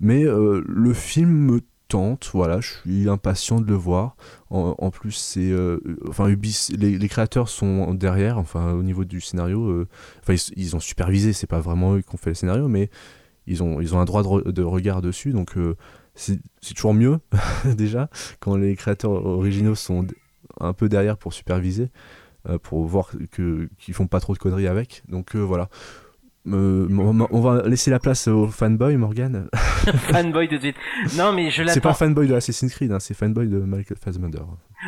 S1: Mais euh, le film me tente, voilà, je suis impatient de le voir. En, en plus, c'est, euh, enfin, Ubis, les, les, créateurs sont derrière, enfin, au niveau du scénario, euh, enfin, ils, ils, ont supervisé, c'est pas vraiment eux qui ont fait le scénario, mais ils ont, ils ont un droit de, re de regard dessus, donc euh, c'est toujours mieux déjà quand les créateurs originaux sont un peu derrière pour superviser, euh, pour voir que qu'ils font pas trop de conneries avec. Donc voilà. Euh, on va laisser la place au fanboy Morgan.
S3: fanboy de suite. Non mais je l'attends.
S1: C'est pas fanboy de Assassin's Creed, hein, c'est fanboy de Michael Fassbender.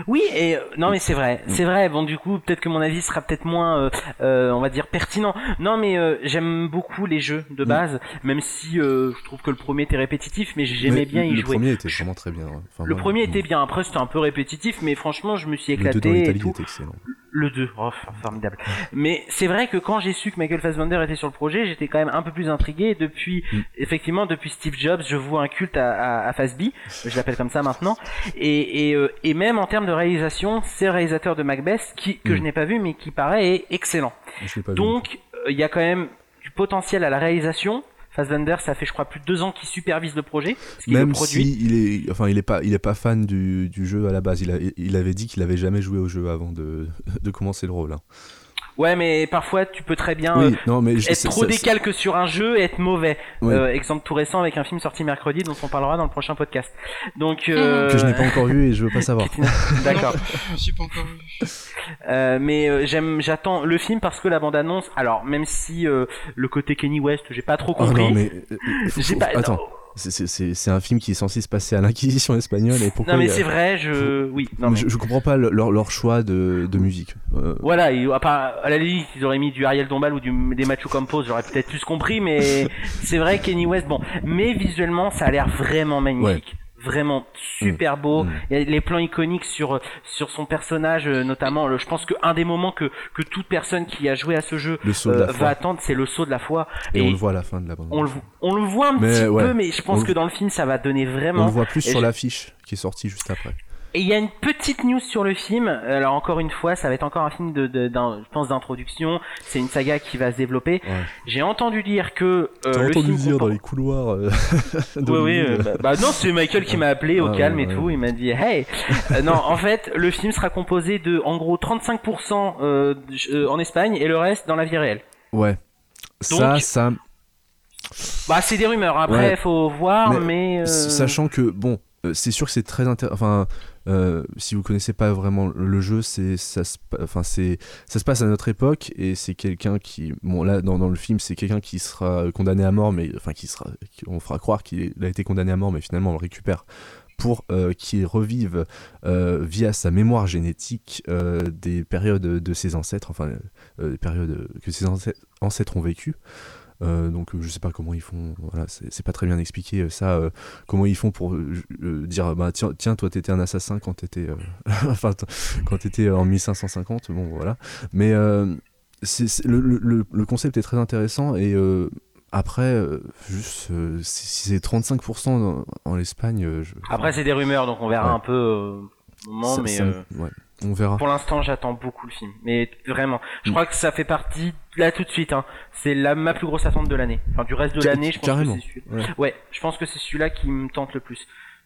S3: Oui et euh, non mais c'est vrai, c'est vrai. Bon du coup peut-être que mon avis sera peut-être moins, euh, on va dire pertinent. Non mais euh, j'aime beaucoup les jeux de
S1: Mm.
S3: base, oui. même si euh, je trouve que le premier était répétitif, mais j'aimais bien
S1: le
S3: y
S1: le
S3: jouer.
S1: Le premier était vraiment très bien. Hein.
S3: Enfin, le moi, premier était bien. Après c'était un peu répétitif, mais franchement je me suis éclaté.
S1: Le 2
S3: et tout.
S1: était excellent
S3: le 2. Oh, formidable. Mais c'est vrai que quand j'ai su que Michael Fassbender était sur le projet, j'étais quand même un peu plus intrigué. Depuis, mm. effectivement, depuis Steve Jobs, je vois un culte à, à, à Fassby. Je l'appelle comme ça maintenant. Et, et, et, même en termes de réalisation, c'est le réalisateur de Macbeth qui, que mm. je n'ai pas vu, mais qui paraît est excellent.
S1: Je pas
S3: Donc, il euh, y a quand même du potentiel à la réalisation. Fassbender, ça fait je crois plus de deux ans qu'il supervise le projet. Parce
S1: Même
S3: le produit.
S1: si il est, enfin il est pas, il est pas fan du, du jeu à la base. Il, a, il avait dit qu'il avait jamais joué au jeu avant de, de commencer le rôle. Hein.
S3: Ouais, mais parfois tu peux très bien
S1: oui,
S3: euh,
S1: non, mais
S3: être
S1: je,
S3: trop décalque sur un jeu et être mauvais.
S1: Ouais.
S3: Euh, exemple tout récent avec un film sorti mercredi dont on parlera dans le prochain podcast. Donc
S1: euh... que je n'ai pas encore vu et je veux pas savoir.
S3: D'accord.
S2: Je pas encore
S3: vu. mais euh, j'aime, j'attends le film parce que la bande annonce. Alors même si euh, le côté Kenny West, j'ai pas trop compris.
S1: Oh, non mais faut...
S3: pas...
S1: attends. C'est un film qui est censé se passer à l'Inquisition espagnole et pourquoi
S3: Non mais
S1: a...
S3: c'est vrai, je oui. Non, mais...
S1: je, je, comprends pas le, leur, leur, choix de, de musique. Euh...
S3: Voilà, et, à, part, à la limite ils auraient mis du Ariel Dombal ou du, des Macho Campos, j'aurais peut-être plus compris, mais c'est vrai Kenny West. Bon, mais visuellement ça a l'air vraiment magnifique.
S1: Ouais Mm.
S3: vraiment super beau. Mmh. Il y a les plans iconiques sur sur son personnage, euh, notamment. Le, je pense qu'un des moments que que toute personne qui a joué à ce jeu
S1: le saut de la
S3: euh,
S1: foi.
S3: va attendre, c'est le saut de la foi.
S1: Et, et, on le voit à la fin de la bande.
S3: On le, on le voit un
S1: mais
S3: petit
S1: ouais,
S3: peu, mais je pense
S1: on
S3: que dans le film, ça va donner vraiment.
S1: On le voit plus
S3: Et
S1: sur
S3: je-
S1: l'affiche qui est sortie juste après.
S3: Et il y a une petite news sur le film. Alors encore une fois, ça va être encore un film de, de- d'un- je pense d'introduction. C'est une saga qui va se développer.
S1: Ouais.
S3: J'ai entendu dire que euh,
S1: T'as
S3: le
S1: entendu
S3: film
S1: dire
S3: comprend-
S1: dans les couloirs. euh, de
S3: Oui, oui,
S1: Hollywood,
S3: euh, bah, bah non, c'est Michael qui m'a appelé au
S1: Ah,
S3: calme
S1: ouais,
S3: et
S1: ouais.
S3: tout. Il m'a dit, hey, Euh, non, en fait, le film sera composé de, en gros, 35% euh, j- euh, en Espagne et le reste dans la vie réelle.
S1: Ouais. ça, ça,
S3: Bah, c'est des rumeurs. Après,
S1: Ouais.
S3: faut voir, mais.
S1: Mais
S3: euh,
S1: S- Sachant que, bon, euh, c'est sûr que c'est très intéressant. Enfin, euh, si vous connaissez pas vraiment le jeu, c'est ça se, pa- enfin, c'est ça se passe à notre époque et c'est quelqu'un qui, bon, là dans, dans le film, c'est quelqu'un qui sera condamné à mort, mais enfin qui sera, qui- on fera croire qu'il a été condamné à mort, mais finalement on le récupère pour euh, qu'il revive euh, via sa mémoire génétique euh, des périodes de ses ancêtres, enfin euh, des périodes que ses ancê- ancêtres ont vécues. Euh, donc euh, je sais pas comment ils font, voilà, c'est c'est pas très bien expliqué euh, ça, euh, comment ils font pour euh, je- euh, dire bah tiens, tiens toi t'étais un assassin quand t'étais euh, enfin t- quand t'étais euh, en 1550, bon voilà, mais euh, c'est- c'est- le, le- le- le concept est très intéressant et euh, après euh, juste euh, si si c'est 35% dans- en l'Espagne, euh, je-
S3: Après, c'est des rumeurs, donc on verra
S1: Ouais.
S3: un peu. euh, au moment,
S1: ça-
S3: mais.
S1: ça-
S3: euh,
S1: ouais, on verra.
S3: Pour l'instant, j'attends beaucoup le film. Mais vraiment, je
S1: Mm.
S3: crois que ça fait partie là tout de suite. Hein. C'est la ma plus grosse attente de l'année. Enfin, du reste de
S1: Ca-
S3: l'année, je pense
S1: carrément.
S3: que c'est celui.
S1: Ouais.
S3: Ouais, je pense que c'est celui-là qui me tente le plus.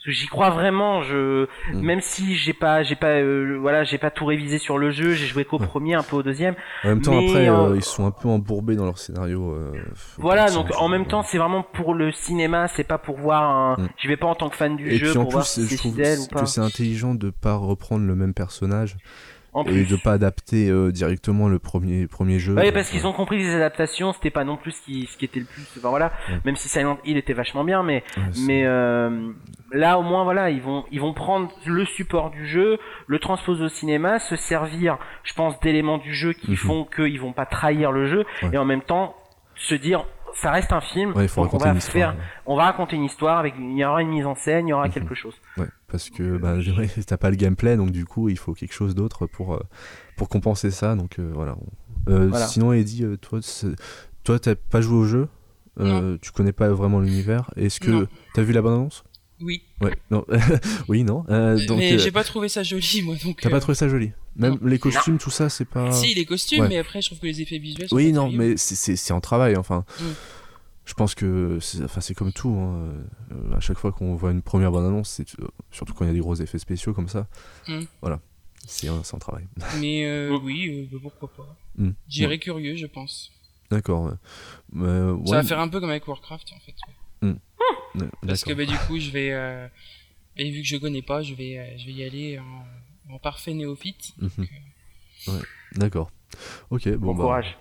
S3: Parce que j'y crois vraiment. Je
S1: Mm.
S3: même si j'ai pas j'ai pas euh, voilà j'ai pas tout révisé sur le jeu, j'ai joué qu'au
S1: Ouais.
S3: premier, un peu au deuxième.
S1: En même temps,
S3: Mais,
S1: après,
S3: euh,
S1: euh, ils sont un peu embourbés dans leur scénario. euh, faut
S3: Voilà,
S1: pas le
S3: donc
S1: dire,
S3: en
S1: je-
S3: même temps, c'est vraiment pour le cinéma, c'est pas pour voir un.
S1: Mm.
S3: J'y vais pas en tant que fan du
S1: Et
S3: jeu
S1: puis en
S3: pour voir
S1: plus,
S3: si
S1: je
S3: c'est
S1: trouve
S3: fidèle ou pas.
S1: que c'est intelligent de pas reprendre le même personnage
S3: En
S1: et
S3: plus.
S1: de pas adapter euh, directement le premier premier jeu.
S3: Ouais, parce qu'ils ont compris que les adaptations, c'était pas non plus ce qui, ce qui était le plus. Enfin voilà,
S1: Ouais.
S3: même si Silent Hill était vachement bien, mais
S1: Ouais, c'est-
S3: mais euh, là au moins voilà, ils vont ils vont prendre le support du jeu, le transposer au cinéma, se servir, je pense, d'éléments du jeu qui
S1: Mhm.
S3: font qu'ils vont pas trahir le jeu
S1: Ouais.
S3: et en même temps se dire ça reste un film,
S1: Ouais, il faut
S3: donc on
S1: raconter
S3: va
S1: une histoire.
S3: faire, on va raconter une histoire avec il y aura une mise en scène, il y aura
S1: Mhm.
S3: quelque chose.
S1: Ouais, parce que bah, ouais, t'as pas le gameplay, donc du coup, il faut quelque chose d'autre pour, euh, pour compenser ça. Donc euh, voilà. Euh,
S3: Voilà.
S1: Sinon, Eddie, euh, toi, c'est- toi, t'as pas joué au jeu, euh, tu connais pas vraiment l'univers. Est-ce que
S2: Non.
S1: t'as vu la bande-annonce
S2: Oui.
S1: Ouais, non. oui, non. Euh, donc,
S2: mais
S1: euh,
S2: j'ai pas trouvé ça joli, moi. Donc.
S1: t'as pas
S2: euh,
S1: trouvé ça joli. Même les costumes, tout ça, c'est pas.
S2: Si les costumes,
S1: Ouais.
S2: mais après je trouve que les effets visuels. sont
S1: Oui,
S2: pas
S1: non,
S2: terribles.
S1: mais c'est- c'est c'est en travail, enfin.
S2: Mm.
S1: Je pense que c'est enfin, c'est comme tout. hein. Euh, À chaque fois qu'on voit une première bonne annonce, c'est euh, surtout quand il y a des gros effets spéciaux comme ça.
S2: Mm.
S1: Voilà, c'est euh, c'est en travail.
S2: Mais euh, oui, euh, pourquoi pas.
S1: Mm.
S2: J'irai curieux, je pense.
S1: D'accord. ouais. Mais, euh, ouais,
S2: Ça va faire un peu comme avec Warcraft en fait.
S1: d-
S2: Parce que
S1: d'accord.
S2: bah, du coup, je vais. euh, et vu que je connais pas, je vais, euh, je vais y aller en, en parfait néophyte.
S1: Mhm. Ouais, D'accord. Ok, bon,
S3: Bon,
S1: bah,
S3: courage.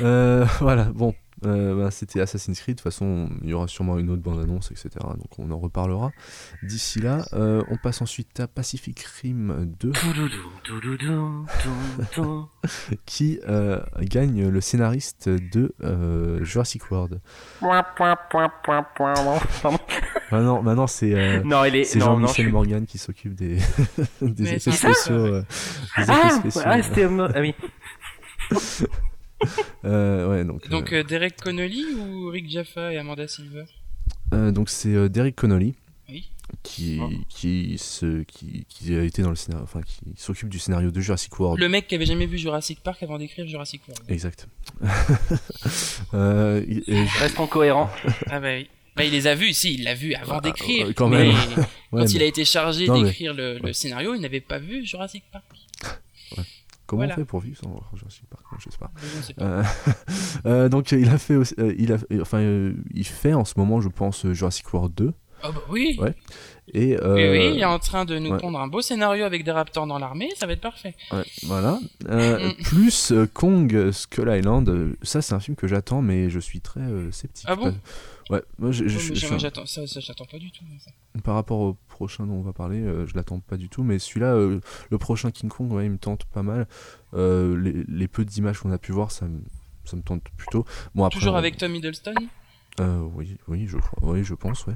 S1: Euh, voilà, bon. Euh, bah, C'était Assassin's Creed. De toute façon, il y aura sûrement une autre bande-annonce, etc. Donc on en reparlera. D'ici là, euh, on passe ensuite à Pacific Rim 2.
S3: Toudoudou, toudoudou, toudoudou.
S1: qui euh, gagne le scénariste de euh, Jurassic World.
S3: Point, point, point, point, point. Pardon.
S1: Maintenant, maintenant c'est euh,
S3: Non, il est
S1: c'est
S3: non, non, je
S1: Jean-Michel
S3: suis-
S1: Morgan qui s'occupe des, des
S2: Mais
S1: effets
S2: c'est ça,
S1: spéciaux. euh, des effets
S3: Ah,
S1: spéciaux.
S3: ah, c'était ah oui.
S1: Euh, ouais, donc euh,
S2: Donc euh, Derek Connolly ou Rick Jaffa et Amanda Silver
S1: euh, donc c'est euh, Derek Connolly
S2: Oui.
S1: qui
S3: Oh.
S1: qui se qui, qui a été dans le scénario, enfin qui s'occupe du scénario de Jurassic World.
S2: Le mec qui avait jamais vu Jurassic Park avant d'écrire Jurassic World.
S1: Exact. Euh, et- et-
S3: Restons cohérents.
S2: ah bah oui. Bah, il les a vus, si, il l'a vu avant
S1: Ah,
S2: d'écrire.
S1: euh, quand
S2: mais
S1: même.
S2: quand
S1: ouais,
S2: il
S1: mais
S2: a été chargé
S1: Non, mais-
S2: d'écrire le, le
S1: ouais.
S2: scénario, il n'avait pas vu Jurassic Park.
S1: Comment
S2: voilà.
S1: on fait pour vivre sans Jurassic Park Je sais pas.
S2: Je ne sais pas.
S1: Euh, euh, donc euh, il a fait aussi- euh, il a euh, enfin euh, il fait en ce moment je pense euh, Jurassic World 2
S2: Oh bah oui.
S1: Ouais, et euh,
S2: Oui, oui, il est en train de nous
S1: ouais.
S2: pondre un beau scénario avec des raptors dans l'armée, ça va être parfait.
S1: ouais, voilà Euh,
S2: Mm.
S1: plus euh, Kong euh, Skull Island euh, ça c'est un film que j'attends mais je suis très euh, sceptique Euh,
S2: Ah bon
S1: ouais moi je, je-
S2: Oh, mais
S1: je-
S2: moi, j'attends ça, ça, j'attends pas du tout. hein, ça.
S1: par rapport au prochain dont on va parler euh, je l'attends pas du tout mais celui-là euh, le prochain King Kong ouais, il me tente pas mal Euh, les, les peu d'images qu'on a pu voir ça me ça me tente plutôt bon après
S2: Toujours
S1: on-
S2: avec Tom Hiddleston
S1: Euh, oui, oui, je crois, oui, je pense, ouais.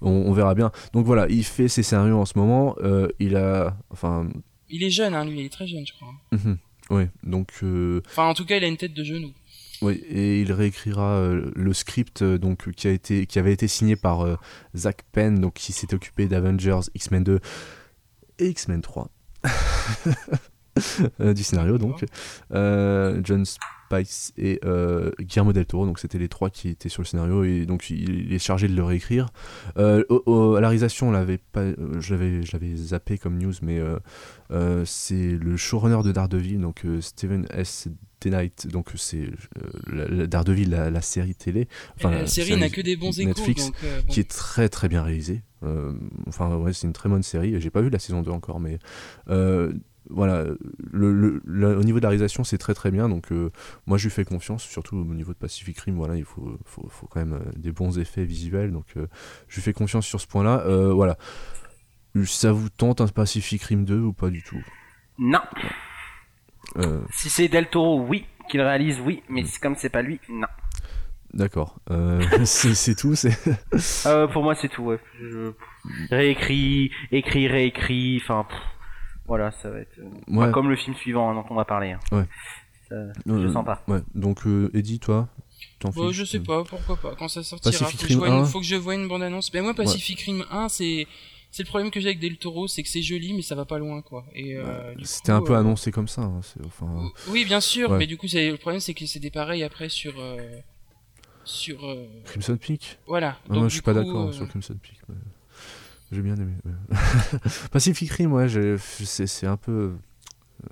S1: On, on verra bien. Donc voilà, il fait ses scénarios en ce moment. euh, il a, enfin, mhm,
S2: Il est jeune, hein, lui, il est très jeune, je crois.
S1: ouais. Donc, euh,
S2: Enfin, en tout cas, il a une tête de genou.
S1: ouais, et il réécrira euh, le script euh, donc qui a été, qui avait été signé par euh, Zach Penn, donc qui s'est occupé d'Avengers, X-Men 2 et X-Men 3. Euh, du scénario donc Euh, John Spice et euh, Guillermo del Toro donc c'était les trois qui étaient sur le scénario et donc il est chargé de le réécrire Euh, au- au- à la réalisation on l'avait pas euh, je l'avais je l'avais zappé comme news mais euh, euh, c'est le showrunner de Daredevil donc euh, Steven S. Knight donc c'est euh, la- la Daredevil la, la série télé enfin,
S2: Eh, la série n'a que des bons échos,
S1: Netflix
S2: donc... euh, bon.
S1: qui est très très bien réalisé. Euh, enfin, ouais, c'est une très bonne série. J'ai pas vu la saison 2 encore, mais euh, voilà. Le, le- le- au niveau de la réalisation, c'est très très bien. Donc, euh, moi, je lui fais confiance, surtout au niveau de Pacific Rim. Voilà, il faut, faut, faut quand même euh, des bons effets visuels. Donc, euh, je lui fais confiance sur ce point-là. Euh, voilà. Ça vous tente un Pacific Rim 2 ou pas du tout
S3: Non.
S1: Euh,
S3: Si c'est Del Toro, oui. Qu'il réalise, oui. Mais c'est- comme c'est pas lui, non.
S1: D'accord. Euh, c'est c'est tout. C'est
S3: Euh, pour moi, c'est tout. ouais. Je- Réécrit, écrit, réécrit. Enfin, pff, voilà, ça va être. euh,
S1: ouais.
S3: Comme le film suivant hein, dont on va parler. hein.
S1: euh,
S3: sens pas.
S1: Ouais. Donc, euh, Eddie, toi, t'en
S2: Bon,
S1: fiches
S2: Bah, je sais
S1: Euh,
S2: pas, pourquoi pas, quand ça sortira,
S1: Pacific
S2: faut, que je
S1: Rim
S2: voie une-
S1: 1.
S2: faut que je voie une bande-annonce. Mais moi, Pacific Rim 1, c'est... C'est le problème que j'ai avec Del Toro, c'est que c'est joli, mais ça va pas loin, quoi. Et, euh, du
S1: C'était
S2: coup,
S1: un peu
S2: euh,
S1: annoncé comme ça. hein, c'est- Enfin,
S2: Oui, bien sûr,
S1: Ouais.
S2: mais du coup, c'est- le problème, c'est que c'était pareil après sur, euh, sur. euh,
S1: Crimson Peak
S2: voilà.
S1: Ah,
S2: Donc,
S1: Moi,
S2: du
S1: je suis pas
S2: coup,
S1: d'accord
S2: euh,
S1: sur Crimson Peak. mais euh, J'ai bien aimé. ouais. Pacific Rim, ouais, j'ai- c'est c'est un peu. euh,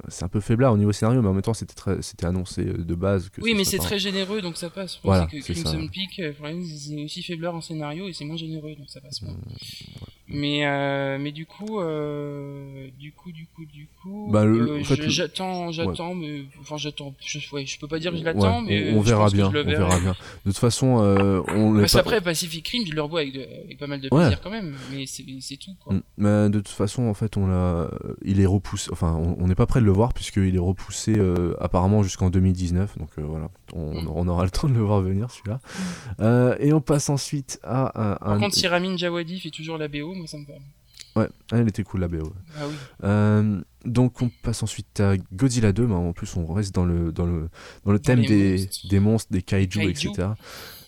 S1: C'est un peu faiblard au niveau scénario, mais en même temps, c'était très- c'était annoncé euh, de base. Que
S2: Oui,
S1: ce
S2: mais
S1: serait
S2: c'est
S1: pas un-
S2: très généreux, donc ça passe. Je
S1: Voilà,
S2: pensais que
S1: c'est ça,
S2: Crimson
S1: ouais.
S2: Peak, euh, pour l'instant, c'est aussi faibleur en scénario et c'est moins généreux, donc ça
S1: Mmh,
S2: passe moins. Mais, euh, mais du coup, euh, du coup, du coup, du coup,
S1: Bah, le-
S2: euh,
S1: en fait,
S2: je-
S1: le-
S2: j'attends, j'attends, mais enfin j'attends, je, ouais, je peux pas dire que je
S1: Ouais,
S2: l'attends, mais
S1: on, on
S2: euh, je
S1: verra
S2: pense que
S1: bien, on
S2: je le verrai. Bah,
S1: verra bien. De toute façon, euh, on l'a
S2: Parce
S1: pas-
S2: qu'après Pacific Rim, je le revois avec, de- avec pas mal de
S1: Ouais.
S2: plaisir quand même, mais c'est c'est tout quoi.
S1: Mm. Mais de toute façon, en fait, on l'a, il est repoussé. Enfin, on on n'est pas prêt de le voir puisqu'il est repoussé euh, apparemment jusqu'en 2019. Donc euh, voilà, on,
S2: Mm.
S1: on aura le temps de le voir venir celui-là. Euh, et on passe ensuite à un.
S2: Par
S1: un-
S2: contre, si Ramin Djawadi fait toujours la BO, moi ça me parle.
S1: Ouais, elle était cool la BO. ouais.
S2: Ah oui.
S1: Euh, donc on passe ensuite à Godzilla 2, mais en plus on reste dans le, dans le, dans le thème
S2: les
S1: des,
S2: monstres.
S1: des monstres, des kaiju,
S2: Kaiju.
S1: etc.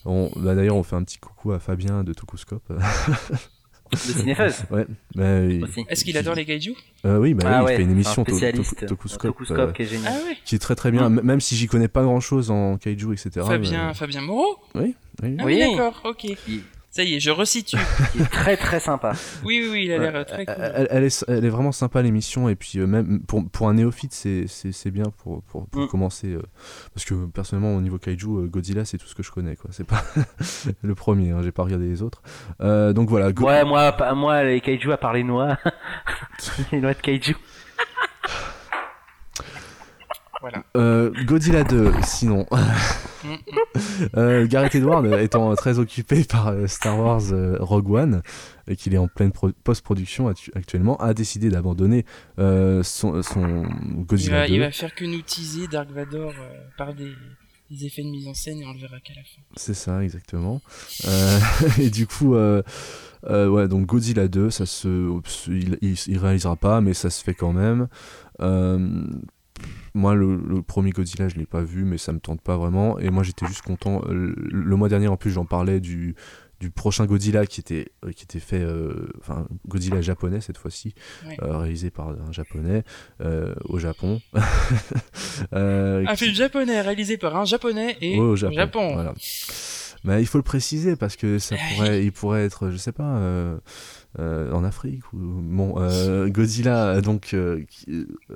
S1: On, bah, D'ailleurs on fait un petit coucou à Fabien de Tokuscope.
S3: Le cinéphase
S1: ouais, bah, il-
S3: aussi.
S2: Est-ce qu'il adore les kaiju
S1: euh, oui, bah,
S3: Ah
S1: oui, il
S3: ouais,
S1: fait une émission
S3: un
S1: To- To-
S3: spécialiste, un
S1: Tokuscope,
S3: Tokuscope
S1: euh,
S3: qui est génial.
S2: Ah ouais.
S1: qui est très très bien,
S3: Mm.
S1: m- même si j'y connais pas grand chose en kaiju, etc.
S2: Fabien, Fabien Moreau.
S1: mais- oui.
S2: Ah
S3: Oui.
S2: oui, d'accord, ok.
S3: Il-
S2: Ça y est, je resitue.
S3: qui est très très sympa.
S2: Oui, oui, oui, il a
S1: Ouais,
S2: l'air euh, très cool.
S1: Elle, elle est, elle est vraiment sympa l'émission et puis euh, même pour, pour un néophyte c'est- c'est c'est bien pour, pour, pour
S3: Mm.
S1: commencer euh, parce que personnellement au niveau kaiju euh, Godzilla c'est tout ce que je connais quoi c'est pas le premier hein, j'ai pas regardé les autres Euh, donc voilà Go-
S3: Ouais, moi, pa- moi, les kaiju à part les noix, les noix de kaiju.
S1: euh, Godzilla 2 sinon
S2: Mm,
S1: euh, Gareth Edward étant très occupé par euh, Star Wars euh, Rogue One et qu'il est en pleine pro- post-production actu- actuellement a décidé d'abandonner euh, son, son
S2: Il
S1: Godzilla
S2: va,
S1: 2
S2: il va faire que nous teaser Dark Vador euh, par des, des effets de mise en scène et on le verra qu'à la fin.
S1: C'est ça, exactement. Euh, et du coup, euh, euh, ouais, donc Godzilla 2, ça se, il, il, il réalisera pas, mais ça se fait quand même. Euh, moi, le, le premier Godzilla, je l'ai pas vu, mais ça me tente pas vraiment. Et moi, j'étais juste content. Euh, Le, le mois dernier, en plus, j'en parlais du du prochain Godzilla qui était euh, qui était fait euh, enfin Godzilla japonais cette fois-ci
S2: Ouais.
S1: euh, réalisé par un japonais euh, au Japon Euh,
S2: Un film japonais réalisé par un japonais et
S1: Ouais,
S2: au
S1: au
S2: Japon.
S1: Japon. Voilà. Mais il faut le préciser parce que ça
S2: Bah
S1: pourrait, il pourrait être, je sais pas, euh, euh, en Afrique ou bon, euh, Godzilla. Donc, euh, qui-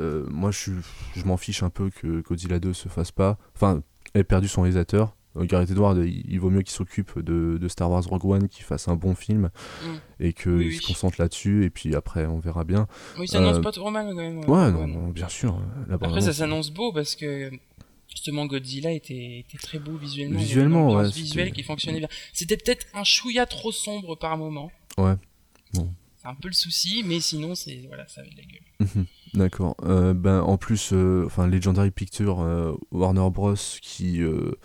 S1: euh, moi, je, suis- je m'en fiche un peu que Godzilla 2 se fasse pas. Enfin, ait perdu son réalisateur. Euh, Gareth Edward, il, il vaut mieux qu'il s'occupe de, de Star Wars Rogue One, qu'il fasse un bon film
S2: Mm.
S1: et qu'il
S2: Oui, oui.
S1: se concentre là-dessus. Et puis après, on verra bien.
S2: Oui, ça s'annonce
S1: Euh,
S2: pas trop mal quand même.
S1: Ouais,
S2: euh,
S1: non,
S2: Rogue One.
S1: non, bien sûr. hein, la
S2: Après,
S1: bande-annonce.
S2: ça s'annonce beau parce que justement Godzilla était, était très beau visuellement.
S1: Visuellement,
S2: il y avait une ambiance
S1: ouais,
S2: visuelle
S1: c'était-
S2: qui fonctionnait bien. C'était peut-être un chouïa trop sombre par moment.
S1: Ouais. Bon.
S2: C'est un peu le souci, mais sinon, c'est voilà, ça avait de la gueule.
S1: Mhm, D'accord. Euh, ben, en plus, euh, enfin, Legendary Pictures, euh, Warner Bros. qui. euh,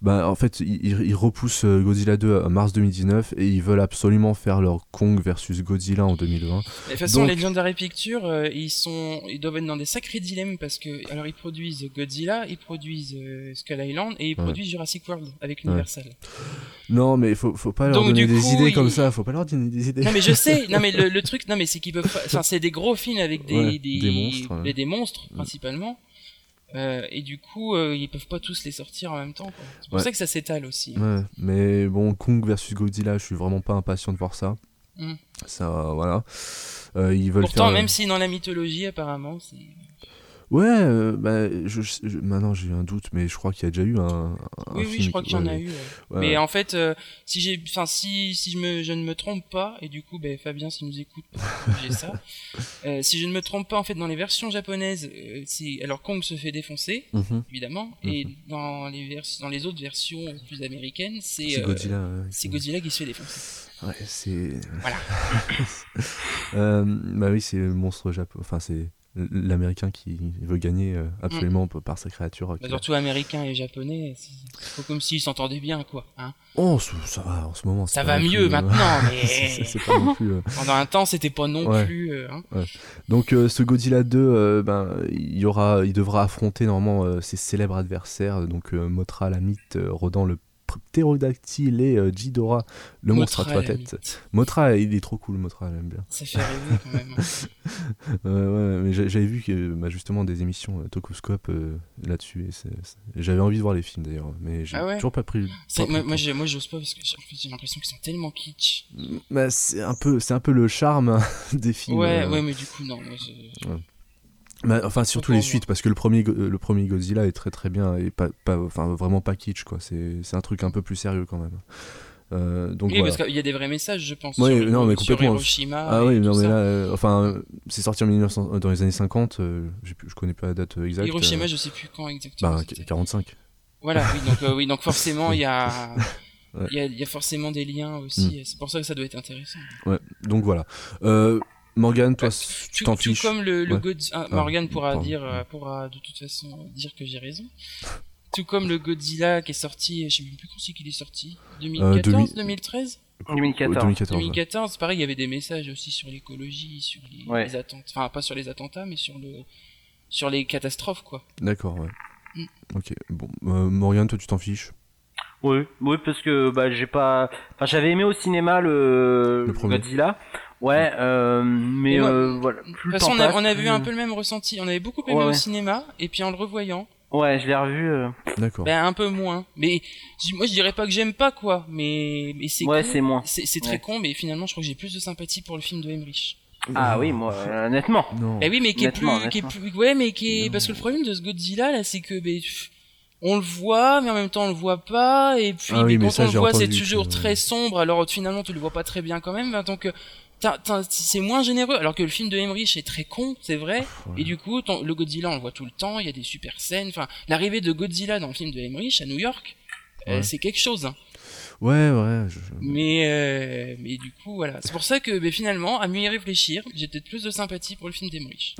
S1: ben, en fait, ils, ils- ils repoussent euh, Godzilla 2 à mars 2019 et ils veulent absolument faire leur Kong versus Godzilla en 2020.
S2: Mais De toute façon,
S1: Donc-
S2: les Legendary Pictures, euh, ils sont, ils doivent être dans des sacrés dilemmes parce que, alors, ils produisent Godzilla, ils produisent euh, Skull Island et ils
S1: Ouais.
S2: produisent Jurassic World avec l'Universal.
S1: Non, mais faut, faut pas leur
S2: Donc,
S1: donner
S2: du
S1: des
S2: coup,
S1: idées
S2: ils-
S1: comme ça, faut pas leur donner des idées.
S2: Non mais je sais, non mais le, le truc, non mais c'est qu'ils peuvent, pas- enfin c'est des gros films avec des
S1: Ouais, des monstres, ouais. Mm.
S2: des- des monstres, principalement, Euh, et du coup euh, ils peuvent pas tous les sortir en même temps. quoi. C'est pour
S1: Ouais.
S2: ça que ça s'étale aussi.
S1: Ouais, mais bon, Kong versus Godzilla, je suis vraiment pas impatient de voir ça.
S2: Mm.
S1: Ça, voilà. Euh, ils veulent
S2: Pourtant
S1: faire.
S2: même si dans la mythologie apparemment c'est
S1: Ouais, euh, ben, je, je- maintenant j'ai un doute, mais je crois qu'il y a déjà eu un. un
S2: oui oui
S1: film
S2: je crois
S1: qui-
S2: qu'il y en a
S1: ouais,
S2: eu. ouais.
S1: ouais,
S2: Mais
S1: ouais.
S2: en fait euh, si j'ai, enfin si si je me je ne me trompe pas et du coup ben Fabien s'il nous écoute parce que j'ai ça. Euh, si je ne me trompe pas en fait dans les versions japonaises euh, c'est alors Kong se fait défoncer
S1: Mhm.
S2: évidemment. Et dans les, vers- dans les autres versions plus américaines, c'est
S1: C'est
S2: euh,
S1: Godzilla. ouais.
S2: c'est Godzilla qui se fait défoncer.
S1: Ouais, c'est.
S2: Voilà.
S1: Euh, bah oui, c'est le monstre japonais. Enfin, c'est l'américain qui veut gagner euh, absolument p- par sa créature.
S2: Mm.
S1: euh,
S2: Bah,
S1: qu'il a.
S2: surtout américains et japonais, c'est c'est pas comme s'ils s'entendaient bien, quoi. hein.
S1: Oh, ça ça va en ce moment. c'est
S2: Ça
S1: pas
S2: va
S1: non
S2: mieux
S1: plus, euh,
S2: maintenant, mais
S1: c'est- c'est- c'est pas non plus, euh.
S2: pendant un temps, c'était pas non
S1: Ouais.
S2: plus. euh, hein.
S1: Donc, euh, ce Godzilla 2, euh, ben, il, y aura, il devra affronter normalement euh, ses célèbres adversaires, donc euh, Mothra la mythe, Rodan le Pterodactyle et euh, Ghidorah, le monstre à
S2: Mothra,
S1: trois
S2: la
S1: têtes.
S2: limite.
S1: Motra, il est trop cool, Motra, j'aime bien.
S2: Ça fait rêver quand même. hein.
S1: Euh, ouais, mais j'a- j'avais vu que, bah, justement des émissions euh, Tokoscope euh, là-dessus. et c'est- c'est- J'avais envie de voir les films d'ailleurs, mais j'ai
S2: Ah ouais
S1: toujours pas pris le pas
S2: C'est-
S1: pris
S2: Moi,
S1: le
S2: moi, j'ai- moi, j'ose pas parce que j'ai en fait, j'ai l'impression qu'ils sont tellement kitsch.
S1: temps. Bah, c'est un, peu- c'est un peu le charme hein, des films.
S2: ouais,
S1: euh,
S2: ouais, mais du coup, non. moi, je-
S1: Bah, enfin, surtout
S2: Autant
S1: les
S2: voir.
S1: suites, parce que le premier, Go- euh, le premier Godzilla est très très bien et pas, pas, enfin, vraiment pas kitsch, quoi. C'est c'est un truc un peu plus sérieux quand même. Euh, donc
S2: oui,
S1: voilà.
S2: parce qu'il y a des vrais messages, je pense.
S1: Ouais,
S2: sur,
S1: non, mais
S2: sur
S1: complètement.
S2: Hiroshima.
S1: Ah
S2: et
S1: oui,
S2: tout
S1: non, mais
S2: ça.
S1: là, euh, enfin, euh, c'est sorti en 1900, euh, dans les années 50, euh, j'ai plus- je connais pas la date euh, exacte.
S2: Hiroshima,
S1: euh,
S2: je sais plus quand exactement.
S1: bah,
S2: c'était.
S1: 45.
S2: Voilà, oui, donc, euh, oui, donc forcément, il y a.
S1: Ouais. Hmm.
S2: Il y, a, il y a forcément des liens aussi, c'est pour ça que ça doit être intéressant.
S1: Ouais, donc voilà. Euh, Morgane, toi,
S2: Bah,
S3: Euh,
S1: s- tu
S2: Tout,
S1: t'en
S2: tout
S1: fiches.
S2: comme le, le
S1: Ouais.
S2: Godzilla,
S1: Ah,
S2: Morgan pourra
S1: pardon.
S2: dire, euh, pourra de toute façon dire que j'ai raison. Tout comme le Godzilla qui est sorti, je sais même plus quand c'est qu'il est sorti,
S1: Euh,
S2: 2014, 2013,
S3: En
S1: Ouais,
S3: 2014.
S1: 2014. ouais.
S2: 2014. Pareil, il y avait des messages aussi sur l'écologie, sur les,
S3: Ouais.
S2: les attentats, enfin pas sur les attentats, mais sur le, sur les catastrophes quoi.
S1: D'accord, ouais.
S2: Mm.
S1: Ok, bon, euh, Morgane, toi, tu t'en fiches.
S3: Oui, oui, parce que bah j'ai pas. Enfin, j'avais aimé au cinéma le,
S1: Le premier.
S3: Godzilla. Ouais, euh, mais
S2: Et moi-
S3: euh, voilà.
S2: De
S3: Plus
S2: toute
S3: le euh.
S2: façon,
S3: temps
S2: on, a,
S3: passe,
S2: on avait
S3: plus-
S2: eu un peu le même ressenti. On avait beaucoup aimé
S3: Ouais,
S2: au
S3: ouais.
S2: cinéma, et puis en le revoyant,
S3: Ouais, je l'ai revu. euh,
S1: D'accord.
S2: ben un peu moins. Mais j- moi, je dirais pas que j'aime pas quoi, mais, mais c'est
S3: Ouais,
S2: con.
S3: c'est moins.
S2: c'est c'est très
S3: Ouais.
S2: con, mais finalement, je crois que j'ai plus de sympathie pour le film de Emmerich.
S3: Ah oui, moi, euh, honnêtement.
S1: Non.
S2: Bah oui, mais qui est plus,
S3: Nettement,
S2: qui est
S3: nettement.
S2: plus, ouais, mais qui est,
S1: Non.
S2: parce que le problème de ce Godzilla là, c'est que, ben, pff, on le voit, mais en même temps on le voit pas, et puis
S1: Ah oui,
S2: mais
S1: mais
S2: quand
S1: ça,
S2: on le
S1: j'ai
S2: voit, c'est
S1: entendu
S2: toujours
S1: que-
S2: très sombre. Alors finalement, tu le vois pas très bien quand même. Donc, euh, t'as- t'as- c'est moins généreux. Alors que le film de Emmerich est très con, c'est vrai.
S1: Ouais.
S2: Et du coup, ton- le Godzilla, on le voit tout le temps. Il y a des super scènes. Enfin, l'arrivée de Godzilla dans le film de Emmerich à New York, euh,
S1: Ouais.
S2: c'est quelque chose. hein.
S1: Ouais, ouais. je- je-
S2: Mais, euh, mais du coup, voilà. C'est pour ça que, ben, finalement, à mieux y réfléchir, j'ai peut-être plus de sympathie pour le film d'Emmerich.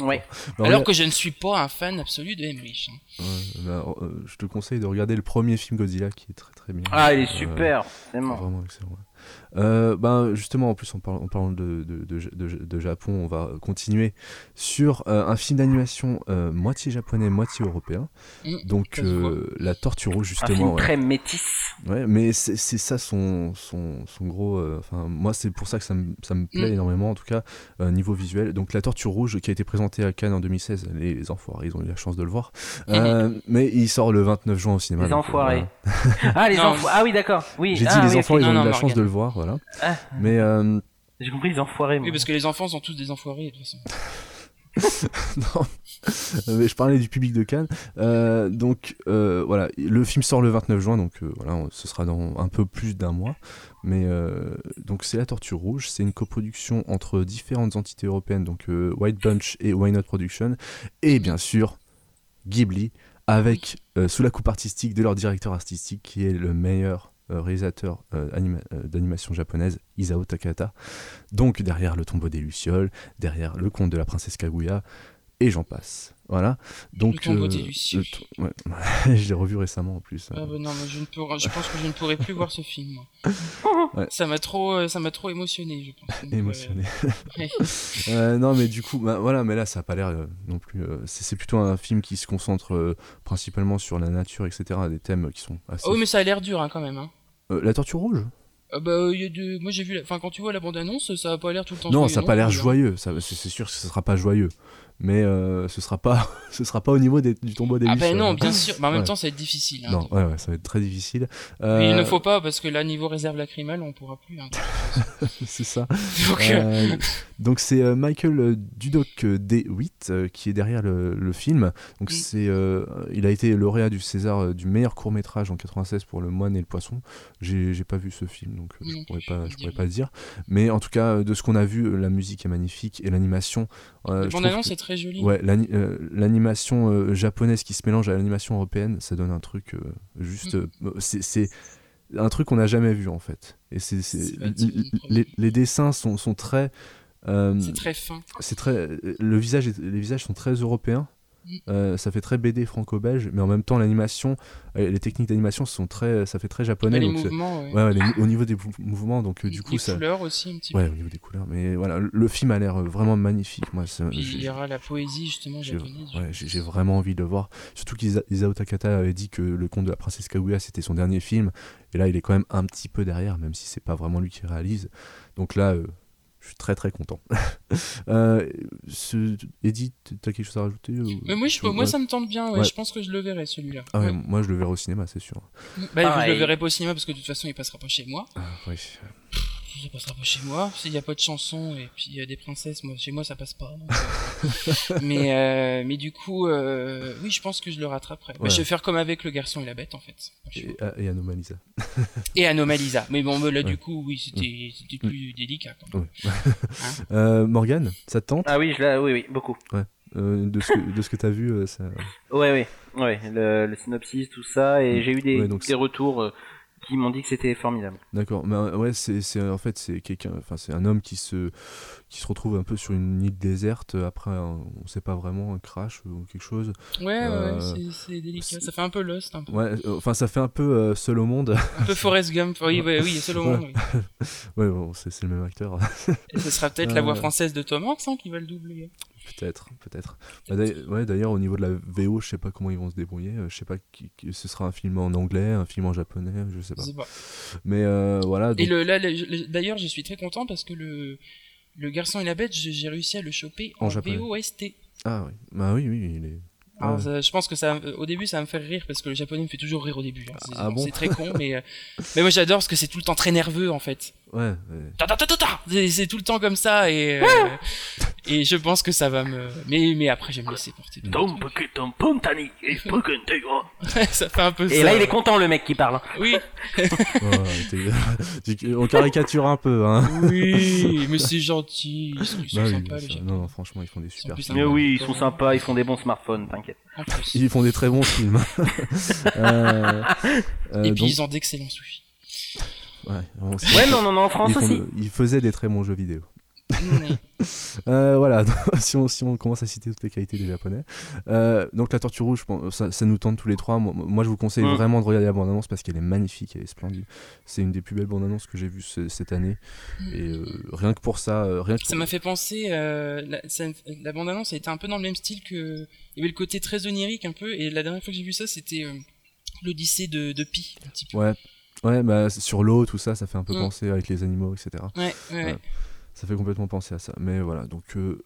S3: Ouais.
S1: Morgane-
S2: Alors que je ne suis pas un fan absolu de Emmerich. hein.
S1: Bah, Ouais, bah, euh, je te conseille de regarder le premier film Godzilla qui est très très bien.
S3: Ah, il est
S1: Euh,
S3: super, vraiment.
S1: Vraiment excellent. ouais. Euh, ben, justement, en plus, en, parlant- en parlant de, de, de- de- de Japon, on va continuer sur euh, un film d'animation euh, moitié japonais, moitié européen.
S2: Mm,
S1: Donc,
S2: ça se voit.
S1: euh, La Torturo,
S3: Un film
S1: justement. ouais.
S3: très métis.
S1: Ouais, mais c'est c'est ça son, son, son gros. euh, Enfin, moi, c'est pour ça que ça me, ça me plaît
S2: Mm.
S1: énormément, en tout cas, euh, niveau visuel. Donc, La Tortue Rouge, qui a été présentée à Cannes en 2016, les, les enfoirés, ils ont eu la chance de le voir. Euh, mais il sort le 29 juin au cinéma.
S3: Ah. Les
S1: donc,
S3: enfoirés.
S1: voilà.
S3: Ah, les
S2: Non.
S3: enfoirés. Ah oui, d'accord. Oui.
S1: J'ai dit
S3: ah,
S1: les
S3: oui, ok.
S1: enfants, ils
S2: Non,
S1: ont
S2: non,
S1: eu la
S2: Morgane.
S1: chance de le voir, voilà.
S3: Ah.
S1: Mais euh,
S3: J'ai compris les enfoirés. Moi.
S2: Oui, parce que les enfants sont tous des enfoirés, de toute façon.
S1: non, Euh, je parlais du public de Cannes. Euh, donc euh, voilà, le film sort le 29 juin, donc euh, voilà, on- ce sera dans un peu plus d'un mois. Mais euh, donc c'est La Tortue Rouge, c'est une coproduction entre différentes entités européennes, donc euh, White Bunch et Why Not Production, et bien sûr Ghibli, avec euh, sous la coupe artistique de leur directeur artistique qui est le meilleur euh, réalisateur euh, anima- euh, d'animation japonaise, Isao Takahata. Donc derrière le tombeau des Lucioles, derrière le conte de la princesse Kaguya, et j'en passe. Voilà. Donc,
S2: Le tombeau
S1: euh,
S2: des Lucioles.
S1: le to- ouais. je l'ai revu récemment en plus.
S2: Ah bah non, moi, je, ne pourrais- je pense que je ne pourrais plus voir ce film. moi.
S1: Ouais.
S2: Ça m'a trop, euh, ça m'a trop émotionné, je pense. Donc,
S1: Émotionné.
S2: euh, ouais.
S1: Euh, non, mais du coup, bah, voilà, mais là, ça a pas l'air euh, non plus. euh, c'est c'est plutôt un film qui se concentre euh, principalement sur la nature, etc. Des thèmes qui sont assez.
S2: Oh, mais ça a l'air dur hein, quand même. Hein.
S1: Euh, la tortue rouge
S2: Ah bah, euh, il y a de... Moi j'ai vu, la... enfin quand tu vois la bande-annonce, ça a pas l'air tout le temps.
S1: Non,
S2: joyeux
S1: ça a pas l'air
S2: plus, hein.
S1: joyeux. ça- C'est c'est sûr que ce sera pas joyeux. Mais euh, ce sera pas, ce sera pas au niveau des- du tombeau des
S2: Ah bah
S1: Lucioles. hein.
S2: non, bien sûr. Mais en même
S1: Ouais.
S2: temps, ça va être difficile. hein.
S1: Non, ouais, ouais, ça va être très difficile.
S2: Mais Il
S1: Euh,
S2: ne faut pas parce que là niveau réserve lacrymale, on pourra plus. hein.
S1: c'est ça.
S2: Donc, euh,
S1: Euh, donc c'est euh, Michael euh, Dudok euh, D8 euh, qui est derrière le, le film. Donc
S2: Mm.
S1: c'est, euh, il a été lauréat du César euh, du meilleur court métrage en 96 pour Le Moine et le Poisson. J'ai j'ai pas vu ce film donc euh,
S2: Non,
S1: je pourrais
S2: je
S1: pas,
S2: peux
S1: je
S2: dire.
S1: pourrais pas le dire. Mais en tout cas euh, de ce qu'on a vu, euh, la musique est magnifique et l'animation. euh,
S2: la
S1: je trouve
S2: bande-annonce
S1: que-
S2: est très jolie.
S1: Ouais, l'ani- euh, l'animation euh, japonaise qui se mélange à l'animation européenne, ça donne un truc euh, juste.
S2: Mm.
S1: euh, c'est- c'est un truc qu'on n'a jamais vu en fait. Et c'est c'est-
S2: C'est pas
S1: l-
S2: du tout
S1: l-
S2: premier.
S1: les, les dessins sont, sont très. euh,
S2: C'est très fin.
S1: c'est très. Le visage, est- les visages sont très européens.
S2: Mm.
S1: Euh, ça fait très BD franco-belge, mais en même temps, l'animation, euh, les techniques d'animation sont très, ça fait très japonais.
S2: les
S1: donc c'est-
S2: mouvements, ouais.
S1: ouais, ouais, les mou- au niveau des mou- mouvements, donc euh, du
S2: Les-
S1: coup,
S2: les
S1: ça.
S2: couleurs aussi un petit peu.
S1: Ouais, au niveau des couleurs. Mais voilà, le- le film a l'air euh, vraiment magnifique. Moi, ça-
S2: Puis
S1: j'ai-
S2: il y aura la poésie justement
S1: j'ai-
S2: japonaise.
S1: ouais, j'ai j'ai vraiment envie de le voir. Surtout qu'Isao Takata avait dit que Le Conte de la Princesse Kaguya c'était son dernier film. Et là, il est quand même un petit peu derrière, même si c'est pas vraiment lui qui réalise. Donc là, euh, je suis très très content. euh, ce... Eddie, t'as quelque chose à rajouter euh,
S2: Mais moi, je-
S1: sur-
S2: moi
S1: ouais.
S2: ça me tente bien, ouais,
S1: Ouais.
S2: je pense que je le verrai celui-là.
S1: Ah ouais,
S2: Ouais.
S1: Moi, je le verrai au cinéma, c'est sûr.
S2: Bah, je
S3: Pareil.
S2: le verrai pas au cinéma parce que de toute façon il passera pas chez moi.
S1: Ah, oui.
S2: Il passera pas chez moi. S'il y a pas de chansons et puis euh, des princesses, moi chez moi ça passe pas. donc, euh, mais euh, mais du coup, euh, oui, je pense que je le rattraperai. Bah,
S1: Ouais.
S2: je vais faire comme avec le garçon et la bête en fait.
S1: Et, ah, et Anomalisa.
S2: Et Anomalisa. Mais bon, bah, là
S1: Ouais. Mm.
S2: du coup, oui, c'était c'était plus délicat. Quoi.
S1: Ouais. Euh, Morgane, ça te tente
S3: Ah oui, je l'ai- oui, oui, beaucoup.
S1: Euh, de ce que, de ce que t'as vu euh, ça...
S3: Ouais, ouais, ouais. Le, le synopsis, tout ça, et j'ai eu des,
S1: Mm. Ouais, donc c'est-
S3: des retours euh, qui m'ont dit que c'était formidable.
S1: D'accord, mais euh, ouais, c'est c'est- en fait c'est quelqu'un, enfin c'est un homme qui se qui se retrouve un peu sur une île déserte euh, après un- on sait pas vraiment un crash ou quelque chose.
S2: Ouais, ouais,
S1: Euh,
S2: c'est- c'est délicat.
S1: c'est-
S2: Ça fait un peu Lost, un peu,
S1: Ouais, euh, enfin ça fait un peu euh, seul au monde.
S2: un peu Forrest Gump. Oui, oui, oui, selon moi. oui.
S1: ouais, bon, c'est c'est le même acteur,
S2: Et ce sera peut-être la voix
S1: Euh.
S2: française de Tom Hanks hein, qui va le doubler.
S1: peut-être, peut-être. Bah, d'ailleurs- ouais, d'ailleurs au niveau de la VO, je sais pas comment ils vont se débrouiller. euh, Je sais pas qui, qui- ce sera un film en anglais, un film en japonais, je sais
S2: Je
S1: pas.
S2: sais pas.
S1: Mais euh, voilà.
S2: Et
S1: donc-
S2: le, là, le- le- d'ailleurs, je suis très content parce que le, le garçon et la bête, je- j'ai réussi à le choper
S1: En
S2: en,
S1: japonais.
S2: VOST.
S1: Ah oui, bah oui, oui, il est.
S2: Alors,
S1: Ouais.
S2: ça- je pense que ça, euh, au début, ça va me faire rire parce que le japonais me fait toujours rire au début. hein. C'est
S1: Ah bon
S2: c'est très con, mais, euh, mais moi j'adore parce que c'est tout le temps très nerveux en fait.
S1: Ouais, ouais.
S2: Ta, ta, ta, ta, ta C'est c'est tout le temps comme ça et, euh, et je pense que ça va me. Mais, mais après, je vais me laisser porter. ça fait un peu
S3: Et
S2: ça.
S3: là, il est content, le mec qui parle. hein.
S2: Oui,
S1: Ouais, t'es- on caricature un peu, hein.
S2: oui, mais c'est gentil. Ils sont, ils sont
S1: Bah oui,
S2: sympas,
S1: ça-
S2: les gens.
S1: non, non, franchement, ils font des
S2: sont
S1: super
S2: plus
S1: films.
S3: Mais oui, ils sont sympas, ils font des bons smartphones, t'inquiète.
S2: En plus.
S1: Ils font des très bons films. Euh, euh,
S2: Et puis
S1: donc-
S2: ils ont d'excellents sushis.
S1: ouais, on sait-
S3: Ouais, non, non, non, en France
S1: ils, font
S3: aussi.
S1: de- ils faisaient des très bons jeux vidéo.
S2: Mmh.
S1: Euh, voilà, donc, si, on, si on commence à citer toutes les qualités des japonais. Euh, donc la tortue rouge, je pense- ça, ça nous tente tous les trois. Moi, moi, je vous conseille
S3: Mm.
S1: vraiment de regarder la bande-annonce parce qu'elle est magnifique, elle est splendide. C'est une des plus belles bandes-annonces que j'ai vues ce- cette année. Et euh, rien que pour ça, euh, rien que
S2: ça
S1: pour-
S2: m'a fait penser. euh, la, ça- la bande-annonce a été un peu dans le même style que. Il y avait le côté très onirique un peu. Et la dernière fois que j'ai vu ça, c'était euh, l'Odyssée de, de Pi. Un petit peu.
S1: Ouais, ouais bah, sur l'eau, tout ça, ça fait un peu
S2: Mm.
S1: penser avec les animaux, etc.
S2: Ouais, ouais, ouais.
S1: Ça fait complètement penser à ça. Mais voilà, donc euh,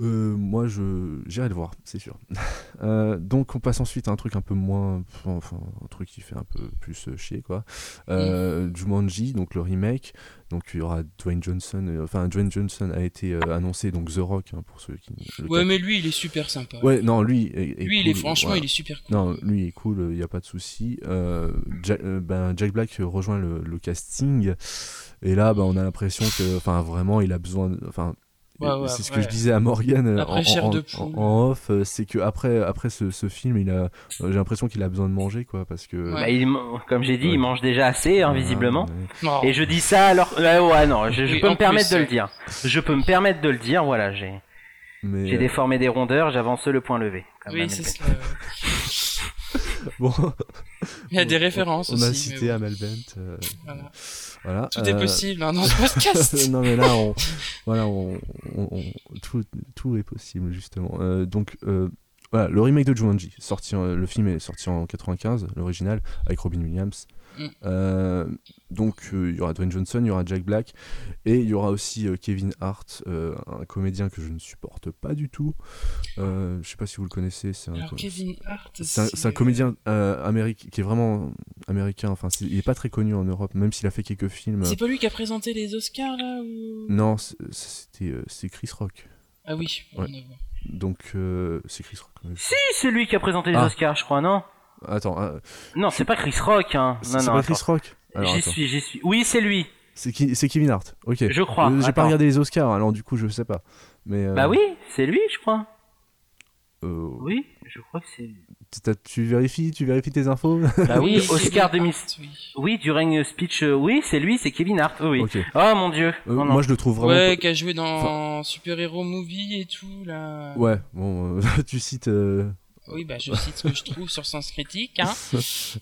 S1: euh, moi je j'irai le voir, c'est sûr. Euh, donc on passe ensuite à un truc un peu moins, enfin un truc qui fait un peu plus euh, chier quoi. Euh, Jumanji, donc le remake. Donc il y aura Dwayne Johnson. euh, Enfin Dwayne Johnson a été euh, annoncé donc The Rock hein, pour ceux qui. le
S2: Ouais,
S1: cap-
S2: mais lui, il est super sympa.
S1: Ouais, non lui. est-
S2: lui, il
S1: cool,
S2: est franchement,
S1: voilà.
S2: il est super cool.
S1: Non, lui il est cool, il n'y a pas de souci. Euh, Ja- euh, ben, Jack Black rejoint le, le casting. Et là, ben, on a l'impression que enfin, vraiment, il a besoin. de- Enfin,
S2: Ouais, ouais,
S1: c'est ce que
S2: ouais.
S1: je disais à Morgan euh,
S2: Après,
S1: en,
S2: chair
S1: en-
S2: de poule.
S1: en- en off, euh, c'est que après, après ce, ce film, il a, euh, j'ai l'impression qu'il a besoin de manger, quoi, parce que. Ah,
S2: Ouais.
S3: Bah, il man- comme j'ai dit, il mange déjà assez, hein, visiblement.
S1: Ouais, ouais.
S2: Non.
S3: Et je dis ça alors. Ouais, ouais, non, je, je
S2: Oui,
S3: peux
S2: en
S3: me permettre
S2: plus,
S3: de le
S2: euh,
S3: dire. Je peux me permettre de le dire, voilà, j'ai
S1: Mais,
S3: j'ai déformé des rondeurs, j'avance le point levé. Quand
S2: ah Oui,
S3: même.
S2: c'est ça.
S1: euh, bon,
S2: Il y a des
S1: on-
S2: références
S1: On
S2: aussi.
S1: a
S2: mais
S1: cité
S2: bon.
S1: Amel Bent. euh,
S2: Voilà.
S1: voilà.
S2: Tout est
S1: euh,
S2: possible hein, dans ce podcast.
S1: non mais là, on, voilà, on, on- on- tout, tout est possible justement. Euh, donc euh, voilà, le remake de Jumanji, sorti, en- le film est sorti en 95, l'original avec Robin Williams.
S2: Mm.
S1: Euh, donc euh, il y aura Dwayne Johnson, il y aura Jack Black et il y aura aussi euh, Kevin Hart, euh, un comédien que je ne supporte pas du tout. Euh, je sais pas si vous le connaissez, c'est un,
S2: Alors,
S1: com-
S2: Kevin Hart.
S1: c'est un- c'est un comédien euh, américain qui est vraiment américain. Enfin, c'est- il est pas très connu en Europe, même s'il a fait quelques films.
S2: C'est pas lui qui a présenté les Oscars là ou...
S1: Non, c- c'était euh, c'est Chris Rock.
S2: Ah oui,
S1: Ouais.
S2: on a vu.
S1: Donc euh, c'est Chris Rock. euh,
S3: Si, c'est lui qui a présenté les
S1: Ah.
S3: Oscars, je crois, non
S1: Attends, ah,
S3: Non, c'est pas Chris Rock, hein.
S1: c'est
S3: Non,
S1: c'est
S3: non.
S1: pas
S3: attends.
S1: Chris Rock. Alors
S3: J'y
S1: attends.
S3: suis, j'y suis. Oui, c'est lui,
S1: c'est qui- c'est Kevin Hart. Ok.
S3: je crois.
S1: Euh, J'ai pas
S3: Attends.
S1: regardé les Oscars, alors du coup je sais pas. Mais euh,
S3: Bah oui, c'est lui, je crois.
S1: euh,
S3: Oui, je crois que c'est lui.
S1: t'as- tu vérifies, tu vérifies tes infos.
S3: Bah oui,
S2: c'est
S3: Oscar
S2: Kevin
S3: 2000.
S2: Hart, oui.
S3: Oui, during a speech. euh, oui, c'est lui, c'est Kevin Hart. Oui.
S1: Ok. Euh,
S3: Oh mon dieu. non, non.
S1: Moi, je le trouve vraiment.
S2: Ouais, qui a joué dans Super Hero Movie et tout, là.
S1: pas- Ouais, bon, euh, tu cites. euh,
S2: Oui, bah, je cite ce que je trouve sur Sens Critique, hein.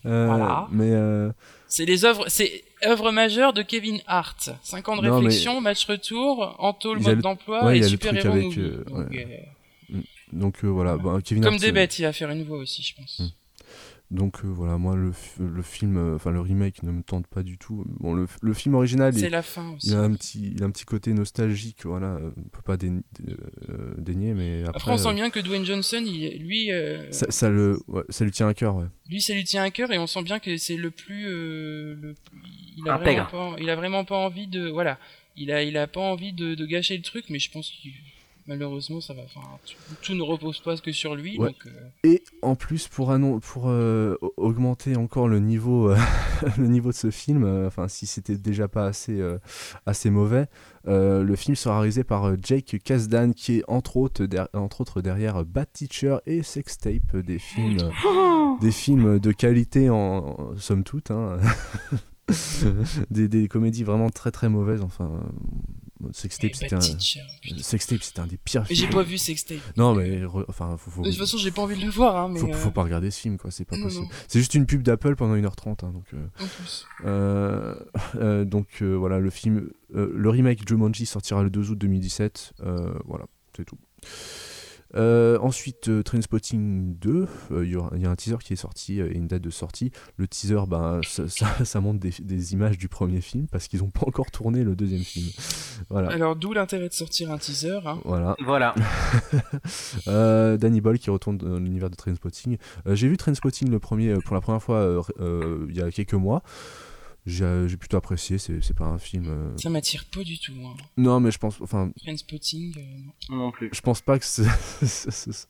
S1: euh,
S2: Voilà.
S1: Mais euh,
S2: C'est les œuvres, c'est œuvre majeure de Kevin Hart. 5 ans de
S1: Non, mais-
S2: réflexion, match retour, Anto le
S1: Il a
S2: mode
S1: le-
S2: d'emploi
S1: ouais, il
S2: et
S1: a le
S2: super
S1: truc
S2: héros
S1: avec,
S2: movie.
S1: euh,
S2: Donc,
S1: donc euh, voilà, bah,
S2: euh,
S1: Kevin
S2: comme
S1: Hart,
S2: des
S1: c'est-
S2: bêtes, il va faire une voix aussi, je pense.
S1: Hmm. Donc euh, voilà, moi le, f- le film, euh, enfin le remake ne me tente pas du tout. Bon, le, f- le film original,
S2: C'est
S1: il,
S2: la fin aussi.
S1: il a un petit, il a un petit côté nostalgique, voilà, euh, on peut pas dé- dé- euh, dénier, mais après,
S2: Après, on sent
S1: euh,
S2: bien que Dwayne Johnson, il- lui, euh,
S1: ça, ça le, ouais, ça lui tient à cœur, ouais.
S2: lui, ça lui tient à cœur et on sent bien que c'est le plus. euh, le- il, a
S3: Intègre.
S2: vraiment pas, il a vraiment pas envie de. Voilà. Il a, il a pas envie de, de gâcher le truc, mais je pense que malheureusement, ça va. Enfin, tout, tout ne repose pas que sur lui.
S1: Ouais.
S2: Donc, euh,
S1: Et en plus, pour, annon- pour euh, au- augmenter encore le niveau, euh, le niveau de ce film, euh, enfin si c'était déjà pas assez, euh, assez mauvais, euh, le film sera réalisé par euh, Jake Kasdan, qui est entre autres, der- entre autres derrière euh, Bad Teacher et Sex Tape, des films, euh, des films de qualité en, en- somme toute, hein. des, des comédies vraiment très très mauvaises. Enfin, euh, Sex Tape,
S2: eh,
S1: c'était
S2: bah,
S1: un,
S2: teacher, putain.
S1: Sex Tape, c'était un des pires
S2: Mais J'ai
S1: films.
S2: pas vu Sextape.
S1: Non mais re- enfin, faut- faut-
S2: De toute façon, j'ai pas envie de le voir, hein, mais
S1: faut,
S2: euh,
S1: faut pas regarder ce film, quoi, c'est pas
S2: Non,
S1: possible.
S2: non.
S1: C'est juste une pub d'Apple pendant 1h30. hein, donc, euh,
S2: en plus.
S1: euh, euh, donc euh, voilà, le film, euh, le remake Jumanji sortira le 2 août 2017. euh, voilà, c'est tout. Euh, ensuite, euh, Trainspotting 2, euh, il y aura- il y, a un teaser qui est sorti euh, et une date de sortie. Le teaser, ben, ça, ça- ça montre des, des images du premier film parce qu'ils n'ont pas encore tourné le deuxième film. Voilà.
S2: Alors, d'où l'intérêt de sortir un teaser. Hein.
S1: Voilà.
S3: Voilà.
S1: Euh, Danny Boyle qui retourne dans l'univers de Trainspotting. Euh, j'ai vu Trainspotting le premier, euh, pour la première fois euh, euh, il y a quelques mois. J'ai j'ai plutôt apprécié, c'est c'est pas un film. euh,
S2: Ça m'attire pas du tout. Hein.
S1: Non, mais je pense, enfin,
S2: Trainspotting, euh, non.
S3: Non plus.
S1: je pense pas que. c'est- c'est- c'est-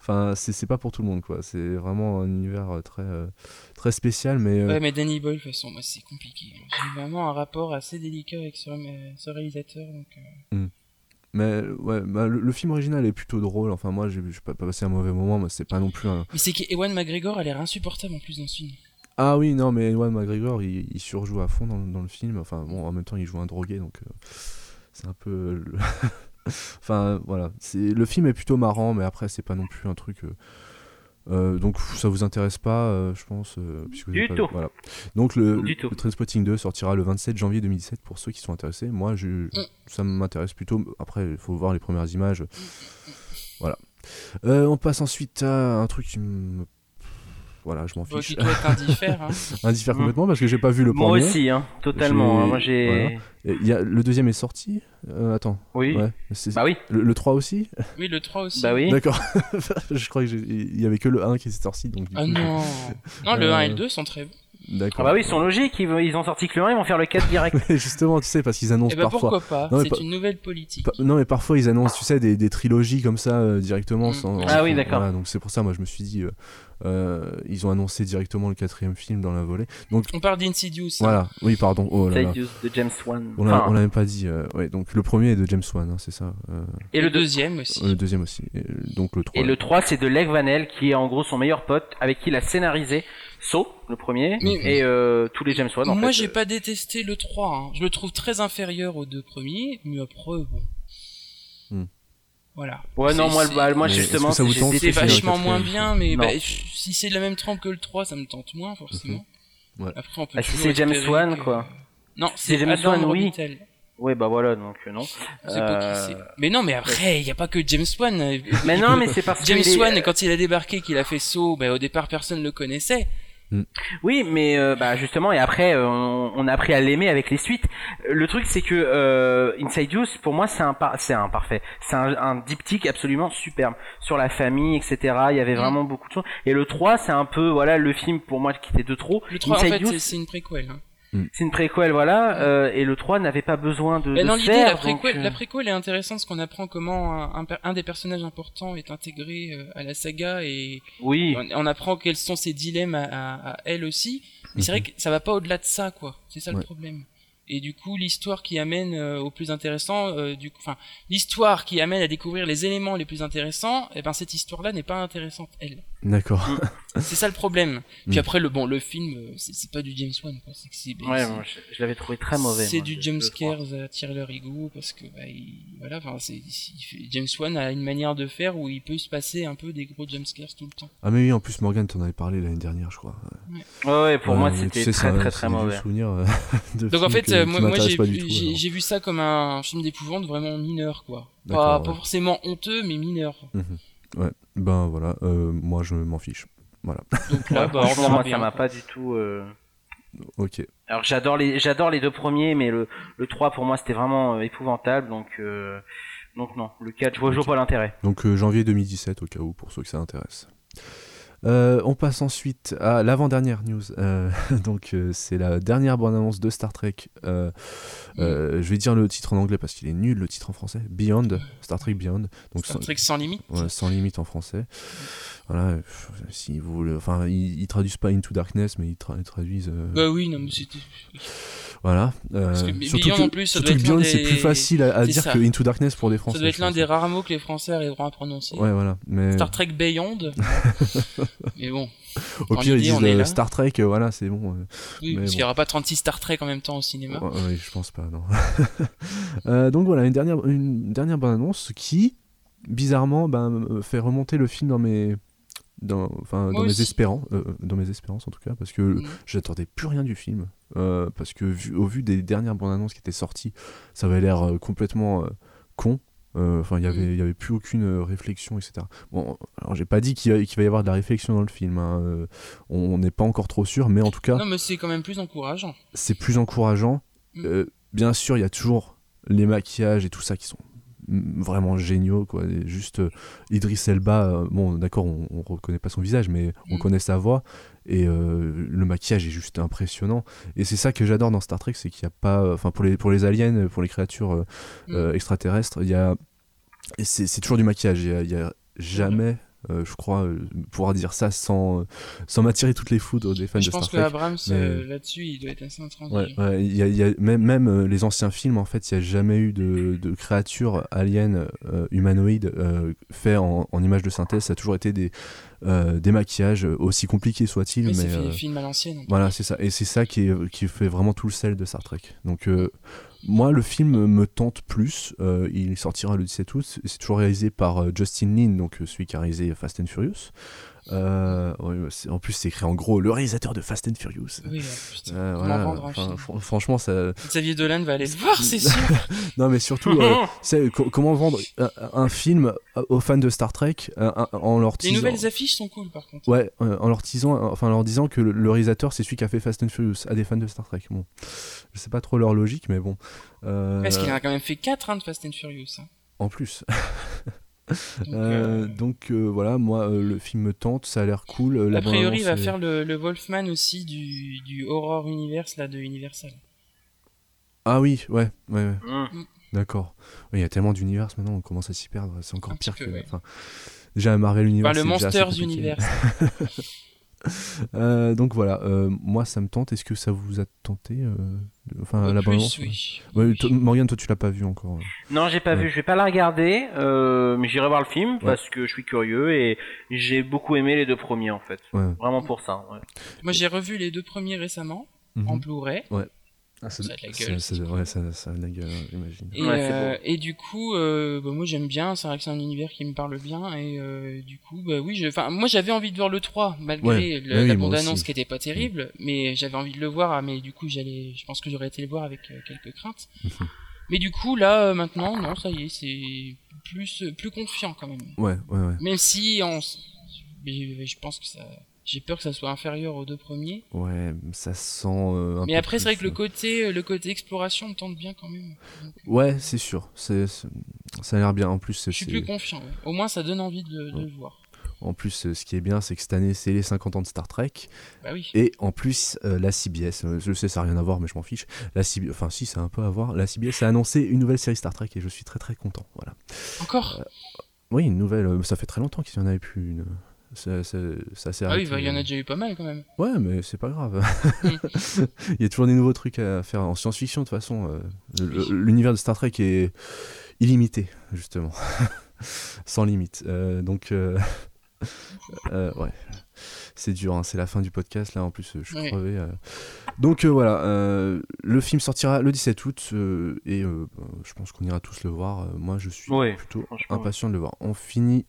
S1: Enfin, c'est c'est pas pour tout le monde, quoi. C'est vraiment un univers euh, très, euh, très spécial, mais. euh,
S2: Ouais, mais Danny Boyle, de toute façon, moi, c'est compliqué. hein. J'ai vraiment un rapport assez délicat avec ce, euh, ce réalisateur. Donc, euh,
S1: Mais ouais, bah, le, le film original est plutôt drôle. Enfin, moi, j'ai j'ai pas, pas passé un mauvais moment, mais c'est pas non plus un.
S2: Mais c'est qu'Ewan McGregor a l'air insupportable en plus dans ce film.
S1: Ah oui, non, mais Ewan McGregor, il, il surjoue à fond dans, le- dans le film. Enfin, bon, en même temps, il joue un drogué, donc euh, c'est un peu. euh, le- enfin, voilà. C'est- Le film est plutôt marrant, mais après, c'est pas non plus un truc. euh, euh, donc, pff, ça vous intéresse pas, euh, je pense. euh, puisque vous
S3: Du
S1: avez pas-
S3: tout.
S1: Voilà. Donc, le,
S3: Du
S1: le,
S3: tout.
S1: le Trainspotting 2 sortira le 27 janvier 2017 pour ceux qui sont intéressés. Moi, je, ça m'intéresse plutôt. Après, il faut voir les premières images. Voilà. Euh, on passe ensuite à un truc qui me. Voilà, je m'en
S2: Toi
S1: fiche
S2: qui dois être indifférent. Hein.
S1: indiffère
S3: Mm.
S1: complètement parce que j'ai pas vu le
S3: Moi
S1: premier.
S3: aussi, hein, totalement. hein.
S1: J'ai-
S3: Moi j'ai.
S1: voilà. Et il y a- le deuxième est sorti Euh, Attends.
S3: Oui.
S1: Ouais. C'est-
S3: Bah oui.
S1: le, le 3 aussi
S2: Oui, le 3 aussi.
S3: Bah oui.
S1: D'accord. je crois qu'il y avait que le 1 qui était sorti. Donc, du
S2: Ah
S1: coup,
S2: non. Non, le
S1: Euh,
S2: 1 et le 2 sont très bons.
S1: je- D'accord.
S3: Ah bah oui, ils sont logiques. Ils, ils ont sorti que le 1, ils vont faire le 4 direct.
S1: Justement, tu sais, parce qu'ils annoncent
S2: Et bah
S1: parfois.
S2: pourquoi pas
S1: Non, mais
S2: C'est
S1: pas-
S2: une nouvelle politique.
S1: Pa- Non mais parfois ils annoncent tu sais des, des trilogies comme ça euh, directement
S2: Mm.
S1: sans
S2: Ah
S3: oui, d'accord.
S1: voilà, donc c'est pour ça moi je me suis dit euh, euh, ils ont annoncé directement le quatrième film dans la volée donc
S2: On parle d'Insidious. hein.
S1: voilà oui pardon oh là là
S3: Sidious de James Wan.
S1: on l'a
S3: Enfin,
S1: on l'a même pas dit euh, ouais donc le premier est de James Wan hein, c'est ça euh,
S2: Et le deuxième aussi.
S1: Euh, Le deuxième aussi. Et, euh, donc le 3.
S3: Et le 3, c'est de Leg Vanel, qui est en gros son meilleur pote, avec qui il a scénarisé So, le premier,
S2: Mais-
S3: et euh, tous les James Wan. En
S2: Moi,
S3: fait.
S2: j'ai pas détesté le 3. hein. Je le trouve très inférieur aux deux premiers, mais après, bon.
S1: Hmm.
S2: Voilà.
S3: Ouais, non,
S2: C'est-
S3: moi,
S2: c'est-
S3: bah, moi
S1: Mais est-ce
S3: justement,
S1: que ça vous
S3: j'ai
S1: tente,
S2: C'est
S1: c'est
S3: détesté-
S1: vachement
S2: vachement moins
S1: quatrième.
S2: bien, mais
S3: Non.
S2: bah, si c'est de la même trempe que le 3, ça me tente moins, forcément.
S1: Mhm. Ouais.
S2: Après, on peut
S3: Ah, si
S2: toujours
S3: c'est James
S2: espérer
S3: Wan,
S2: que-
S3: quoi.
S2: Non,
S3: C'est
S2: c'est
S3: James
S2: James
S3: Wan,
S2: Wan,
S3: oui.
S2: oui.
S3: Ouais, bah voilà, donc euh, non. Euh,
S2: Mais non, mais après, il n'y a pas que James Wan. euh,
S3: Mais non, mais c'est parce que.
S2: James
S3: il est- euh,
S2: Wan, quand il a débarqué, qu'il a fait saut, bah, au départ, personne ne le connaissait.
S3: Oui, mais euh, bah justement, et après, euh, on, on a appris à l'aimer avec les suites. Euh, Le truc, c'est que euh, Inside Use, pour moi, c'est un, par- c'est un parfait. C'est un, un diptyque absolument superbe sur la famille, etc. Il y
S2: Mm.
S3: avait vraiment beaucoup de choses. Et le 3, c'est un peu, voilà, le film pour moi qui était de trop.
S2: Le 3, en
S3: Inside
S2: fait,
S3: Use,
S2: c'est- c'est une préquelle. hein.
S3: c'est une préquelle, voilà. euh, et le 3 n'avait pas besoin de.
S2: Mais Ben,
S3: de
S2: dans
S3: se
S2: l'idée,
S3: faire,
S2: la préquelle,
S3: donc, euh,
S2: la préquelle est intéressante parce qu'on apprend comment un, un per- un des personnages importants est intégré euh, à la saga et
S3: euh, Oui.
S2: on, on apprend quels sont ses dilemmes à, à- à elle aussi. Mais c'est vrai
S3: Mhm.
S2: que ça va pas au-delà de ça, quoi. C'est ça
S1: Ouais.
S2: le problème. Et du coup, l'histoire qui amène euh, au plus intéressant, euh, du coup, enfin, l'histoire eh qui amène à découvrir les éléments les plus intéressants, et ben cette histoire-là n'est pas intéressante elle.
S1: D'accord.
S2: C'est ça le problème. Puis
S1: Mm.
S2: après, le bon, le film, euh, c'est c'est pas du James Wan, quoi. C'est que c'est ben,
S3: Ouais,
S2: c'est-
S3: moi, je, je l'avais trouvé très mauvais.
S2: C'est
S3: moi,
S2: du
S3: le- le trois.
S2: jumpscare à tire leur ego parce que bah, il- voilà, enfin, c'est- il fait- James Wan a une manière de faire où il peut se passer un peu des gros jumpscares tout le temps.
S1: Ah, mais oui, en plus, Morgan, t'en avais parlé l'année dernière, je crois.
S3: Ouais, ouais, pour
S1: Ouais,
S3: moi,
S1: mais
S3: c'était
S1: tu sais,
S3: très,
S1: ça, c'est
S3: très, très
S1: des vieux
S3: mauvais.
S1: souvenirs, euh, de
S2: Donc en
S1: films
S2: fait,
S1: que-
S2: euh,
S1: qui
S2: moi, moi, j'ai
S1: m'intéressent pas du
S2: vu-
S1: tout,
S2: j'ai
S1: alors.
S2: j'ai vu ça comme un film d'épouvante vraiment mineur quoi. Pas,
S1: D'accord,
S2: pas
S1: ouais.
S2: forcément honteux mais mineur.
S1: Ouais, ben voilà, euh, moi je m'en fiche.
S2: Donc
S3: Ouais,
S2: là, bah, on
S3: franchement,
S2: verra
S3: moi,
S2: bien.
S3: ça m'a pas du tout. euh,
S1: Ok.
S3: Alors j'adore les j'adore les deux premiers, mais le le 3 pour moi c'était vraiment euh, épouvantable, donc euh, donc non, le 4 je vois, je vois pas l'intérêt.
S1: Donc euh, janvier 2017 au cas où pour ceux que ça intéresse. Euh, on passe ensuite à l'avant-dernière news. Euh, donc euh, c'est la dernière bande-annonce de Star Trek. Euh, euh, je vais dire le titre en anglais parce qu'il est nul, le titre en français. Beyond, Star Trek Beyond. Donc
S2: C'est un
S1: sans-
S2: truc sans limite.
S1: Ouais, sans limite en français. Voilà, pff, si vous voulez- enfin, ils, ils traduisent pas Into Darkness, mais ils, tra- ils traduisent. euh,
S2: Bah oui, non mais c'était
S1: Voilà. euh,
S2: Parce que Be-
S1: surtout
S2: Beyond,
S1: que,
S2: en plus, ça
S1: surtout
S2: doit
S1: que
S2: être l'un
S1: Beyond, c'est
S2: des-
S1: plus facile à, à
S2: c'est
S1: dire
S2: ça.
S1: que Into Darkness pour les Français.
S2: ça doit être
S1: je
S2: l'un
S1: pense.
S2: des rares mots que les Français arriveront à prononcer.
S1: Ouais, voilà. Mais
S2: Star Trek Beyond. mais bon,
S1: au
S2: dans
S1: pire, ils
S2: l'idée,
S1: disent
S2: on est
S1: euh,
S2: là.
S1: Star Trek, euh, voilà, c'est bon. euh,
S2: oui,
S1: Mais
S2: parce
S1: bon.
S2: qu'il y aura pas 36 Star Trek en même temps au cinéma.
S1: Ouais, ouais, je pense pas, non. Euh, donc voilà, une dernière, une dernière bonne annonce qui, bizarrement, ben, euh, fait remonter le film dans mes, dans, enfin,
S2: Moi
S1: dans mes
S2: aussi.
S1: espérances, dans mes espérances en tout cas, parce que
S2: Mm.
S1: j'attendais plus rien du film, euh, parce que vu- au vu des dernières bandes annonces qui étaient sorties, ça avait l'air euh, complètement euh, con. Euh, Enfin, il y avait, il y avait plus aucune euh, réflexion, etc. Bon, alors j'ai pas dit qu'il y a- qu'il va y avoir de la réflexion dans le film. hein, euh, on n'est pas encore trop sûr, mais en tout cas,
S2: Non mais c'est quand même plus encourageant.
S1: c'est plus encourageant.
S2: Mm.
S1: Euh, bien sûr, il y a toujours les maquillages et tout ça qui sont mm, vraiment géniaux quoi Et juste euh, Idris Elba euh, bon d'accord on, on reconnaît pas son visage mais on
S2: Mm.
S1: connaît sa voix et euh, le maquillage est juste impressionnant et c'est ça que j'adore dans Star Trek c'est qu'il y a pas euh, enfin pour les pour les aliens pour les créatures euh,
S2: Mm.
S1: euh, extraterrestres il y a et c'est c'est toujours du maquillage il y a, il y a jamais euh, je crois euh, pouvoir dire ça sans sans m'attirer toutes les foudres des fans de
S2: Je
S1: Star
S2: pense que
S1: Trek
S2: Abrams
S1: mais-
S2: euh, là-dessus, il doit être assez intransigeant.
S1: Ouais, ouais, il y a- il y a- même, même euh, les anciens films, en fait, il n'y a jamais eu de, de créatures aliens euh, humanoïdes euh, faits en, en images de synthèse. Ça a toujours été des, euh, des maquillages, euh, aussi compliqués soient-ils.
S2: Oui,
S1: mais,
S2: c'est fait
S1: euh,
S2: des films à l'ancienne.
S1: voilà, c'est ça. Et c'est ça qui, est- qui fait vraiment tout le sel de Star Trek. Donc, euh, moi, le film me tente plus. Euh, il sortira le 17 août. C'est toujours réalisé par euh, Justin Lin, donc euh, celui qui a réalisé Fast and Furious. Euh, ouais, c'est- en plus, c'est écrit en gros le réalisateur de Fast and Furious.
S2: Oui, ah, putain.
S1: Euh,
S2: Comment
S1: voilà,
S2: vendre un
S1: enfin,
S2: film
S1: fran- franchement, ça.
S2: Xavier Dolan va aller le voir, c'est sûr.
S1: Non, mais surtout, euh, c'est- co- comment vendre un, un film aux fans de Star Trek euh, un- en leur
S2: Les
S1: disant.
S2: nouvelles affiches sont cool par contre.
S1: Ouais, euh, en leur disant, enfin, en leur disant que le, le réalisateur c'est celui qui a fait Fast and Furious à des fans de Star Trek. Bon, je sais pas trop leur logique, mais bon. Euh,
S2: Parce qu'il en a quand même fait 4 hein, de Fast and Furious. hein.
S1: En plus.
S2: Donc,
S1: Euh,
S2: euh,
S1: donc euh, voilà, moi euh, le film me tente, ça a l'air cool. euh, la
S2: a priori, il va
S1: bande-annonce euh, est-
S2: faire le, le Wolfman aussi du, du Horror Universe là, de Universal.
S1: Ah oui, ouais, ouais, ouais.
S3: Hum.
S1: D'accord. Ouais, Il y a tellement d'univers maintenant, on commence à s'y perdre. C'est encore
S2: Un petit
S1: pire
S2: peu,
S1: que.
S2: ouais.
S1: enfin, déjà, un Marvel Universe.
S2: Enfin, le
S1: c'est déjà assez
S2: Monsters
S1: compliqué.
S2: Universe.
S1: Euh, donc voilà, euh, moi ça me tente. Est-ce que ça vous a tenté euh, de- Enfin, la bande-annonce,
S2: plus, oui.
S1: ouais. Ouais, toi- Morgane, toi tu l'as pas vu encore.
S3: Non, j'ai pas
S1: Ouais.
S3: vu, je vais pas la regarder, euh, mais j'irai voir le film parce que je suis curieux et j'ai beaucoup aimé les deux premiers en fait.
S1: Ouais.
S3: Vraiment pour ça. ouais.
S2: Moi, j'ai revu les deux premiers récemment en Blu-ray.
S1: Mhm. Ah,
S2: ça a de la gueule.
S1: Ça, ça- ouais, ça, ça a de la gueule, hein, j'imagine.
S2: Et,
S3: Ouais, c'est
S2: euh, et du coup, euh, bah, moi j'aime bien, c'est vrai que c'est un univers qui me parle bien, et euh, du coup, bah oui, je, enfin, moi j'avais envie de voir le 3, malgré
S1: Ouais,
S2: le-
S1: bah oui,
S2: la
S1: moi
S2: bande-annonce
S1: aussi.
S2: qui était pas terrible, mais j'avais envie de le voir, ah, mais du coup, j'allais, je pense que j'aurais été le voir avec euh, quelques craintes. mais du coup, là, euh, maintenant, non, ça y est, c'est plus, euh, plus confiant quand même.
S1: Ouais, ouais, ouais.
S2: Même si, on, s- mais je pense que ça, j'ai peur que ça soit inférieur aux deux premiers.
S1: Ouais, ça sent. euh, un
S2: Mais
S1: peu
S2: après, c'est vrai
S1: plus,
S2: que le
S1: euh,
S2: côté, le côté exploration me tente bien quand même. Donc,
S1: Ouais, c'est sûr. C'est, c'est- Ça a l'air bien. En plus, c'est-
S2: Je suis plus confiant. ouais. Au moins, ça donne envie de, de le voir.
S1: en plus, euh, ce qui est bien, c'est que cette année, c'est les 50 ans de Star Trek.
S2: Bah oui.
S1: Et en plus, euh, la CBS, euh, je sais, ça n'a rien à voir, mais je m'en fiche. La CBS, enfin, si, ça a un peu à voir. La CBS a annoncé une nouvelle série Star Trek et je suis très très content. Voilà. Euh,
S2: Encore Ah
S1: Oui, une nouvelle. euh, Ça fait très longtemps qu'il n'y en avait plus une. Ça, ça, ça s'est
S2: Ah oui,
S1: arrêté. euh.
S2: bah, il y en a déjà eu pas mal quand même.
S1: Ouais, mais c'est pas grave. il y a toujours des nouveaux trucs à faire en science-fiction, de toute façon. euh, le- le- L'univers de Star Trek est illimité, justement. Sans limite. Euh, donc, euh, Euh, ouais. C'est dur, hein, c'est la fin du podcast là en plus euh, je suis
S2: Ouais.
S1: crevé. euh. Donc euh, voilà, euh, le film sortira le 17 août euh, et euh, ben, je pense qu'on ira tous le voir. Euh, moi je suis
S3: Ouais,
S1: plutôt
S3: franchement,
S1: impatient de le voir. On finit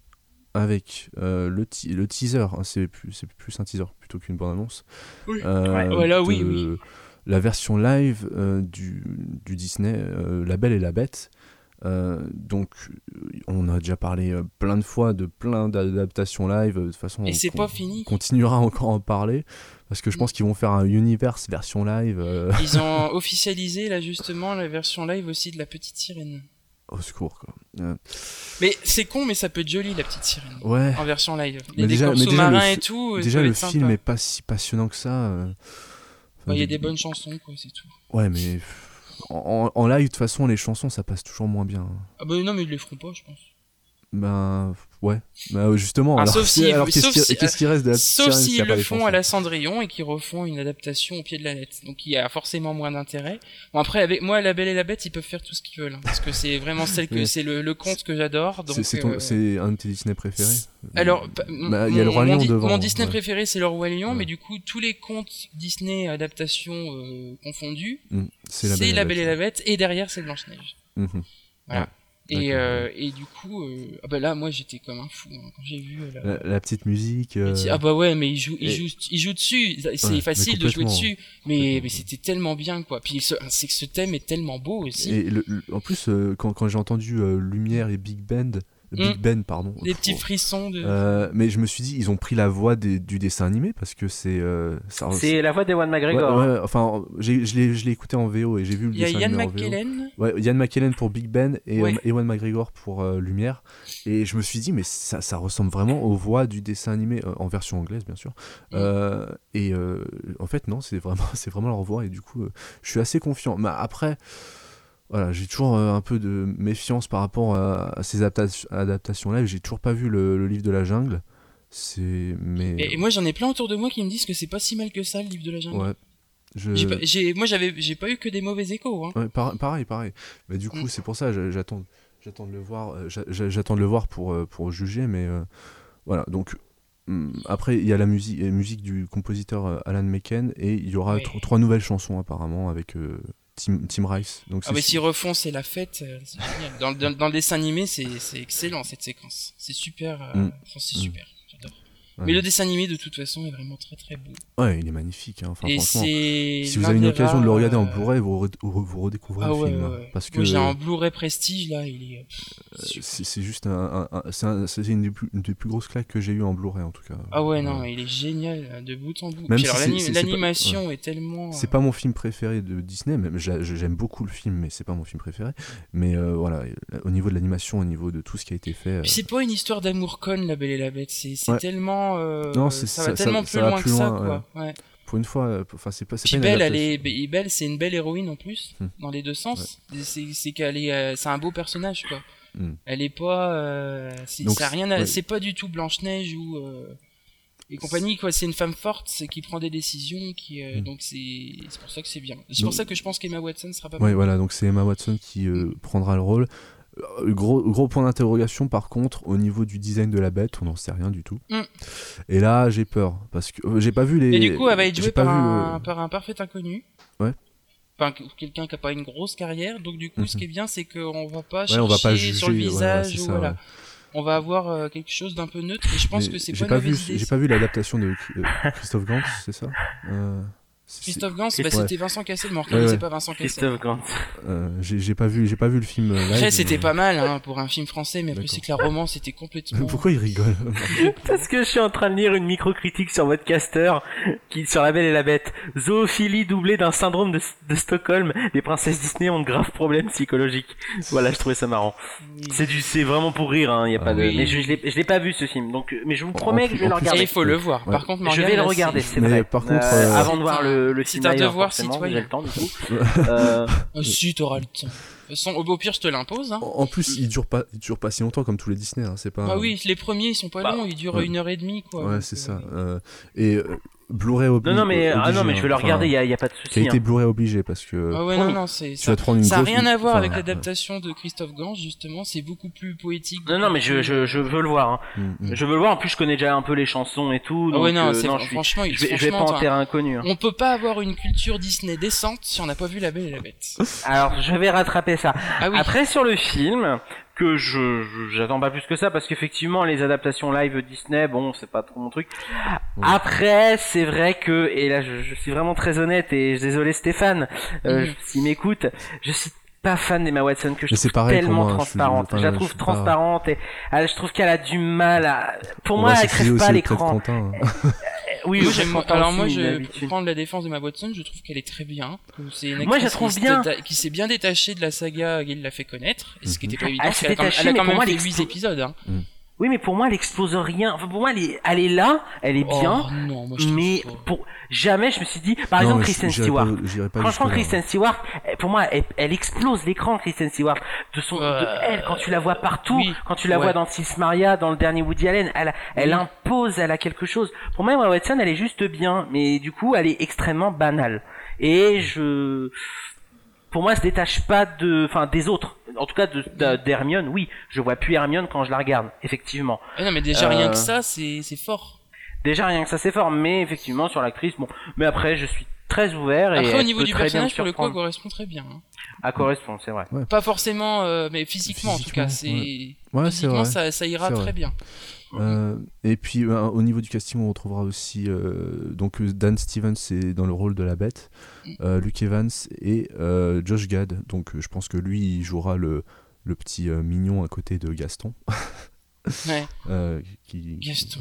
S1: avec euh, le, ti- le teaser, hein, c'est plus, c'est plus un teaser plutôt qu'une bonne annonce.
S2: Oui.
S1: Euh,
S3: Ouais.
S2: Voilà,
S1: de
S2: oui, oui.
S1: La version live euh, du, du Disney, euh, La Belle et la Bête. Euh, donc, euh, on a déjà parlé euh, plein de fois de plein d'adaptations live. euh, De toute façon,
S2: Et
S1: on-
S2: c'est
S1: qu'on-
S2: pas fini. Mm.
S1: on continuera encore à en parler parce que je pense qu'ils vont faire un universe version live. euh,
S2: Ils ont officialisé là justement la version live aussi de la petite sirène.
S1: au secours, quoi. Euh,
S2: Mais c'est con, mais ça peut être joli la petite sirène.
S1: ouais.
S2: En version live.
S1: Mais
S2: Les
S1: déjà-
S2: décors
S1: mais déjà, le
S2: sous-marins
S1: fi-
S2: et tout. euh, Ah, ça
S1: Déjà,
S2: va
S1: le
S2: être sympa.
S1: film est pas si passionnant que ça. euh.
S2: Bah, Il y a
S1: Enfin,
S2: des bonnes chansons, quoi, c'est tout.
S1: Ouais, mais pff, en, en- en live, de toute façon, les chansons, ça passe toujours moins bien.
S2: Ah bah non, mais ils le feront pas, je pense.
S1: Ben ouais, Ben, euh, justement.
S2: Ah,
S1: alors
S2: sauf si-
S1: alors, qu'est-ce
S2: sauf
S1: qui,
S2: si- euh,
S1: qu'est-ce qui reste de la petite
S2: Sauf
S1: sirène s'il y
S2: s'ils
S1: a pas
S2: le
S1: les
S2: font
S1: chansons
S2: à la Cendrillon et qu'ils refont une adaptation au pied de la lettre. Donc il y a forcément moins d'intérêt. Bon après, avec moi, La Belle et la Bête, ils peuvent faire tout ce qu'ils veulent. hein, parce que c'est vraiment celle que
S1: Oui.
S2: c'est le, le conte que j'adore. donc,
S1: C'est- C'est ton-
S2: euh,
S1: c'est un de tes Disney préférés.
S2: Alors, pa-
S1: Bah, il y a le Roi
S2: mon
S1: Lion
S2: Di-
S1: devant,
S2: Mon Disney
S1: ouais.
S2: préféré, c'est le Roi Lion,
S1: Ouais.
S2: mais du coup, tous les contes Disney adaptations euh, confondus,
S1: Mm,
S2: c'est La, Belle et la Bête, et derrière, c'est Blanche-Neige.
S1: Mhm.
S2: Voilà.
S1: Ouais,
S2: et,
S1: d'accord.
S2: euh, et du coup, euh, ah bah là, moi, j'étais comme un fou hein, quand j'ai vu. euh, la-
S1: La, la petite musique.
S2: je me dis,
S1: euh,
S2: Ah bah ouais, mais il joue, il
S1: et-
S2: joue, il joue dessus. C'est
S1: Ouais,
S2: facile
S1: mais
S2: de jouer
S1: complètement.
S2: dessus, mais,
S1: Complètement.
S2: mais c'était tellement bien quoi. Puis ce- c'est que ce thème est tellement beau aussi.
S1: Et le- le- en plus, euh, quand, quand j'ai entendu euh, Lumière et Big Band, Big Ben, pardon.
S2: Mm. Les
S1: pff,
S2: petits frissons de.
S1: euh, mais je me suis dit, ils ont pris la voix des- du dessin animé parce que c'est. euh, ça-
S3: C'est la voix d'Ewan
S1: ouais,
S3: McGregor. hein.
S1: ouais, enfin, j'ai- je l'ai je l'ai écouté en VO et j'ai vu le
S2: il y a
S1: dessin
S2: Ian
S1: animé en VO.
S2: McKellen.
S1: Ouais, Yann McKellen pour Big Ben et
S2: Ouais.
S1: euh, Ewan McGregor pour euh, Lumière. Et je me suis dit, mais ça, ça ressemble vraiment aux voix du dessin animé, euh, en version anglaise bien sûr.
S2: Mm.
S1: Euh, et euh, en fait, non, c'est vraiment, c'est vraiment leur voix. Et du coup, euh, je suis assez confiant. Mais après, voilà, j'ai toujours euh, un peu de méfiance par rapport à, à ces adapta- adaptations-là. J'ai toujours pas vu le, le livre de la jungle. C'est. Mais.
S2: Et, et moi j'en ai plein autour de moi qui me disent que c'est pas si mal que ça le livre de la jungle.
S1: ouais. Je...
S2: J'ai pas- j'ai- moi j'avais, j'ai pas eu que des mauvais échos. Hein.
S1: Ouais, par- pareil, pareil. Mais du coup,
S2: Mm.
S1: c'est pour ça, j'a- j'attends, j'attends de le voir, euh, j'a- j'a- j'attends de le voir pour euh, pour juger, mais euh, voilà. Donc hum, après, il y a la musique, la musique du compositeur euh, Alan McKen et il y aura
S2: Oui.
S1: tro- trois nouvelles chansons apparemment avec euh, Tim, Tim Rice. Donc
S2: Ah
S1: c'est-
S2: mais s'ils refont c'est la fête, euh, c'est génial. Dans, dans, dans le dessin animé c'est, c'est excellent cette séquence. C'est super, euh,
S1: Mm.
S2: enfin, c'est
S1: Mm.
S2: super. J'adore.
S1: Ouais.
S2: Mais le dessin animé de toute façon est vraiment très très beau.
S1: ouais, il est magnifique. hein. Enfin,
S2: et
S1: franchement,
S2: c'est.
S1: si vous
S2: l'un
S1: avez une
S2: des
S1: occasion de le
S2: rares,
S1: regarder en
S2: euh,
S1: Blu-ray, vous, re- vous vous redécouvrez
S2: Ah
S1: le
S2: ouais,
S1: film,
S2: ouais,
S1: hein.
S2: ouais.
S1: parce que
S2: Moi, j'ai un Blu-ray Prestige là, il est. pff,
S1: euh,
S2: super.
S1: c'est c'est juste un, un- un- c'est un- c'est une, des plus, une des plus grosses claques que j'ai eu en Blu-ray en tout cas.
S2: Ah ouais,
S1: Voilà.
S2: non, il est génial là, de bout en bout.
S1: Même si
S2: Puis alors
S1: c'est-
S2: l'ani-
S1: c'est- c'est pas-
S2: l'animation est tellement.
S1: C'est
S2: euh,
S1: pas mon film préféré de Disney, même je la- je- j'aime beaucoup le film, mais c'est pas mon film préféré. Mais euh, voilà, euh, au niveau de l'animation, au niveau de tout ce qui a été fait, euh,
S2: Puis c'est pas une histoire d'amour con, la Belle et la Bête. C'est c'est
S1: Ouais.
S2: tellement. euh,
S1: Non, c'est-
S2: ça
S1: ça-
S2: va
S1: ça-
S2: tellement
S1: ça
S2: plus
S1: va
S2: loin
S1: plus
S2: que ça,
S1: loin,
S2: quoi. Ouais.
S1: pour une fois, euh, enfin c'est pas, c'est
S2: Puis
S1: pas une
S2: Belle, elle
S1: adaptation.
S2: est, Be- Belle, c'est une belle héroïne en plus,
S1: Hmm.
S2: dans les deux sens. C'est c'est qu'elle est, euh, c'est un beau personnage quoi.
S1: Hmm.
S2: Elle est pas, euh, c'est
S1: Donc,
S2: ça a rien, à-
S1: ouais.
S2: c'est pas du tout Blanche Neige ou euh, et compagnie quoi. C'est une femme forte, c'est qui prend des décisions, qui euh,
S1: Hmm.
S2: donc c'est, c'est pour ça que c'est bien. C'est
S1: Donc-
S2: pour ça que je pense qu'Emma Watson sera pas.
S1: Ouais,
S2: mal.
S1: voilà, donc c'est Emma Watson qui euh, prendra le rôle. Euh, Gros, gros point d'interrogation par contre au niveau du design de la bête on n'en sait rien du tout
S2: Mm.
S1: et là j'ai peur parce que euh, j'ai pas vu les
S2: Et du coup, elle va être
S1: j'ai
S2: jouée
S1: pas
S2: par,
S1: vu,
S2: un,
S1: euh,
S2: par un parfait inconnu.
S1: Ouais.
S2: Enfin, que- quelqu'un qui a pas une grosse carrière. Donc du coup, ce
S1: Mhm.
S2: qui est bien, c'est qu'on va pas
S1: ouais,
S2: chercher
S1: on va pas juger
S2: sur le
S1: ouais, voilà,
S2: visage
S1: c'est
S2: ou
S1: ça,
S2: voilà.
S1: ouais.
S2: On va avoir euh, quelque chose d'un peu neutre. Et je pense
S1: Mais
S2: que c'est
S1: j'ai
S2: pas,
S1: pas
S2: une
S1: vu
S2: mauvaise idée.
S1: j'ai pas vu l'adaptation de euh, Christophe Gans c'est ça Euh, c'est-
S2: Christophe Gans, bah,
S3: Ouais.
S2: c'était Vincent Cassel, mais on
S1: Ouais,
S2: reconnaît,
S1: ouais.
S2: c'est pas Vincent Cassel.
S3: Christophe Gantz.
S1: Euh, j'ai j'ai pas vu j'ai pas vu le film euh, live,
S2: Après, c'était
S1: mais-
S2: pas mal hein, pour un film français, mais après,
S1: D'accord.
S2: c'est que la romance était complètement.
S1: pourquoi il rigole
S3: Parce que je suis en train de lire une micro-critique sur votre caster qui sur La Belle et la Bête. Zoophilie doublée d'un syndrome de, de Stockholm. Les princesses Disney ont de graves problèmes psychologiques. Voilà, je trouvais ça marrant.
S2: Oui.
S3: C'est du, c'est vraiment pour rire. Hein, y a
S1: Ah
S3: pas de.
S2: oui.
S3: Mais je, je l'ai, je l'ai pas vu ce film. Donc, euh, mais je vous promets que je vais
S1: en
S3: le
S1: plus-
S2: Et
S3: regarder.
S2: il faut le voir.
S1: Ouais.
S2: Par contre,
S3: Je
S2: Morgane,
S3: vais le
S2: là,
S3: regarder,
S2: c'est-
S3: c'est
S1: Mais
S3: vrai.
S1: par contre,
S3: Euh,
S1: euh,
S3: avant de voir le, le
S2: C'est
S3: film,
S2: un
S3: d'ailleurs,
S2: devoir
S3: forcément,
S2: citoyen.
S3: j'ai le temps du coup. Euh,
S2: Ah, si, t'auras le temps. De toute façon, au beau pire, je te l'impose. Hein.
S1: En en plus, il dure pas, il dure pas si longtemps comme tous les
S2: Bah
S1: Disney. hein, c'est pas.
S2: Ah oui, les premiers, ils sont pas
S3: Bah,
S2: longs, ils durent
S1: ouais.
S2: une heure et demie, quoi.
S1: Ouais,
S2: Donc,
S1: c'est
S2: euh,
S1: ça. euh, et euh, Blu-ray obli- obligé.
S3: Non, non, mais, ah, non, mais je vais le
S1: hein.
S3: regarder, il
S1: Enfin,
S3: n'y a, y a pas de souci.
S1: Qualité
S3: hein.
S1: Blu-ray obligé parce que
S2: Ah ouais,
S3: Oui.
S2: non, non, c'est
S1: Euh, tu
S2: ça.
S1: vas te prendre une
S2: Ça n'a
S1: grosse-
S2: rien à voir
S1: enfin, euh,
S2: avec l'adaptation de Christophe Gange, justement, c'est beaucoup plus poétique.
S3: Non, non, mais je, je, je veux le voir. hein.
S1: mm, mm.
S3: Je veux le voir. En plus, je connais déjà un peu les chansons et tout.
S2: Ah
S3: Donc,
S2: ouais, non,
S3: euh,
S2: c'est
S3: je, suis-
S2: franchement, il-
S3: je vais, je vais pas
S2: franchement,
S3: en
S2: enfin,
S3: terrain inconnu. hein.
S2: on peut pas avoir une culture Disney décente si on n'a pas vu La Belle et la Bête.
S3: Alors, je vais rattraper ça.
S2: Ah oui.
S3: Après, sur le film, que je je- j'attends pas plus que ça, parce qu'effectivement, les adaptations live Disney, bon, c'est pas trop mon truc.
S1: Ouais.
S3: Après, c'est vrai que, et là, je, je suis vraiment très honnête, et désolé Stéphane, euh,
S2: Mhm.
S3: je- s'il m'écoute, je suis pas fan d'Emma Watson que je
S1: Mais c'est
S3: trouve
S1: pareil pour
S3: tellement
S1: moi, hein, je suis-
S3: transparente.
S1: enfin,
S3: je la
S1: je
S3: trouve
S1: suis pas-
S3: transparente et ah, je trouve qu'elle a du mal à. Pour
S1: On
S3: moi,
S1: va
S3: elle
S1: s'excuser
S3: crève
S1: aussi
S3: pas à
S1: auprès de
S3: l'écran.
S1: Quentin, hein.
S3: Oui,
S2: Moi,
S3: oui,
S2: j'aime-
S3: je comprends
S2: alors
S3: aussi,
S2: moi,
S3: une
S2: je
S3: habitude.
S2: pour prendre la défense de ma Watson, je trouve qu'elle est très bien. C'est une
S3: Moi, je
S2: actrice
S3: trouve
S2: qui se
S3: bien.
S2: déta- qui s'est bien détachée de la saga qui l'a fait connaître, et ce qui
S1: Mhm.
S2: n'était pas évident.
S3: Elle
S2: parce
S3: s'est
S2: qu'elle a quand même-
S3: détachée,
S2: elle a
S3: mais
S2: quand
S3: pour
S2: même
S3: moi,
S2: fait
S3: elle
S2: 8
S3: explose-
S2: épisodes. Hein.
S3: Oui, mais pour moi, elle explose rien. Enfin, pour moi, elle est, elle est là, elle est Eh bien.
S2: Oh, non, moi, je trouve
S3: mais
S2: pas.
S3: pour jamais je me suis dit par
S1: Non,
S3: exemple
S1: mais
S3: Kristen
S1: j'irai
S3: Stewart
S1: pas- j'irai pas
S3: franchement
S1: jusque-là.
S3: Kristen Stewart eh, pour moi elle, elle explose l'écran Kristen Stewart de son de
S2: Euh,
S3: elle quand tu la vois partout
S2: oui,
S3: quand tu la
S2: ouais.
S3: vois dans Six Maria dans le dernier Woody Allen elle elle
S2: Oui.
S3: impose elle a quelque chose pour moi Emma Watson elle est juste bien mais du coup elle est extrêmement banale et je pour moi, elle se détache pas de, enfin, des autres. En tout cas, de- de- d'Hermione, oui. Je vois plus Hermione quand je la regarde, effectivement.
S2: Ah non, mais déjà, rien
S3: Euh,
S2: que ça, c'est c'est fort.
S3: Déjà rien que ça c'est fort, mais effectivement sur l'actrice, bon. Mais après je suis très ouvert et
S2: Après, au
S3: elle
S2: niveau
S3: peut
S2: du
S3: très bien me
S2: personnage, pour le coup, elle
S3: surprendre.
S2: correspond très bien. hein.
S3: Elle correspond, c'est vrai.
S2: Pas forcément, euh, mais physiquement, en tout cas. C'est
S1: Physiquement, Ouais, c'est
S2: physiquement,
S1: vrai.
S2: ça, ça ira
S1: C'est vrai.
S2: très bien.
S1: Euh, et puis euh, au niveau du casting, on retrouvera aussi euh, donc euh, Dan Stevens c'est dans le rôle de la bête,
S2: Mm.
S1: euh, Luke Evans et euh, Josh Gad. Donc euh, je pense que lui il jouera le, le petit euh, mignon à côté de Gaston.
S2: Ouais.
S1: Euh, qui...
S2: Gaston.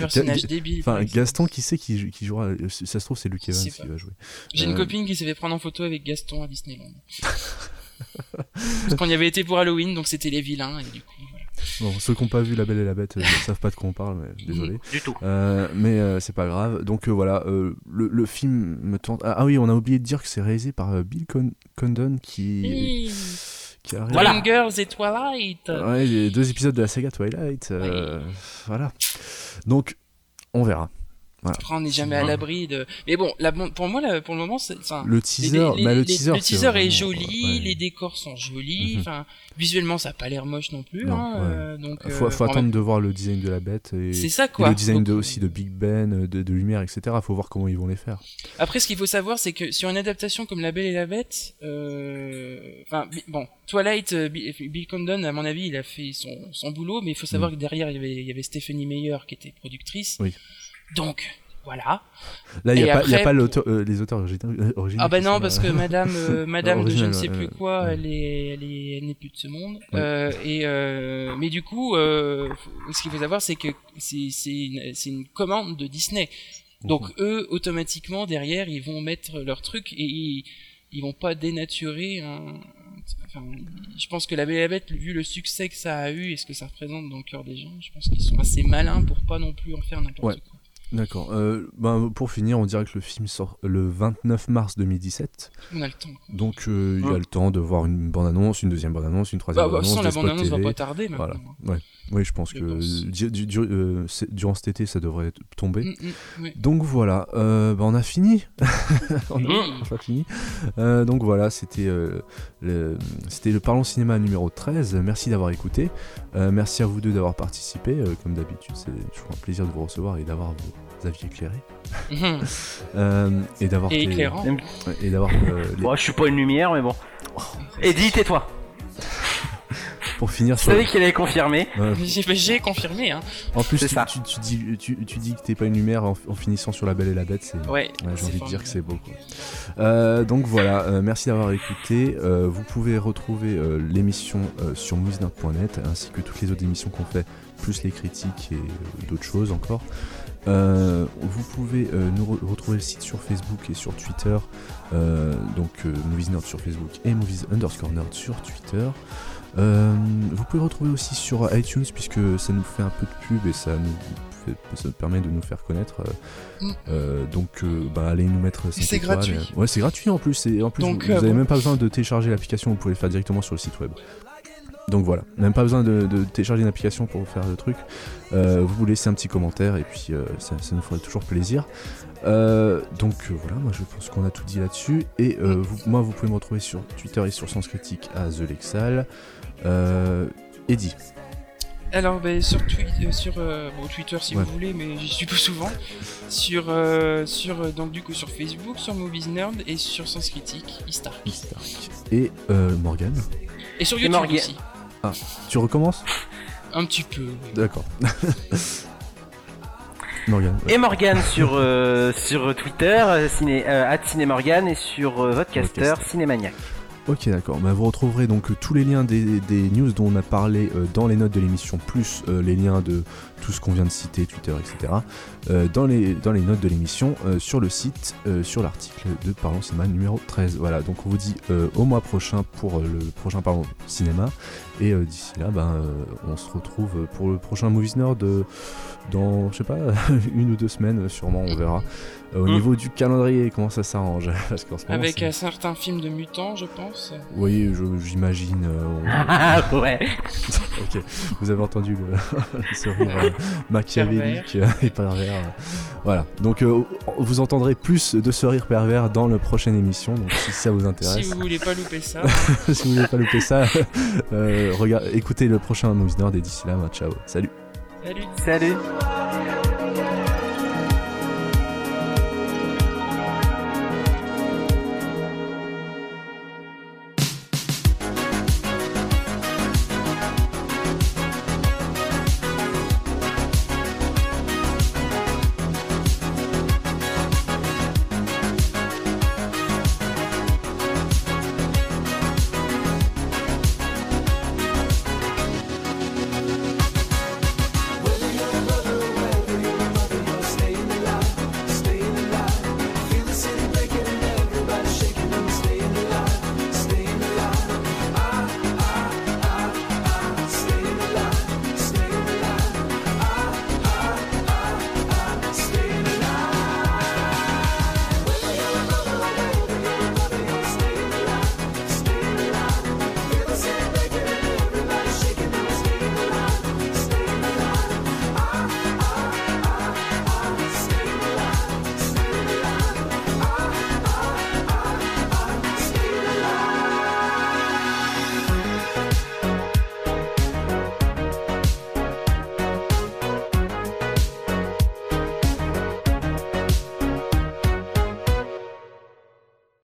S2: Personnage débile.
S1: Enfin
S2: par exemple.
S1: Gaston, qui sait qui, qui jouera euh, Ça se trouve c'est Luke
S2: Je
S1: Evans
S2: sais
S1: qui
S2: pas.
S1: va jouer.
S2: J'ai
S1: Euh,
S2: une copine qui s'est fait prendre en photo avec Gaston à Disneyland. Parce qu'on y avait été pour Halloween, donc c'était les vilains, et du coup, voilà.
S1: Bon, ceux qui n'ont pas vu La Belle et la Bête euh, ne savent pas de quoi on parle, mais désolé.
S3: Du tout.
S1: Euh, mais euh, c'est pas grave. Donc euh, voilà, euh, le, le film me tente. Ah, ah oui, on a oublié de dire que c'est réalisé par euh, Bill Con- Condon qui,
S2: Mmh.
S1: qui a réalisé
S3: Voilà.
S2: Dream Girls et Twilight.
S1: Ouais, les deux épisodes de la saga Twilight. euh, Voilà. Donc on verra.
S2: Après, on n'est jamais à
S1: Ouais.
S2: l'abri de. Mais bon, la, bon- pour moi, la- pour le moment, c'est. enfin,
S1: Le
S2: les-
S1: teaser,
S2: les-
S1: bah, le
S2: les-
S1: teaser,
S2: le
S1: c'est
S2: teaser est
S1: vraiment,
S2: joli,
S1: ouais.
S2: les décors sont jolis.
S1: Mhm.
S2: Enfin, visuellement, ça a pas l'air moche non plus.
S1: Non,
S2: hein,
S1: ouais.
S2: euh, donc,
S1: Faut,
S2: euh,
S1: faut
S2: en
S1: attendre de voir le design de la bête et,
S2: même- C'est ça
S1: et
S2: quoi.
S1: le design de,
S2: Donc,
S1: aussi de Big Ben, de, de lumière, etc. Faut voir comment ils vont les faire.
S2: Après, ce qu'il faut savoir, c'est que sur une adaptation comme La Belle et la Bête, euh... enfin, bi- bon, Twilight, euh, Bi- Bill Condon, à mon avis, il a fait son, son boulot, mais il faut savoir que derrière, il y avait, il y avait Stephanie Meyer qui était productrice.
S1: Oui.
S2: Donc, voilà.
S1: Là, il n'y
S2: Et
S1: a, pas- il y a
S2: après,
S1: pas
S2: pour-
S1: l'auteur- euh, les auteurs origina- euh, originaux.
S2: Ah bah
S1: qui
S2: non,
S1: sont
S2: parce
S1: là.
S2: que Madame, euh, Madame de je ne
S1: Original,
S2: sais
S1: ouais,
S2: plus
S1: ouais,
S2: quoi,
S1: ouais.
S2: elle est, elle est, elle n'est plus de ce monde.
S1: Ouais.
S2: Euh, et euh, mais du coup, euh, faut- ce qu'il faut savoir, c'est que c'est c'est une, c'est une commande de Disney. Donc eux, automatiquement derrière, ils vont mettre leur truc et ils, ils vont pas dénaturer. un- Enfin, je pense que la Belle et la Bête, vu le succès que ça a eu et ce que ça représente dans le cœur des gens, je pense qu'ils sont assez malins pour pas non plus en faire n'importe
S1: Ouais.
S2: quoi.
S1: D'accord. Euh, ben, pour finir, on dirait que le film sort le 29 mars 2017.
S2: On a le temps.
S1: Donc euh, il y
S3: Ouais.
S1: a le temps de voir une bande-annonce, une deuxième bande-annonce, une troisième
S2: Hum. Bah, bah,
S1: bande-annonce,
S2: sans
S1: des
S2: la
S1: spots
S2: bande-annonce va
S1: TV.
S2: pas tarder maintenant.
S1: Voilà. Ouais. Oui, je pense
S2: Je
S1: que
S2: pense.
S1: du- du- du- euh, c'est- durant cet été, ça devrait t- tomber.
S2: Mm, mm, ouais.
S1: Donc voilà, euh, bah, on a fini. on, a,
S2: Oui.
S1: on a fini. Euh, donc voilà, c'était euh, le, c'était le Parlons Cinéma numéro 13. Merci d'avoir écouté. Euh, merci à vous deux d'avoir participé. Euh, comme d'habitude, c'est toujours un plaisir de vous recevoir et d'avoir vos avis éclairés.
S2: mm.
S1: Euh, et d'avoir
S2: Et
S1: tes-
S2: éclairant.
S1: Et d'avoir euh, les-
S3: Bon, je suis pas une lumière, mais bon. Eddie, tais-toi.
S1: pour finir
S3: Je
S1: sur.
S3: savais qu'il allait confirmer.
S1: Ouais,
S2: J'ai bah, j'ai confirmé, hein.
S1: En plus,
S3: C'est
S1: tu,
S3: ça.
S1: tu- tu dis, tu, tu dis que t'es pas une lumière en, en finissant sur la belle et la bête, c'est.
S2: Ouais,
S1: Ouais,
S2: c'est
S1: j'ai envie de dire
S2: formidable.
S1: que c'est beau. quoi. Euh, donc voilà, euh, merci d'avoir écouté. Euh, vous pouvez retrouver euh, l'émission euh, sur moviesnerd.net ainsi que toutes les autres émissions qu'on fait, plus les critiques et euh, d'autres choses encore. Euh, vous pouvez euh, nous re- retrouver le site sur Facebook et sur Twitter. Euh, donc euh, Movies Nerd sur Facebook et Movies underscore Nerd sur Twitter. Euh, vous pouvez retrouver aussi sur iTunes puisque ça nous fait un peu de pub et ça nous fait- ça nous permet de nous faire connaître. euh,
S2: Mm.
S1: euh, donc euh, bah, allez nous mettre cinq
S2: C'est
S1: étoiles.
S2: gratuit.
S1: Ouais, c'est gratuit en plus. Et en plus,
S2: Donc,
S1: vous
S2: euh,
S1: n'avez
S2: bon.
S1: même pas besoin de télécharger l'application, vous pouvez le faire directement sur le site web. Donc voilà, même pas besoin de, de télécharger une application pour faire le truc. Euh, vous vous laissez un petit commentaire et puis euh, ça, ça nous fera toujours plaisir. Euh, donc euh, voilà, moi je pense qu'on a tout dit là-dessus. Et euh, vous- moi, vous pouvez me retrouver sur Twitter et sur Sens Critique à The Lexal. Euh, Eddy,
S2: Alors, ben, sur, Twi- euh, sur euh, bon, Twitter si
S1: Ouais.
S2: vous voulez, mais j'y suis pas souvent. Sur, euh, sur, euh, donc, du coup, sur Facebook, sur Movies Nerd et sur Sens Critique, Istar.
S1: et euh, Morgan.
S2: Et sur YouTube
S3: Morgan.
S2: aussi.
S1: Tu recommences
S2: Un petit peu. oui.
S1: D'accord. Morgan.
S3: Et Morgan sur euh, sur Twitter, euh, ciné, euh, at cinémorgan et sur euh, Vodcaster,
S1: Vodcaster.
S3: Cinémaniac.
S1: Ok, d'accord. Bah, vous retrouverez donc euh, tous les liens des, des news dont on a parlé euh, dans les notes de l'émission, plus euh, les liens de tout ce qu'on vient de citer, Twitter, etc. euh, dans, les, dans les notes de l'émission, euh, sur le site, euh, sur l'article de Parlons Cinéma numéro 13. Voilà, donc on vous dit euh, au mois prochain pour euh, le prochain Parlons Cinéma. Et euh, d'ici là, ben, euh, on se retrouve pour le prochain Movies Nord euh, dans, je sais pas, une ou deux semaines, sûrement, on verra. Euh, au
S3: Mm.
S1: niveau du calendrier, comment ça s'arrange Parce qu'en ce moment,
S2: Avec
S1: c'est-
S2: un certain film de mutants, je pense.
S1: oui, je- j'imagine. euh,
S3: Ah ouais.
S1: on- ok, vous avez entendu le, le sourire euh, machiavélique et pervers. euh. Voilà. Donc, euh, vous entendrez plus de ce rire pervers dans la prochaine émission. Donc, si ça vous
S2: Si
S1: intéresse,
S2: vous voulez pas louper ça.
S1: si vous voulez pas louper ça, euh, regard- écoutez le prochain Movies Nord et d'ici là, ben, ciao. Salut.
S2: Salut.
S3: Salut.
S4: Thank